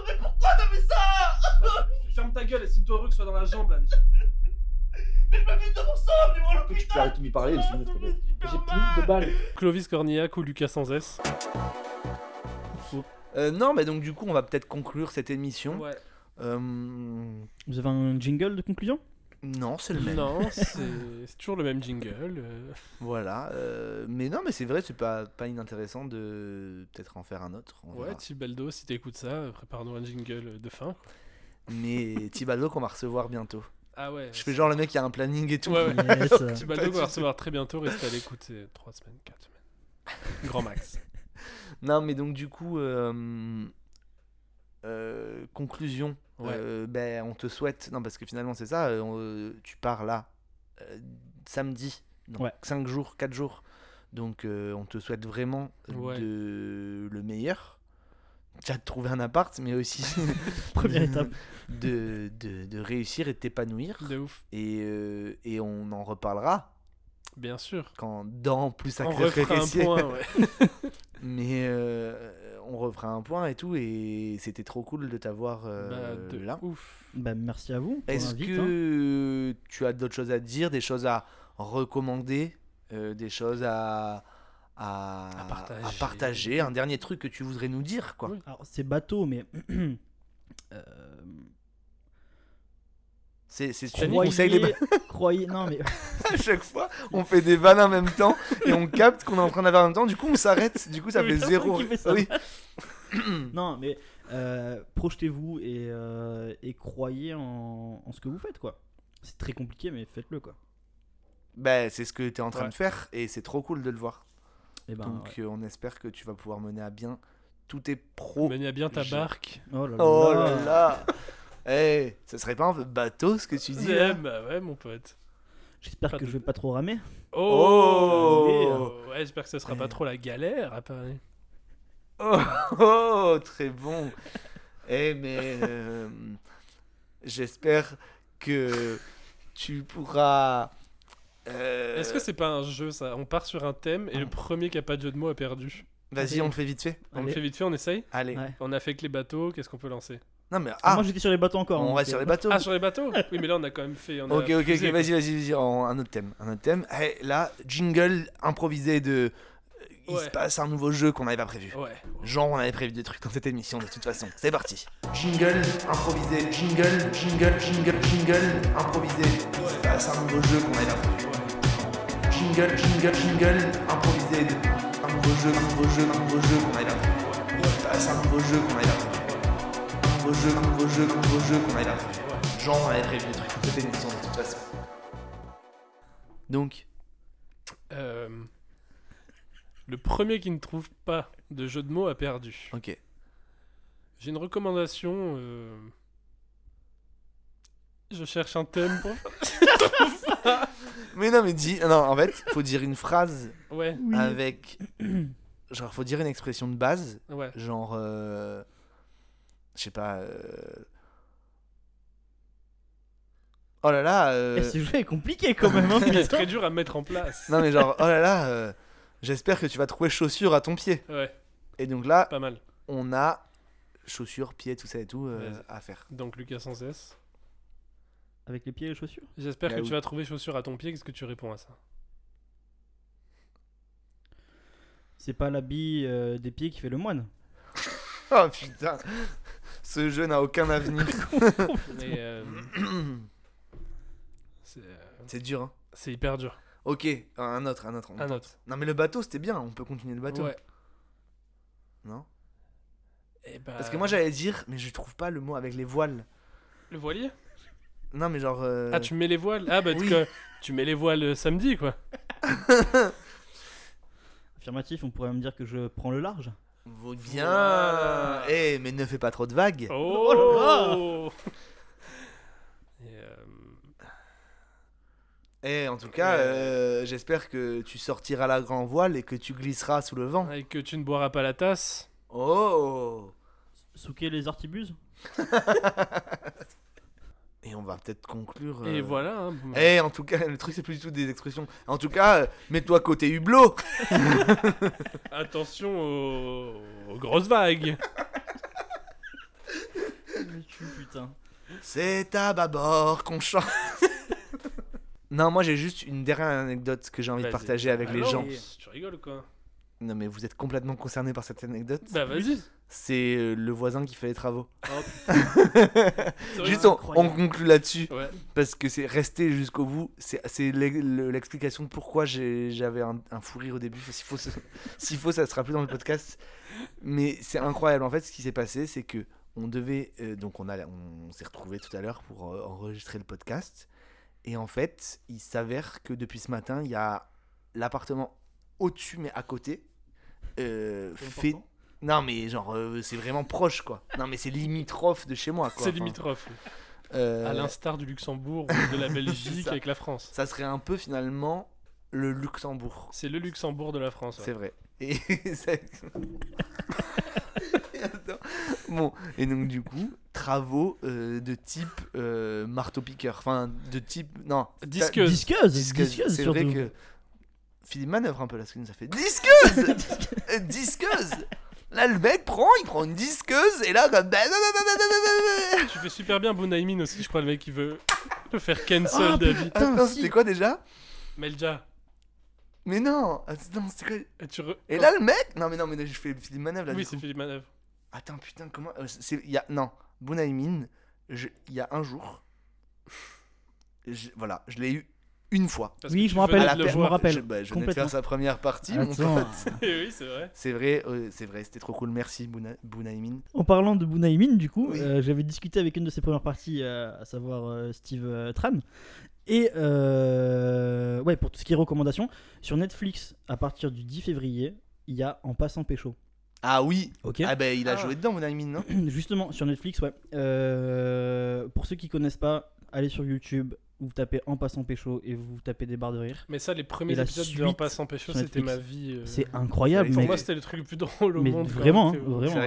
Mais pourquoi t'as fait ça Ferme ta gueule, estime-toi heureux que ce soit dans la jambe là déjà. Mais je m'amène dans mon sang, mais moi Tu peux arrêter de m'y parler, je vais te mettre. J'ai plus de balles. Clovis Cornillac ou Lucas Sanzès Euh, non, mais donc du coup, on va peut-être conclure cette émission. Ouais. Euh, Vous avez un jingle de conclusion Non, c'est le même. Non, c'est c'est toujours le même jingle. euh. Voilà. euh, mais non, mais c'est vrai, c'est pas, pas inintéressant de peut-être en faire un autre. on Ouais, verra. Tibaldo, si t'écoutes ça, euh, prépare-nous un jingle de fin. quoi. Mais Thibaldo qu'on va recevoir bientôt. Ah ouais. Je fais genre le mec qui a un planning et tout. Ouais, ouais. Alors euh, que pas Tibaldo du va tout. recevoir très bientôt, reste à l'écoute, c'est 3 semaines, 4 semaines. Grand max. Non, mais donc du coup, euh, euh, conclusion. Ouais. Euh, ben, on te souhaite. Non, parce que finalement, c'est ça. euh, on- tu pars là euh, samedi. Donc, Ouais. 5 jours, 4 jours. Donc, euh, on te souhaite vraiment Ouais. de le meilleur. Déjà de trouver un appart, mais aussi. Première de- étape. De, de, de réussir et de t'épanouir. De ouf. Et, euh, et on en reparlera. Bien sûr. Quand dans plus On sacré refera un Frédéric. point, ouais. Mais euh, on refera un point et tout, et c'était trop cool de t'avoir euh, Bah, de là. Bah, merci à vous. pour Est-ce l'invite, hein. que tu as d'autres choses à dire, des choses à recommander, euh, des choses à, à, à partager. un dernier truc que tu voudrais nous dire quoi Alors, c'est bateau, mais. euh, C'est c'est- tu croyez- conseilles les croyez- non mais à chaque fois, on fait des vannes en même temps et on capte qu'on est en train d'avoir en même temps, du coup on s'arrête, du coup ça fait Putain, zéro. Ah qui fait ça Oui. non, mais euh, projetez-vous et, euh, et croyez en, en ce que vous faites, quoi. C'est très compliqué, mais faites-le, quoi. Ben, c'est ce que tu es en train Ouais. de faire et c'est trop cool de le voir. Eh ben, Donc euh, on espère que tu vas pouvoir mener à bien tous tes pros. Mener à bien ta barque. Oh là Oh là. là là. Eh, ça serait pas un peu bateau ce que tu dis hein Ouais, là bah ouais, mon pote. J'espère que je vais pas trop ramer. Oh, Ouais, J'espère que ce sera pas trop la galère à Paris. Oh, oh, très bon. Eh, mais euh, j'espère que tu pourras. euh, Ah. Est-ce que c'est pas un jeu ça On part sur un thème et le premier qui a pas de jeu de mots a perdu. Vas-y, on le fait vite fait. On le Allez. fait vite fait, on essaye Allez. On a fait que les bateaux, qu'est-ce qu'on peut lancer Non, mais- Ah, ah. moi, j'étais sur les bateaux encore, On hein, va donc, sur euh, les bateaux. Ah, sur les bateaux Oui, mais là on a quand même fait. on a Ok, ok, ok, puisé, quoi. vas-y, vas-y, vas-y, en- un autre thème. Un autre thème. Eh, là, jingle improvisé de. euh, Il se passe un nouveau jeu qu'on n'avait pas prévu. Genre, on avait prévu des trucs dans cette émission de toute façon. C'est parti. Jingle improvisé, jingle, jingle, jingle, jingle improvisé. Il se passe un nouveau jeu qu'on n'avait pas prévu. Jingle, jingle, jingle improvisé. Un nouveau jeu, un nouveau jeu, un nouveau jeu qu'on n'avait pas prévu. Il se passe un nouveau jeu qu'on n'avait pas prévu. Un nouveau jeu, un nouveau jeu, un nouveau jeu qu'on n'avait pas prévu. Genre, on avait prévu des trucs dans cette émission de toute façon. Donc, Euh, le premier qui ne trouve pas de jeu de mots a perdu. Ok. J'ai une recommandation. euh, Je cherche un thème pour. Mais non, mais dis. Non, en fait, faut dire une phrase Ouais. Oui. avec. Genre, faut dire une expression de base. Ouais. Genre. euh, Je sais pas. euh, Oh là là. euh, Eh, ce jeu est compliqué quand même, hein, Il est très dur à mettre en place. non, mais genre, oh là là, euh, j'espère que tu vas trouver chaussure à ton pied. Ouais. Et donc là. Pas mal. On a chaussures, pieds, tout ça et tout euh, Vas-y. à faire. Donc Lucas sans S. Avec les pieds et les chaussures J'espère Ah Bah que oui. tu vas trouver chaussures à ton pied. Qu'est-ce que tu réponds à ça C'est pas l'habit euh, des pieds qui fait le moine. Oh putain. Ce jeu n'a aucun avenir. Mais, euh, C'est C'est dur, hein. C'est hyper dur. Ok, un autre, un autre. on Un tente. Bah, autre. Non, mais le bateau, c'était bien, on peut continuer le bateau. Ouais. Non Eh ben, Parce que moi, j'allais dire, mais je trouve pas le mot avec les voiles. Le voilier Non, mais genre. euh, Ah, tu mets les voiles Ah, bah, oui. que- tu mets les voiles euh, samedi, quoi. Affirmatif, on pourrait me dire que je prends le large. Vaut bien Eh, mais ne fais pas trop de vagues Oh, Et, euh, Eh, en tout cas, euh, j'espère que tu sortiras la grand voile et que tu glisseras sous le vent. Et que tu ne boiras pas la tasse. Oh Souquer les artibuses Et on va peut-être conclure. Et voilà, hein. Eh, en tout cas, le truc, c'est plus du tout des expressions. En tout cas, euh, mets-toi côté hublot Attention aux, aux grosses vagues. Putain. C'est à bâbord qu'on chante. non, moi j'ai juste une dernière anecdote que j'ai envie de Vas-y. partager avec les Alors, gens. Ah Tu rigoles, quoi. Non, mais vous êtes complètement concerné par cette anecdote. Bah, vas-y. C'est euh, le voisin qui fait les travaux. Oh, C'est juste, on, incroyable. on conclut là-dessus. Ouais. Parce que c'est rester jusqu'au bout. C'est c'est l'e- le- l'explication de pourquoi j'ai- j'avais un, un fou rire au début. S'il faut, ce- s'il faut, ça sera plus dans le podcast. Mais c'est incroyable. En fait, ce qui s'est passé, c'est que on devait. euh, donc, on, a, on s'est retrouvé tout à l'heure pour euh, enregistrer le podcast. Et en fait, il s'avère que depuis ce matin, il y a l'appartement au-dessus, mais à côté, euh, fait. Non, mais genre, euh, c'est vraiment proche, quoi. Non, mais c'est limitrophe de chez moi, quoi. C'est Enfin, limitrophe. euh, À l'instar du Luxembourg ou de la Belgique ça. avec la France. Ça serait un peu finalement le Luxembourg. C'est le Luxembourg de la France. ouais. C'est vrai. Et ça- Attends. Bon, et donc du coup, travaux euh, de type euh, marteau-piqueur. Enfin, de type. Non. Disqueuse. Disqueuse, disqueuse, C'est vrai surtout. que. Philippe manœuvre un peu là, ce que nous a fait. Disqueuse Euh, Disqueuse Là, le mec prend, il prend une disqueuse et là, comme. bah, Tu fais super bien Bunaimin aussi, je crois, le mec qui veut le faire cancel Ah, David. Attends, c'était quoi déjà Melja. Mais non Attends, c'était quoi Et, tu re- Et là, le mec Non, mais non, mais là, je fais Philippe Manœuvre là. Oh. Oui, du c'est coup. Philippe Manœuvre. Attends, putain, comment. euh, c'est- il y a, non, Bunaimin, je- il y a un jour. je- voilà, je l'ai eu une fois. Parce Oui, que je tu me venais rappelle, À la je me per- rappelle, Je, bah, je venais de complètement. faire sa première partie, mon Attends. pote. Eh oui, c'est vrai. C'est vrai, euh, c'est vrai, c'était trop cool. Merci, Buna- Bunaimin. En parlant de Bunaimin, du coup, euh, j'avais discuté avec une de ses premières parties, euh, à savoir euh, Steve euh, Tran. Et euh, ouais, pour tout ce qui est recommandations, sur Netflix, à partir du 10 février, il y a En passant pécho. Ah oui Ok. Ah ben, il a joué dedans, Bunaimin, non Justement, sur Netflix, ouais. Euh, pour ceux qui connaissent pas, allez sur YouTube, vous tapez En passant pécho et vous tapez des barres de rire. Mais ça, les premiers Et la épisodes de suite En passant pécho, sur c'était Netflix. ma vie. euh, C'est incroyable, Pour mec. moi, c'était le truc le plus drôle au Mais monde. quand Vraiment, hein,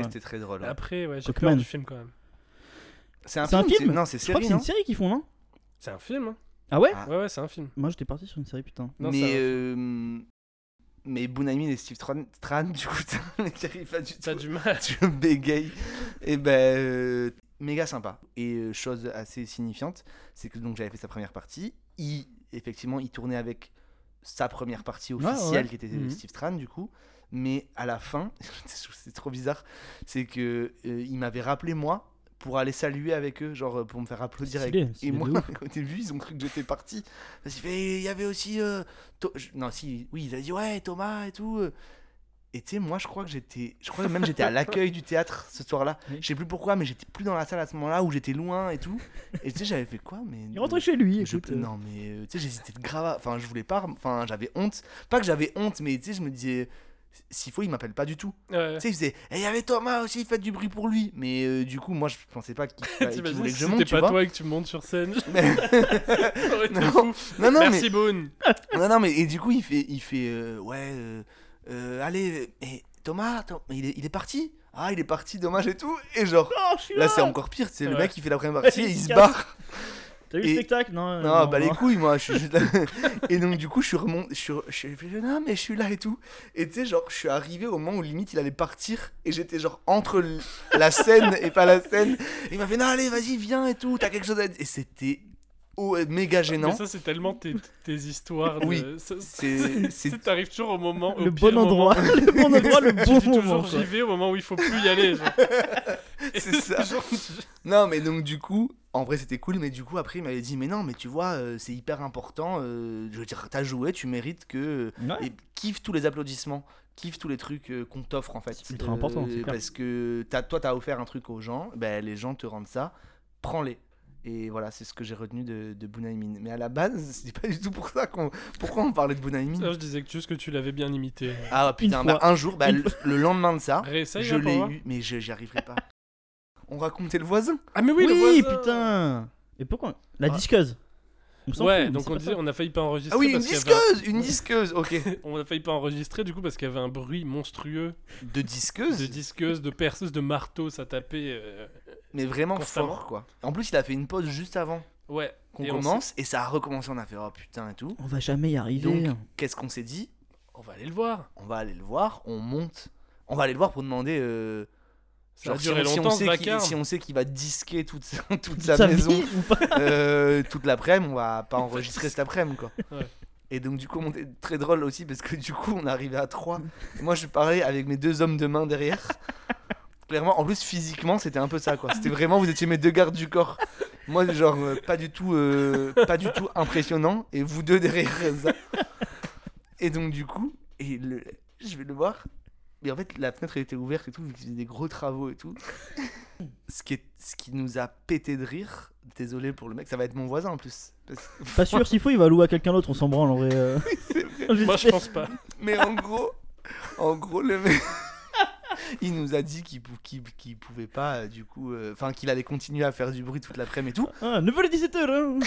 j'étais- vraiment. ouais. Après, ouais, j'ai Cockman. peur du film quand même. C'est un C'est un film, film c'est- non, c'est série, c'est une série qu'ils font, non C'est un film. hein. Ah ouais Ouais, ouais, c'est un film. Moi j'étais parti sur une série, putain. mais euh, mais Bunami et Steve Tran, Tran, du coup, putain, mec, j'arrive pas du tout. du mal. Je bégaye. Et ben, euh, méga sympa. Et euh, chose assez signifiante, c'est que donc j'avais fait sa première partie. Il, effectivement, il tournait avec sa première partie Ouais, ouais. officielle qui était Mhm. Steve Tran, du coup. Mais à la fin, c'est trop bizarre, c'est que euh, il m'avait rappelé moi pour aller saluer avec eux, genre euh, pour me faire applaudir. Stylé, avec- stylé Et de moi, ouf. au début, ils ont cru que j'étais parti. Parce qu'il fait, il y avait aussi. euh, To- je- Non, si, oui, il a dit, ouais, Thomas et tout. euh. Et tu sais, moi, je crois que j'étais. Je crois que même j'étais à l'accueil du théâtre ce soir-là. Je sais plus pourquoi, mais j'étais plus dans la salle à ce moment-là où j'étais loin et tout. Et tu sais, j'avais fait quoi mais... Il rentrait chez lui, Je- écoute. euh. Non, mais euh, tu sais, j'hésitais de grave. à- Enfin, je voulais pas. Enfin, j'avais honte. Pas que j'avais honte, mais tu sais, je me disais. S'il faut, il m'appelle pas du tout. Ouais. Tu sais, il faisait. Et il y avait Thomas aussi, faites du bruit pour lui. Mais euh, du coup, moi, je pensais pas qu'il bah, qu'il T'imagines voulait que si je c'était monte. tu pas vois. toi et que tu montes sur scène. Mais- Ça aurait été non. fou. non, non, Merci mais... Boone. Non, non, mais et du coup, il fait, il fait euh, ouais, euh, euh, allez, euh, et Thomas, Tom- il, est, il est parti. Ah, il est parti, dommage et tout. Et genre, là, c'est encore pire, c'est le Ouais. mec, il fait la première partie Il et il se se casse. barre. T'as vu le Et- spectacle Non, euh, Non, non, bah les non. couilles, moi, je suis juste là. et donc, du coup, je suis remonté, je suis, je suis- je fais, non, mais je suis là et tout. Et tu sais, genre, je suis arrivé au moment où limite il allait partir et j'étais genre entre l- la scène et pas la scène. Et il m'a fait, non, allez, vas-y, viens et tout, t'as quelque chose à dire. Et c'était oh, méga gênant. Mais ça, c'est tellement tes, tes histoires. de- Oui, ça- c'est- c'est- c'est- c'est- T'arrives toujours au moment. Au Le pire bon endroit, moment. le bon endroit, le Tu bon dis moment, toujours quoi. j'y vais au moment où il faut plus y aller. genre. Et c'est ça. genre, non, mais donc du coup, en vrai c'était cool, mais du coup après il m'avait dit, mais non, mais tu vois, euh, c'est hyper important. euh, je veux dire, t'as joué, tu mérites que. Ouais. Et kiffe tous les applaudissements, kiffe tous les trucs euh, qu'on t'offre en fait. C'est ultra important, c'est clair. Parce que as, toi, t'as offert un truc aux gens, ben, les gens te rendent ça, prends-les. Et voilà, c'est ce que j'ai retenu de, de Bunaimin. Mais à la base, c'était pas du tout pour ça qu'on. Pourquoi on parlait de Bunaimin ça, je disais que juste que tu l'avais bien imité. Ah putain, bah, un jour, bah, Euh, Une le, le lendemain de ça, Réessaye, Ah, je hein, pour l'ai voir. eu, mais je- j'y arriverai pas. On racontait le voisin. Ah mais oui, le voisin. putain Et pourquoi La Ah. disqueuse On s'en Ouais, fout, mais donc c'est on, pas disait, ça. on a failli pas enregistrer. Ah oui, une parce qu'il y avait un- disqueuse, une disqueuse, ok. on a failli pas enregistrer du coup parce qu'il y avait un bruit monstrueux. De disqueuse De disqueuse, de perceuse, de marteau, ça tapait. euh, Mais vraiment constamment. fort, quoi. En plus, il a fait une pause juste avant Ouais. qu'on Et on commence, et ça a recommencé. On a fait, oh putain, et tout. On va jamais y arriver. hein. Donc, qu'est-ce qu'on s'est dit On va aller le voir. On va aller le voir, on monte. On va aller le voir pour demander. euh, Ça a si duré on- si on, longtemps, ce sait qu'il- vacarme. si on sait qu'il va disquer toute, sa- toute sa sa vie, maison ou pas euh, toute l'après-midi, on va pas enregistrer cet après-midi quoi. Ouais. Et donc du coup, on était très drôle aussi parce que du coup, on arrivait à 3. Moi, je parlais avec mes deux hommes de main derrière. Clairement, en plus physiquement, c'était un peu ça quoi. C'était vraiment, vous étiez mes deux gardes du corps. Moi, genre euh, pas du tout, euh, pas du tout impressionnant, et vous deux derrière euh, ça. Et donc du coup, et le- je vais le voir. Mais en fait, la fenêtre elle était ouverte et tout, vu qu'ils faisaient des gros travaux et tout. ce, qui est- ce qui nous a pété de rire, désolé pour le mec, ça va être mon voisin en plus. Parce que- Pas sûr, s'il faut, il va louer à quelqu'un d'autre, on s'en branle en vrai. euh. Moi, je pense pas. Mais en gros, en gros, le mec, il nous a dit qu'il pou- qu'il- qu'il pouvait pas, euh, du coup, euh, enfin qu'il allait continuer à faire du bruit toute l'après-midi et tout. Ah, 9h17h hein.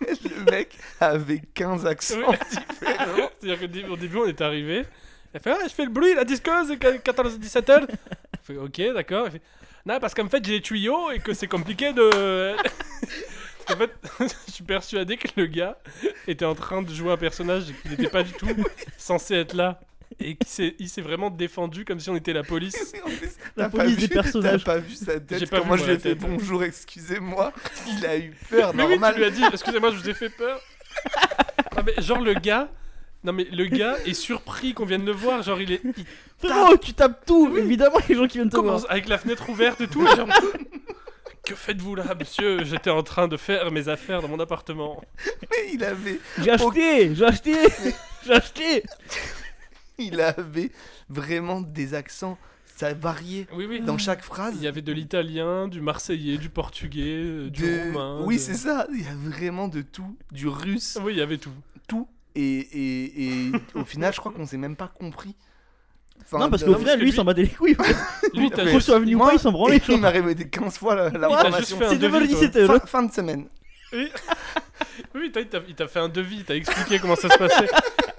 Le mec avait 15 accents. Oui. C'est-à-dire qu'au début, au début, on est arrivé. Elle fait Ah, je fais le bruit, la disqueuse, c'est 14-17 heures. On fait Ok, d'accord. Elle fait, Non, parce qu'en fait, j'ai les tuyaux et que c'est compliqué de. en fait, je suis persuadé que le gars était en train de jouer un personnage qui n'était pas du tout censé être là. Et qu'il s'est- il s'est vraiment défendu comme si on était la police. T'as pas vu- T'as pas vu sa J'ai tête pas quand moi vu, moi, je lui ai la fait tête. bonjour, excusez-moi. Il a eu peur, mais normal. Oui, tu lui as dit, excusez-moi, je vous ai fait peur. Ah, mais genre le gars, non mais le gars est surpris qu'on vienne le voir, genre il est, il Frérot, tu tapes tout, évidemment, les gens qui viennent te voir. commence avec la fenêtre ouverte et tout, et genre, que faites-vous là, monsieur J'étais en train de faire mes affaires dans mon appartement. Mais il avait. J'ai acheté, j'ai acheté, j'ai acheté. Il avait vraiment des accents, ça variait Oui, oui. dans chaque phrase. Il y avait de l'italien, du marseillais, du portugais, euh, du de- roumain. Oui, de- c'est ça. Il y a vraiment de tout, du russe. Oui, il y avait tout. Tout. Et, et, et au final, je crois qu'on s'est même pas compris. Enfin, non, parce de- qu'au final, lui, il s'en bat des couilles. Lui, t'as Qu'on soit venu ou Moi, pas, il s'en branle. Il m'a répété 15 fois la- Moi, l'information. c'est 9h17. Fin, fin de semaine. Oui. Oui, t'as- il t'a- il t'a fait un devis, il t'a expliqué comment ça se passait.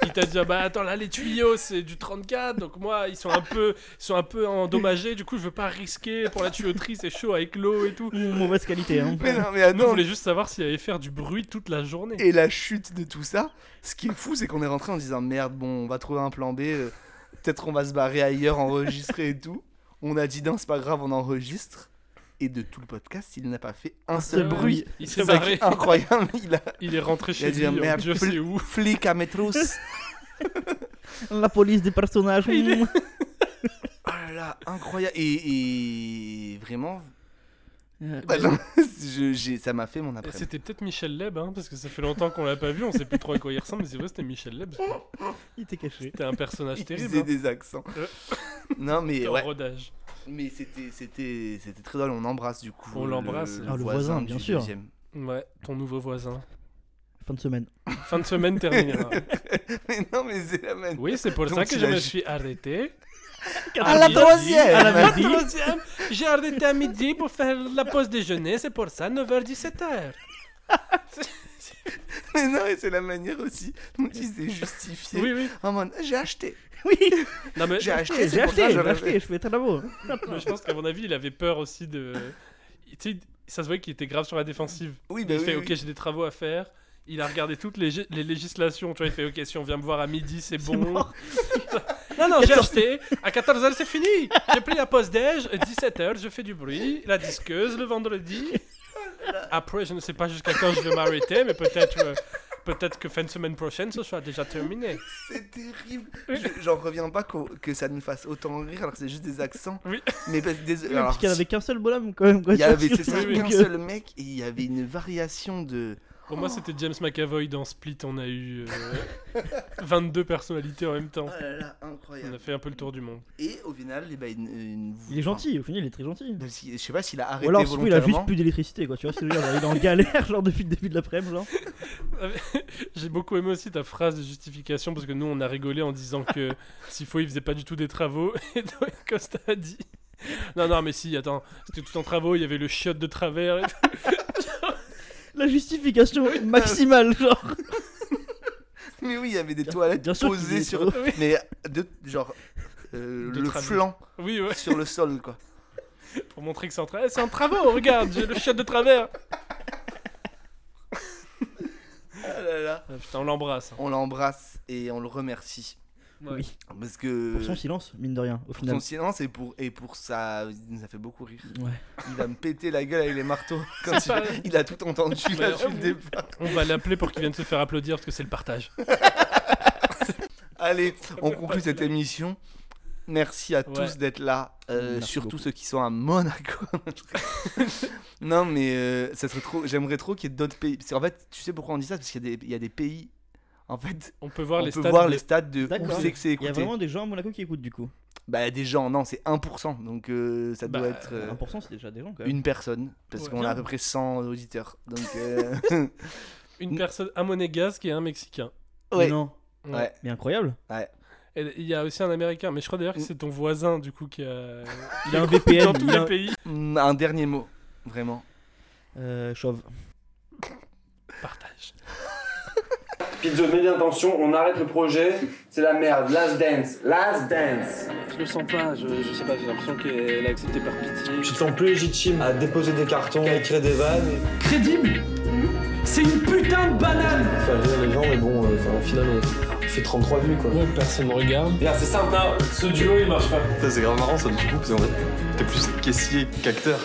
Il t'a dit ah bah attends là les tuyaux c'est du 34 donc moi ils sont un peu ils sont un peu endommagés du coup je veux pas risquer pour la tuyauterie c'est chaud avec l'eau et tout. Mauvaise qualité hein. Mais non, mais Nous, attends. on voulait juste savoir s'il allait faire du bruit toute la journée. Et la chute de tout ça, ce qui est fou, c'est qu'on est rentré en se disant merde, bon, on va trouver un plan B, euh, peut-être qu'on va se barrer ailleurs, enregistrer et tout. On a dit non, c'est pas grave, on enregistre. Et de tout le podcast, il n'a pas fait un seul Ah ouais, bruit. il- il C'est s'est ça qui barré. est incroyable. Il, a- Il est rentré il a chez dit, lui, ah, en merde, Dieu fl- sait où. flic à Metros. La police des personnages. mm. Ah là là, incroyable. Et, et vraiment. Euh, Bah mais- non, je- j'ai- ça m'a fait mon Et après-midi. C'était peut-être Michel Leb hein, parce que ça fait longtemps qu'on l'a pas vu on sait plus trop à quoi il ressemble mais c'est vrai c'était Michel Leb. Il était caché. C'était un personnage Il terrible. faisait hein. des accents. non mais C'était en ouais. rodage. Mais c'était c'était c'était très drôle. On embrasse du coup. On l'embrasse. Le, Ah, le voisin, du bien sûr. deuxième. Ouais ton nouveau voisin. Fin de semaine. Fin de semaine terminée. mais non mais c'est la même. Oui c'est pour Donc, ça que il je a me ju- suis arrêté. Ah, À la midi, troisième à la midi. troisième J'ai arrêté à midi pour faire la pause déjeuner, c'est pour ça, 9h-17h. Mais non et c'est la manière aussi dont il s'est justifié. Oui, oui. En mode, j'ai acheté. Oui. Non, mais- J'ai acheté. J'ai c'est pour ça que acheté, j'ai j'avais- acheté, je fais très beau. Mais je pense qu'à mon avis, il avait peur aussi de. Tu sais, ça se voyait qu'il était grave sur la défensive. Oui, bah il oui, fait oui. Ok, j'ai des travaux à faire. Il a regardé toutes les, gé- les législations. Tu vois, il fait Ok, si on vient me voir à midi, c'est bon. non, non, j'ai acheté. À 14h, c'est fini. J'ai pris la pause déj. 17h, je fais du bruit. La disqueuse le vendredi. Après, je ne sais pas jusqu'à quand je vais m'arrêter, mais peut-être. euh, Peut-être que fin de semaine prochaine, ce sera déjà terminé. C'est terrible. Je- J'en reviens pas qu'au- que ça nous fasse autant rire alors que c'est juste des accents. Oui. Mais parce, Oui, désolé. Parce alors, qu'il y avait qu'un seul bonhomme quand même. quoi, Il y avait sur- c'est ça, sur- qu'un seul mec et il y avait une variation de. Pour moi, c'était James McAvoy dans Split. On a eu euh, 22 personnalités en même temps. Oh là là, On incroyable. a fait un peu le tour du monde. Et au final, eh ben, une, une- Il est enfin, gentil, au final il est très gentil. même si- je sais pas s'il a arrêté Ou alors, surtout, il a volontairement. juste plus d'électricité, quoi. Tu vois, c'est genre, il est en galère, genre, depuis le début de l'après-midi, genre. J'ai beaucoup aimé aussi ta phrase de justification parce que nous, on a rigolé en disant que s'il faut, il faisait pas du tout des travaux. Et donc, Costa a dit Non, non, mais si, attends, c'était tout en travaux, il y avait le chiotte de travers. et tout. La justification maximale, genre. Mais oui, il y avait des toilettes bien sûr qu'il y posées avait sur. des toilettes. Mais de, genre. euh, De le travers. flanc Oui, ouais. sur le sol, quoi. Pour montrer que c'est en travaux. C'est en travaux, regarde, j'ai le chiotte de travers. Ah là là. Ah, putain, on l'embrasse. hein. On l'embrasse et on le remercie. Oui. Parce que. Pour son silence, mine de rien, au Euh, pour final. son silence et pour, et pour ça. Il nous a fait beaucoup rire. Ouais. Il va me péter la gueule avec les marteaux. Quand C'est il, pas- il a tout entendu là depuis le départ. On va l'appeler pour qu'il vienne se faire applaudir parce que c'est le partage. Allez, on conclut cette émission. Merci à Ouais. tous d'être là, euh, Merci surtout beaucoup. ceux qui sont à Monaco. non, mais euh, ça serait trop. J'aimerais trop qu'il y ait d'autres pays. Parce qu'en fait, tu sais pourquoi on dit ça Parce qu'il y, a des- il y a des pays. En fait, On peut voir on les peut stades voir de- les stades de où c'est que c'est Il y a écouté. vraiment des gens à Monaco qui écoutent, du coup. Bah, des gens, non, c'est 1%. Donc euh, ça Bah, doit être euh, 1%, c'est déjà des gens, quand même. une personne. Parce Ouais. qu'on a à peu près 100 auditeurs. Donc. euh, Une personne, un monégasque et un mexicain. ouais. Mais non. Ouais. Mais incroyable. Ouais. Et il y a aussi un américain, mais je crois d'ailleurs que c'est ton voisin du coup qui a. Il a un VPN. Dans tous il les a- pays. Mm, Un dernier mot, vraiment. Euh, chauve. Partage. Pizzo, mets bien attention, on arrête le projet, c'est la merde, last dance, last dance. Je le sens pas, je, je sais pas, j'ai l'impression qu'elle a accepté par pitié. te sens plus légitime à déposer des cartons, à écrire des vannes. Crédible C'est une putain de banane Faire rire les gens, mais bon, euh, enfin, au final, on fait 33 vues, quoi. personne ne regarde. Regarde, c'est simple, hein, ce duo il marche pas. Ça, c'est grave marrant, ça, du coup, parce qu'en fait, t'es plus caissier qu'acteur.